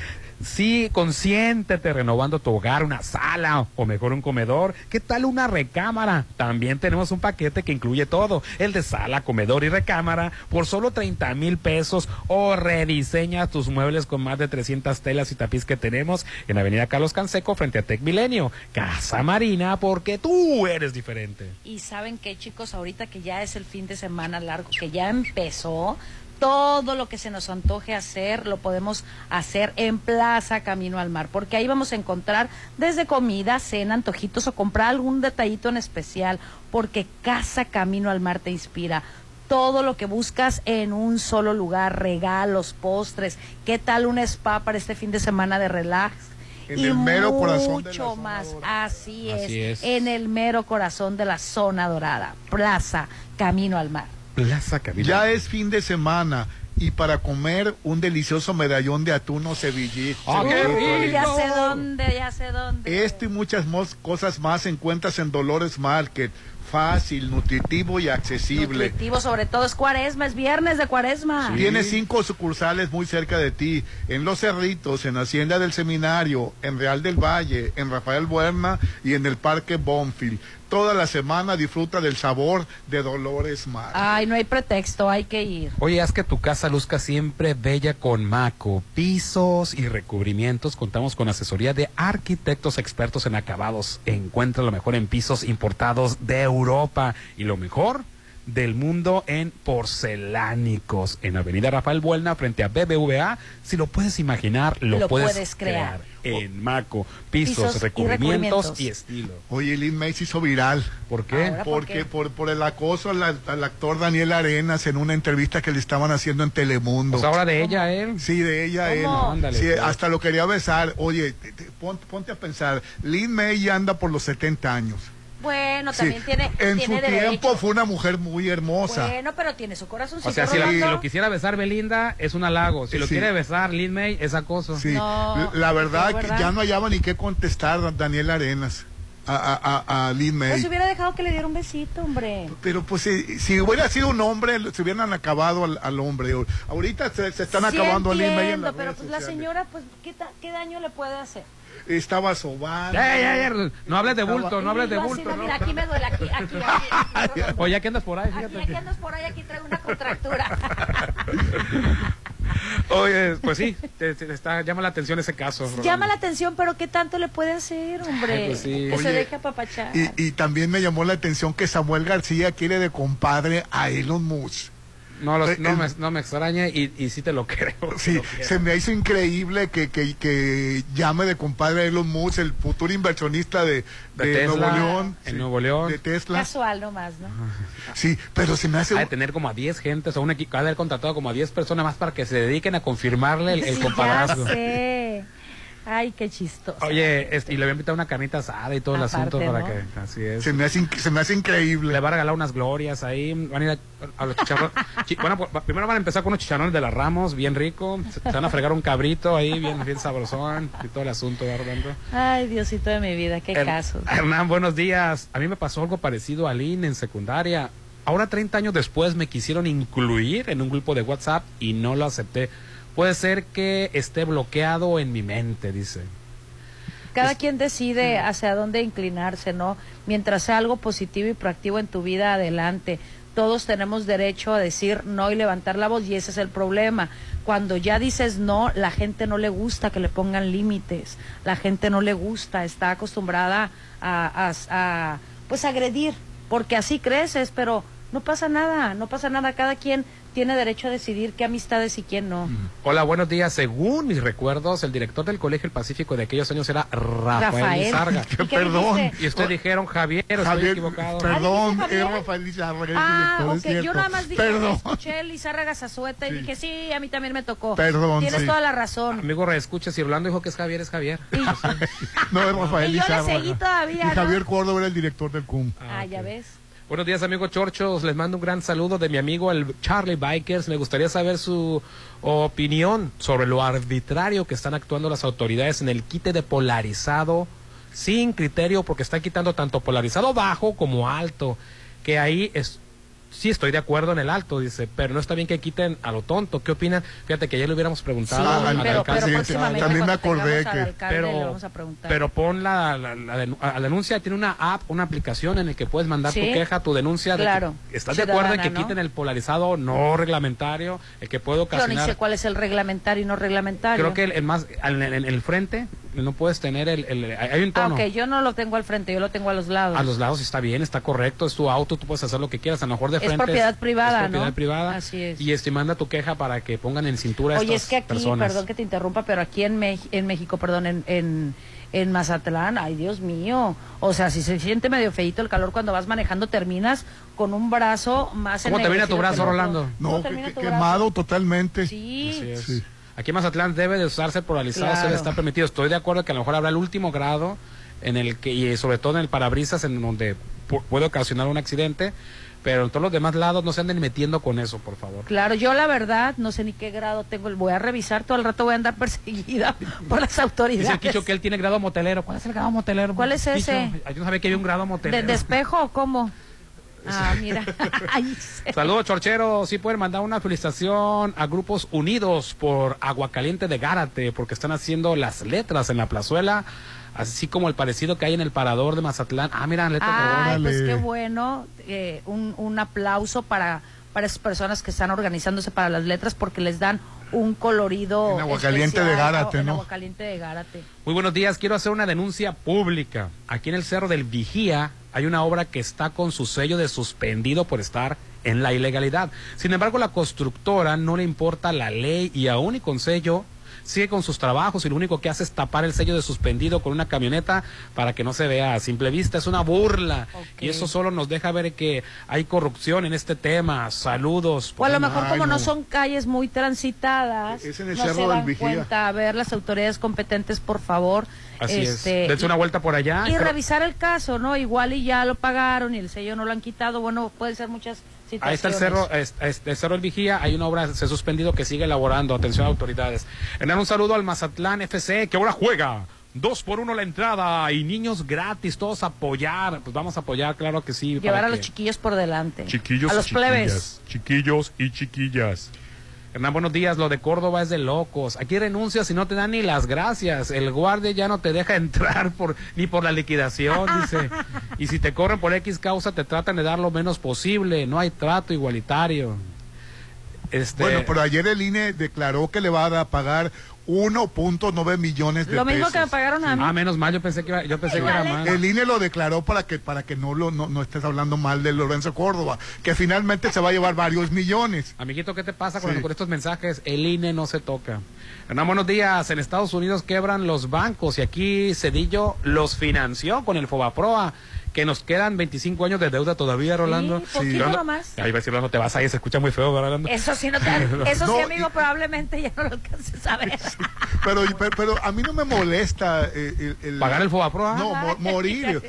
Sí, consiéntete renovando tu hogar, una sala o mejor un comedor. ¿Qué tal una recámara? También tenemos un paquete que incluye todo, el de sala, comedor y recámara por solo 30 mil pesos o rediseña tus muebles con más de 300 telas y tapiz que tenemos en Avenida Carlos Canseco frente a Tec Milenio. Casa Marina, porque tú eres diferente. Y saben qué, chicos, ahorita que ya es el fin de semana largo, que ya empezó, todo lo que se nos antoje hacer lo podemos hacer en Plaza Camino al Mar, porque ahí vamos a encontrar desde comida, cena, antojitos o comprar algún detallito en especial, porque Casa Camino al Mar te inspira. Todo lo que buscas en un solo lugar, regalos, postres, qué tal un spa para este fin de semana de relax En y el mero corazón de la mucho zona más. dorada. Así es, Así es. en el mero corazón de la zona dorada, Plaza Camino al Mar. Plaza Ya es fin de semana y para comer un delicioso medallón de atún o cevichito. Ah, Uy, ya sé dónde, ya sé dónde. Esto y muchas mos- cosas más encuentras en Dolores Market. Fácil, nutritivo y accesible. Nutritivo sobre todo es cuaresma, es viernes de cuaresma. Tiene cinco sucursales muy cerca de ti, en Los Cerritos, en Hacienda del Seminario, en Real del Valle, en Rafael Buerna y en el Parque Bonfield. Toda la semana disfruta del sabor de Dolores Mar. Ay, no hay pretexto, hay que ir. Oye, haz que tu casa luzca siempre bella con Maco. Pisos y recubrimientos. Contamos con asesoría de arquitectos expertos en acabados. Encuentra lo mejor en pisos importados de Europa y lo mejor del mundo en porcelánicos. En Avenida Rafael Buelna, frente a BBVA. Si lo puedes imaginar, lo, Lo puedes crear. En Maco. Pisos, Pisos y recubrimientos recubrimientos. y estilo. Oye, Lin May se hizo viral. ¿Por qué? Ahora, ¿por Porque qué? por, por el acoso al, al actor Daniel Arenas en una entrevista que le estaban haciendo en Telemundo. O sea, Pues ahora de ella, ¿eh? él. Sí, de ella, él. ¿Cómo? Ándale, Sí, pues. hasta lo quería besar. Oye, te- te- pon- ponte a pensar. Lin May ya anda por los 70 años. Bueno, Sí, también tiene, en Eh, tiene su derecho. Pues, tiempo fue una mujer muy hermosa. Bueno, pero tiene su corazón. O sea, si, la- si lo quisiera besar Belinda, es un halago. Si lo Sí. quiere besar Lin May, es acoso. Sí, la- la verdad, que ya no hallaba ni qué contestar a Daniel Arenas, a, a, a- a Lin May. Pues hubiera dejado que le diera un besito, hombre. Pero pues si, si hubiera sido un hombre, lo- se hubieran acabado al, al hombre. Ahorita se, se están Sí acabando a Lin May en entiendo, las pero redes pues la sociales. señora, pues, ¿qué, ta- qué daño le puede hacer? Estaba sobando. Ey, ey, ey, no hables de bulto, no hables de Yo así, bulto. no, mira, aquí me duele, aquí, aquí, aquí. O ya que andas por ahí, Aquí, fíjate. aquí andas por ahí, aquí traigo una contractura. Oye, pues sí, te, te- te está, llama la atención ese caso. Rolando. Llama la atención, pero ¿qué tanto le puede hacer, hombre? Ay, pues sí. Que se Oye, deje apapachar. Y, y también me llamó la atención que Samuel García quiere de compadre a Elon Musk. No, los- Eh, no, eh, me, no me extraña y, y sí te lo creo. Sí, se me hizo increíble que, que, que llame de compadre a Elon Musk, el futuro inversionista de, De de Tesla, Nuevo León. en sí, Nuevo León. De Tesla. Casual nomás, ¿no? Sí, pero se me hace... Ha de tener como a 10 gentes o un equipo, ha de haber contratado como a 10 personas más para que se dediquen a confirmarle el, el Sí, compadrazgo. Ya sé. Ay, qué chistoso. Oye, es- y le había invitado una carnita asada y todo el Aparte, asunto para ¿no? que así es. Se me hace inc- se me hace increíble. Le va a regalar unas glorias ahí, van a ir a, a los chicharrones. Chi- van a po- va- primero van a empezar con unos chicharrones de las Ramos, bien rico. Se, se van a fregar un cabrito ahí, bien, bien sabrosón y todo el asunto, ¿verdad, Rolando? Ay, Diosito de mi vida, qué Her- casos. Hernán, buenos días. A mí me pasó algo parecido a Lynn en E secundaria. Ahora 30 años después me quisieron incluir en un grupo de WhatsApp y no lo acepté. Puede ser que esté bloqueado en mi mente, dice. Cada quien decide hacia dónde inclinarse, ¿no? Mientras sea algo positivo y proactivo en tu vida, adelante. Todos tenemos derecho a decir no y levantar la voz y ese es el problema. Cuando ya dices no, la gente no le gusta que le pongan límites. La gente no le gusta, está acostumbrada a, a- a, pues agredir, porque así creces, pero no pasa nada, no pasa nada. Cada quien tiene derecho a decidir qué amistades y quién no. Hola, buenos días. Según mis recuerdos, el director del Colegio El Pacífico de aquellos años era Rafael, Rafael. Lizarga. ¿Y qué Perdón. dijiste? Y ustedes dijeron Javier, estoy Javier, equivocado. perdón, es Rafael Lizárraga, el Ah, director, ok, Eh, es cierto. yo nada más dije, Perdón. escuché Lizárraga Zazueta y dije, sí, a mí también me tocó. Perdón, Tienes sí. toda la razón. Amigo, reescucha, si Orlando dijo que es Javier, es Javier. No, es Rafael Y yo le Lizárraga. seguí todavía, Y ¿no? Javier Córdoba era el director del CUM. Ah, ya ves. Buenos días, amigos Chorchos. Les mando un gran saludo de mi amigo el Charlie Bikers. Me gustaría saber su opinión sobre lo arbitrario que están actuando las autoridades en el quite de polarizado sin criterio, porque están quitando tanto polarizado bajo como alto. Que ahí es. Sí, estoy de acuerdo en el alto, dice, pero no está bien que quiten a lo tonto. ¿Qué opinan? Fíjate que ya le hubiéramos preguntado Sí, al- al pero- alcalde. pero próximamente También me cuando acordé tengamos al que- alcalde Pero- le vamos a preguntar. pero pon la, la, la denu- a- la denuncia, tiene una app, una aplicación en la que puedes mandar Sí. tu queja, tu denuncia. de Claro. que- ¿Estás de acuerdo en Ciudadana, que ¿no? quiten el polarizado no reglamentario, el que puede Yo ni sé ocasionar... cuál es el reglamentario y no reglamentario. Creo que el, el más, en el, el frente no puedes tener el... el- hay un Ah, tono. ok, yo no lo tengo al frente, yo lo tengo a los lados. A los lados está bien, está correcto, es tu auto, tú puedes hacer lo que quieras, a lo mejor de Es frente... propiedad privada, es propiedad ¿no? privada. Así es. Y este, manda tu queja para que pongan en cintura a Oye, estas es que aquí, personas. perdón que te interrumpa, pero aquí en, Mex- en México, perdón, en, en, en Mazatlán, ay Dios mío, o sea, si se siente medio feito el calor cuando vas manejando, terminas con un brazo más ¿Cómo termina tu ennegrecido brazo, que el otro. Rolando? ¿Cómo No, termina que- tu que- brazo? quemado totalmente. Sí. Así es. Aquí en Mazatlán debe de usarse polarizado, Claro. se debe estar permitido. Estoy de acuerdo que a lo mejor habrá el último grado en el que y sobre todo en el parabrisas en donde pu- puede ocasionar un accidente, pero en todos los demás lados no se anden metiendo con eso, por favor. Claro, yo la verdad no sé ni qué grado tengo, voy a revisar, todo el rato voy a andar perseguida por las Dice el autoridades. Quicho que él tiene grado motelero. ¿Cuál es el grado motelero? ¿Cuál es ese? Quicho, Yo no sabía que había un grado ¿De motelero. despejo o cómo? Ah, mira. Ay, Saludos, Chorchero. Sí pueden mandar una felicitación a Grupos Unidos por Aguacaliente de Gárate, porque están haciendo las letras en la plazuela, así como el parecido que hay en el parador de Mazatlán. Ah, mira, letras. Ay, Órale. pues qué bueno. eh, un, un aplauso para, para esas personas que están organizándose para las letras porque les dan un colorido. En Aguascalientes especial, de Gárate, en ¿no? Aguascalientes de Gárate. Muy buenos días, quiero hacer una denuncia pública. Aquí en el Cerro del Vigía hay una obra que está con su sello de suspendido por estar en la ilegalidad. Sin embargo, la constructora no le importa la ley y aún y con sello sigue con sus trabajos y lo único que hace es tapar el sello de suspendido con una camioneta para que no se vea a simple vista. Es una burla y eso solo nos deja ver que hay corrupción en este tema. Saludos. O a lo mejor como no son calles muy transitadas, Es en el no Cerro se del dan Vigía. cuenta. A ver, las autoridades competentes, por favor. Así este, es. Dense una vuelta Ah, por allá. y creo- revisar el caso, ¿no? Igual y ya lo pagaron y el sello no lo han quitado. Bueno, pueden ser muchas situaciones. Ahí está el cerro, es- es- el cerro El Vigía, hay una obra, se ha suspendido que sigue elaborando, atención autoridades. Hernán, un saludo al Mazatlán FC, que ahora juega. Dos por uno la entrada y niños gratis, todos a apoyar. Pues vamos a apoyar, claro que sí. Llevar para a los que- chiquillos por delante. Chiquillos A y los chiquillas. plebes. Chiquillos y chiquillas. Hernán, buenos días. Lo de Córdoba es de locos. Aquí renuncias y no te dan ni las gracias. El guardia ya no te deja entrar por, ni por la liquidación, dice. Y si te corren por X causa, te tratan de dar lo menos posible. No hay trato igualitario. Este, Bueno, pero ayer el INE declaró que le va a dar- pagar 1.9 millones de Lo mismo pesos. que me pagaron a mí. ¿eh? Ah, menos mal, yo pensé que, iba- yo pensé que era más. El INE lo declaró para que para que no lo no, no estés hablando mal de Lorenzo Córdoba, que finalmente se va a llevar varios millones. Amiguito, ¿qué te pasa con, Sí. con estos mensajes? El INE no se toca. Hernán, buenos días. En Estados Unidos quebran los bancos y aquí Cedillo los financió con el Fobaproa, que nos quedan 25 años de deuda todavía, Rolando. poquito Rolando- nomás. Ahí va a decir, Rolando, te vas ahí, se escucha muy feo, ¿verdad, Rolando? Eso sí, no te- eso sí, amigo, probablemente ya no lo alcances a ver. Pero, pero, pero a mí no me molesta eh, el, ¿Pagar el Fobaproa? Ah, No, mo- morir.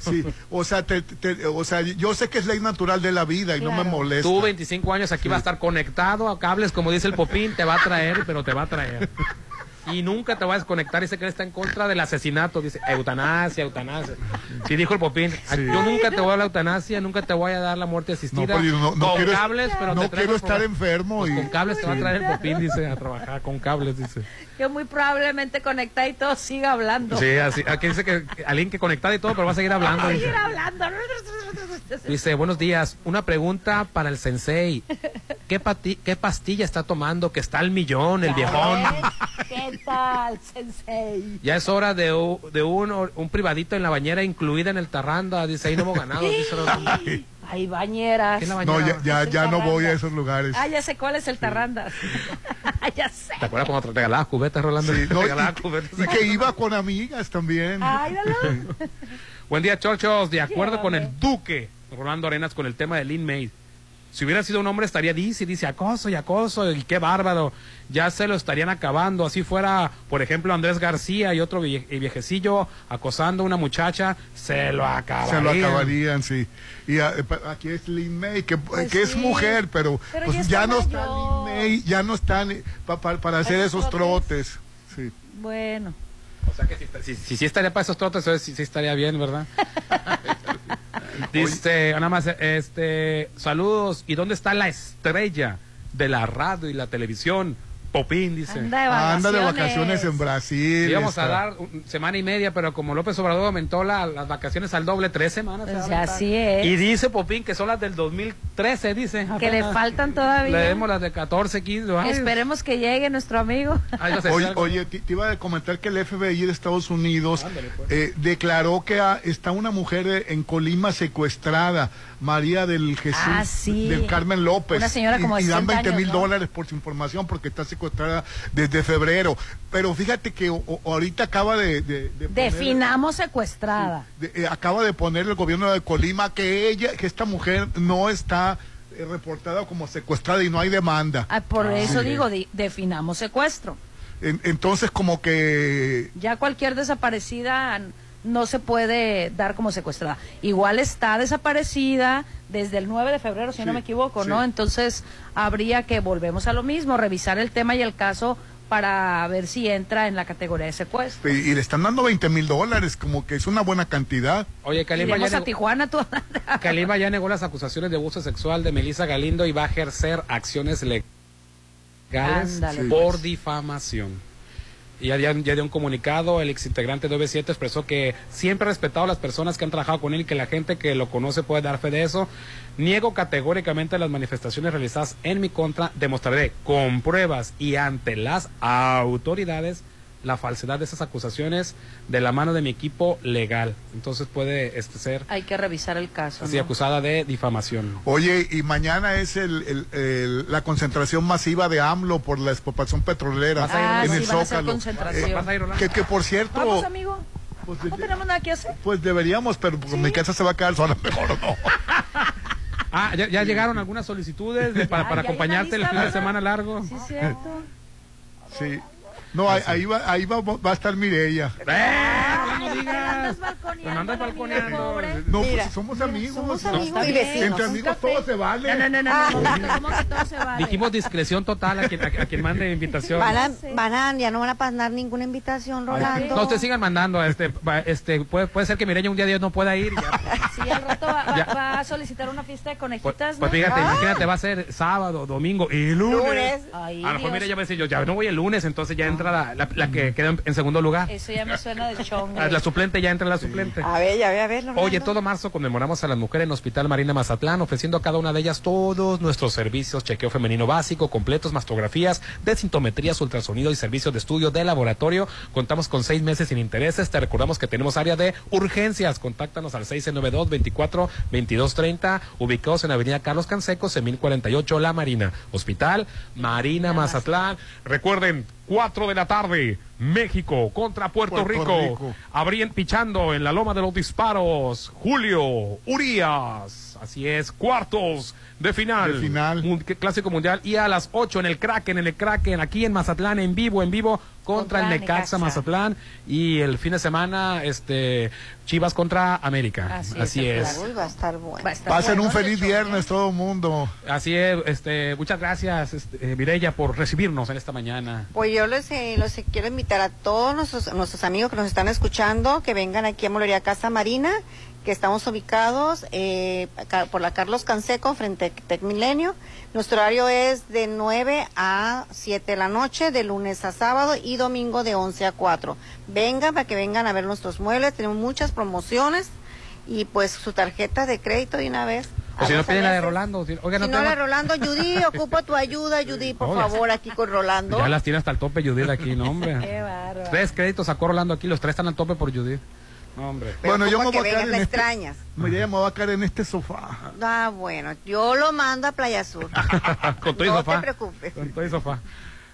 Sí, o sea, te- te- o sea, yo sé que es ley natural de la vida y no me molesta. Tú, 25 años, aquí va a estar conectado a cables, como dice el Popín, te va a traer, pero te va a traer. y nunca te vas a desconectar. Dice que él está en contra del asesinato. Dice eutanasia, eutanasia. Sí, dijo el Popín. Yo nunca te voy a la eutanasia, nunca te voy a dar la muerte No, asistida. pero yo no, no con quiero, cables, pero no te traigo quiero el estar programa. enfermo. y, Con cables te va a sí. traer el Popín, dice, a trabajar con cables, dice. Que muy probablemente conecta y todo siga hablando. Sí, así. Aquí dice que alguien que conectado y todo, pero va a seguir hablando. Seguir Dice, hablando. Dice, buenos días. Una pregunta para el sensei. ¿Qué, pati- qué pastilla está tomando? Que está al millón, el viejón. ¿Qué tal, sensei? Ya es hora de, u- de un, or- un privadito en la bañera incluida en el tarranda. Dice, ahí no hemos ganado. Dice, Ay, Hay bañeras. ¿Qué es la No, bañera? ya, ya, ya no voy a esos lugares. Ah, ya sé cuál es el Tarrandas. ya sé. ¿Te acuerdas cuando te regalabas cubetas, Rolando? Sí, Te no, y- regalabas cubetas. Y que iba con amigas también. Ay, Lalo. Buen día, Chorchos. De acuerdo con el Duque, Rolando Arenas, con el tema del inmate. Si hubiera sido un hombre, estaría dice, y dice acoso y acoso, y qué bárbaro. Ya se lo estarían acabando. Así fuera, por ejemplo, Andrés García y otro vie- y viejecillo acosando a una muchacha, se lo Se lo acabarían. acabarían, sí. Y ah, eh, pa- aquí es Lin May, que, Pues que es sí. mujer, pero, Pero pues, ya está ya, no está mayor. Lin May, ya no están eh, pa- pa- para hacer Esos esos trotes. Sí. Bueno. O sea que si, si, si- si estaría para esos trotes, entonces sí, sí estaría bien, ¿verdad? Dice, nada más, este, saludos. ¿Y dónde está la estrella de la radio y la televisión? Popín, dice. Anda de Ah, Anda de vacaciones en Brasil. Sí, íbamos a está. dar un- semana y media, pero como López Obrador aumentó la- las vacaciones al doble, tres semanas. se Pues va a así aventar. es. Y dice Popín que son las del 2013, dice. Que le apenas. faltan Le todavía. demos las de 14, 15. ay. Esperemos que llegue nuestro amigo. Ah, Oye, oye, te te iba a comentar que el FBI de Estados Unidos Ándale, pues. eh, declaró que ah, está una mujer eh, en Colima secuestrada, María del Jesús, Ah, sí. del Carmen López. Una señora Y- como de y, dan 60 años, 20 mil ¿no? dólares por su información porque está secuestrada desde febrero. Pero fíjate que o- o- ahorita acaba de, de- de poner- Definamos secuestrada. de- eh, acaba de poner el gobierno de Colima que ella, que esta mujer no está eh, reportada como secuestrada y no hay demanda. Ah, por Ah, eso sí. digo, di- definamos secuestro. En- entonces como que Ya cualquier desaparecida n- no se puede dar como secuestrada. Igual está desaparecida desde el 9 de febrero, si no Sí, me equivoco, sí. ¿no? Entonces habría que, volvemos a lo mismo, revisar el tema y el caso para ver si entra en la categoría de secuestro. Y, y le están dando 20 mil dólares, como que es una buena cantidad. Oye, Kalimba Iremos ya, a negó, Tijuana, tú. Kalimba ya negó las acusaciones de abuso sexual de Melissa Galindo y va a ejercer acciones legales Ándale, por pues. difamación. Y ya, ya, ya dio un comunicado, el exintegrante de OV7 expresó que siempre ha respetado a las personas que han trabajado con él y que la gente que lo conoce puede dar fe de eso. Niego categóricamente las manifestaciones realizadas en mi contra, demostraré con pruebas y ante las autoridades la falsedad de esas acusaciones de la mano de mi equipo legal. Entonces puede este, ser Hay que revisar el caso. así ¿no? acusada de difamación. Oye, y mañana es el- el- el- la concentración masiva de AMLO por la expropiación petrolera Vas a ir, Ah, en sí, el van a hacer Zócalo. Eh, concentración. Vas a ir, Rolando. que, que, por cierto, Vamos, amigo. No tenemos nada que hacer. pues deberíamos, pero pues, mi casa se va a quedar sola, mejor no. Ah, ya, ya llegaron algunas solicitudes de- para, para Ya, ya hay una acompañarte el lista, fin de ¿verdad? semana largo. Ah, Sí, es cierto. Eh, Sí. No, ahí, ahí va, ahí va, va a estar Mireia. Eh. Nos andas balconeando. No, Mira, pues somos amigos. somos ¿no? amigos y vecinos. Entre Un amigos café. todo se vale. No, no, no, no, no, no, ¿cómo que todo se vale? Dijimos discreción total a quien, a, a quien mande invitación. Van a, van a- ya no van a pasar ninguna invitación, Rolando. No, ustedes sigan mandando. Este, va- este, puede, puede ser que Mireya un día Dios no pueda ir. ya. Sí, al rato va, va- Ya. va a solicitar una fiesta de Pues, conejitas, pues ¿no? fíjate, Ah. imagínate, va a ser sábado, domingo y lunes. Ay, A lo mejor Dios. Mireya va a decir, yo ya no voy el lunes, entonces ya entra la, la- la que queda en, en segundo lugar. Eso ya me suena de chonga. La, Ah, la suplente ya entra la suplente. A ver, ya ve, a ver. Rolando. Oye, todo marzo conmemoramos a las mujeres en Hospital Marina Mazatlán, ofreciendo a cada una de ellas todos nuestros servicios, chequeo femenino básico, completos, mastografías, desintometrías, ultrasonido y servicios de estudio de laboratorio. Contamos con seis meses sin intereses. Te recordamos que tenemos área de urgencias. Contáctanos al 692-24-2230, ubicados en Avenida Carlos Canseco, 1048 La Marina. Hospital Marina Mazatlán. Recuerden, 4 de la tarde, México contra Puerto, Puerto Rico. Rico. Abrían pichando en la loma de los disparos. Julio Urias. Así es, cuartos de final. Mun- que- clásico mundial. Y a las 8 en el Kraken, en el Kraken, aquí en Mazatlán, en vivo, en vivo, Contra contra, el Necaxa, Necaxa. Mazatlán. Y el fin de semana, este Chivas contra América. Así, es. Uy, va a estar bueno. Pasen un feliz viernes todo el mundo. Así es, este, muchas gracias, este, eh, Mireya, por recibirnos en esta mañana. Pues yo les, eh, los quiero invitar a todos nuestros, nuestros amigos que nos están escuchando que vengan aquí a Molería Casa Marina, que estamos ubicados eh, acá por la Carlos Canseco frente a Tec Milenio. Nuestro horario es de 9 a 7 de la noche, de lunes a sábado y domingo de 11 a 4. Vengan para que vengan a ver nuestros muebles, tenemos muchas promociones y pues su tarjeta de crédito de una vez. O si no piden la de veces. Rolando. Ah, si- Oiga, no si te no, va- la Rolando, Judy, ocupo tu ayuda, Judy, por Hola. favor, aquí con Rolando. Ya las tiene hasta el tope Judith aquí, no, hombre. Qué bárbaro. Tres créditos sacó Rolando aquí, los tres están al tope por Judith. No, hombre. Pero ¿cómo que vengas? la este- extrañas. Mira, me voy a caer en este sofá. Ah, bueno, yo lo mando a Playa Sur. Ah, Con todo y no sofá. te preocupes. Con todo y sofá.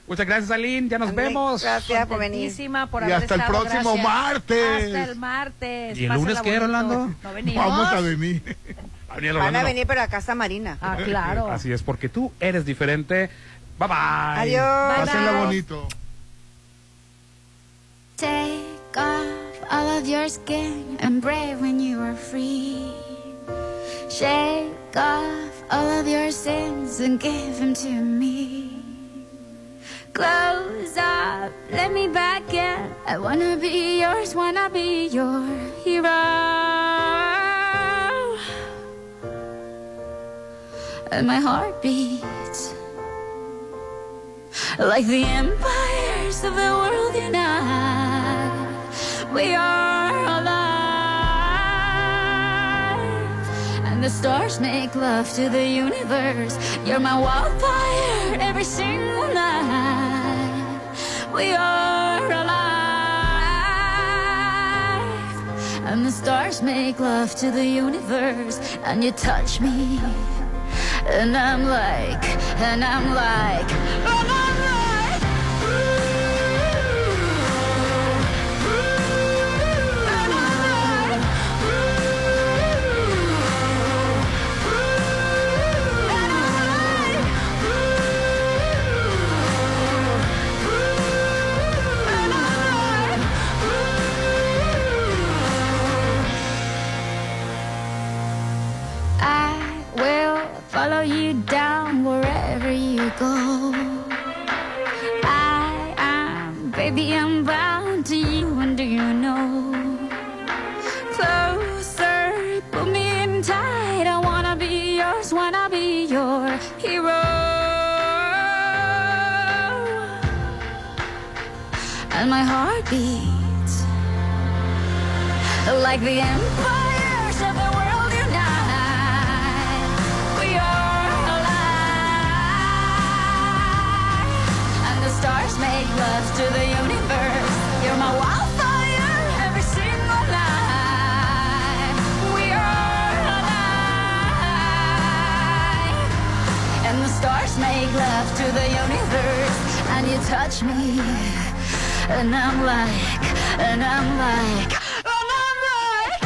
Muchas gracias, Aline. Ya nos vemos. Gracias por venir. Muchísima por Y haber hasta el estado, próximo gracias. martes. Hasta el martes. ¿Y el Pásala lunes qué, bonito. Rolando? No venimos. Vamos a venir. Van a venir para la Casa Marina. Ah, Así es, porque tú eres diferente. Bye bye. Adiós. Bye, Pásenla bye. bonito. Take off all of your skin and brave when you are free. Shake off all of your sins and give them to me. Close up, let me back in. I wanna be yours, wanna be your hero. And my heart beats like the empires of the world unite. We are alive, and the stars make love to the universe. You're my wildfire every single night. We are alive, and the stars make love to the universe, and you touch me. And I'm like, and I'm like, and I'm like, ooh, ooh, and I'm like, ooh, ooh, and I'm like, ooh, ooh, and I'm like, I will follow you down wherever you go. I am, baby, I'm bound to you, and do you know? Closer, put me in tight. I wanna be yours, wanna be your hero. And my heart beats like the empires of the world unite. We are alive, and the stars make love to the universe. You're my wildfire every single night. We are alive, and the stars make love to the universe. And you touch me, and I'm like, and I'm like. And I'm like,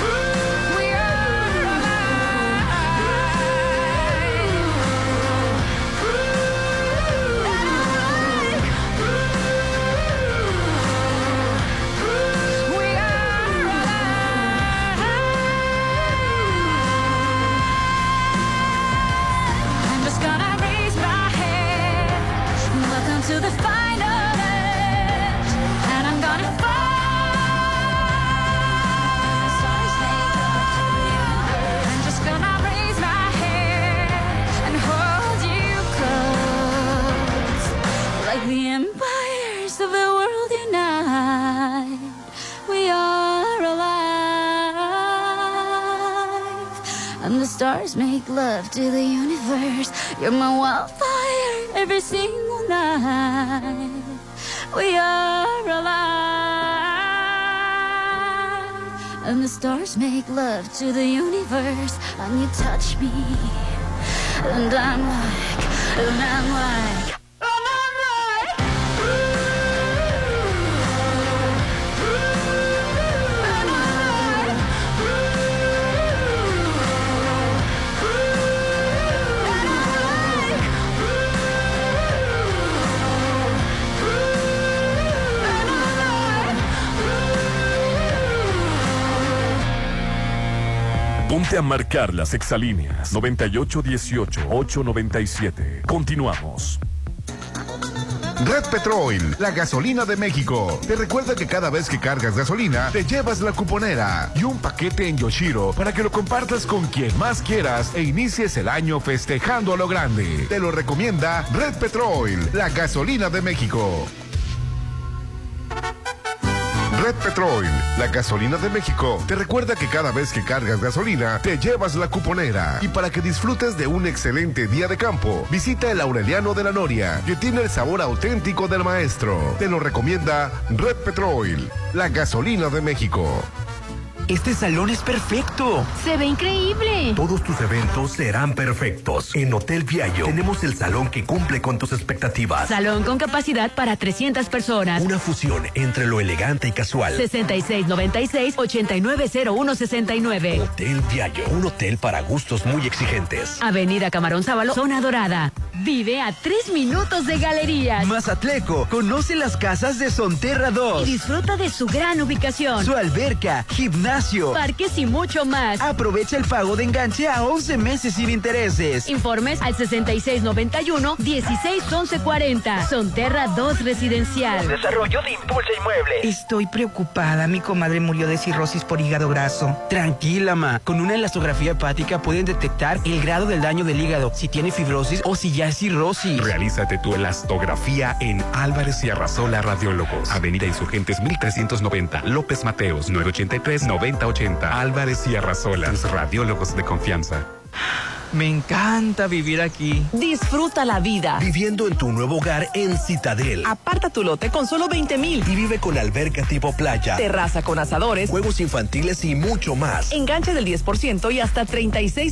ooh, we are alive. And I'm like, ooh, we are alive. I'm just gonna raise my head. Welcome to the final edge, and I'm gonna fall. I'm just gonna raise my head and hold you close, like the empires of the world unite. We are alive. And the stars make love to the universe. You're my wildfire every single night. We are alive. And the stars make love to the universe. And you touch me. And I'm like, and I'm like. and I'm like, ooh, ooh, and I'm like, Ponte a marcar las exalíneas 9818-897. Continuamos. Red Petrol, la gasolina de México. Te recuerda que cada vez que cargas gasolina, te llevas la cuponera y un paquete en Yoshiro para que lo compartas con quien más quieras e inicies el año festejando a lo grande. Te lo recomienda Red Petrol, la gasolina de México. Red Petrol, la gasolina de México, te recuerda que cada vez que cargas gasolina, te llevas la cuponera. Y para que disfrutes de un excelente día de campo, visita el Aureliano de la Noria, que tiene el sabor auténtico del maestro. Te lo recomienda Red Petrol, la gasolina de México. Este salón es perfecto. Se ve increíble. Todos tus eventos serán perfectos. En Hotel Viallo tenemos el salón que cumple con tus expectativas. Salón con capacidad para 300 personas. Una fusión entre lo elegante y casual. 6696-890169. Hotel Viallo, un hotel para gustos muy exigentes. Avenida Camarón Sábalo, Zona Dorada. Vive a tres minutos de galerías. Mazatleco, conoce las casas de Sonterra 2. Y disfruta de su gran ubicación. Su alberca, gimnasio, parques y mucho más. Aprovecha el pago de enganche a 11 meses sin intereses. Informes al 6691-161140. Sonterra 2 Residencial. Desarrollo de Impulsa Inmueble. Estoy preocupada. Mi comadre murió de cirrosis por hígado graso. Tranquila, ma. Con una elastografía hepática pueden detectar el grado del daño del hígado, si tiene fibrosis o si ya es cirrosis. Realízate tu elastografía en Álvarez y Arrasola Radiólogos. Avenida Insurgentes 1390, López Mateos 983-9080. Álvarez y Arrasola, tus radiólogos de confianza. Me encanta vivir aquí. Disfruta la vida. Viviendo en tu nuevo hogar en Citadel. Aparta tu lote con solo 20 mil. Y vive con alberca tipo playa. Terraza con asadores. Juegos infantiles y mucho más. Enganche del 10% y hasta 36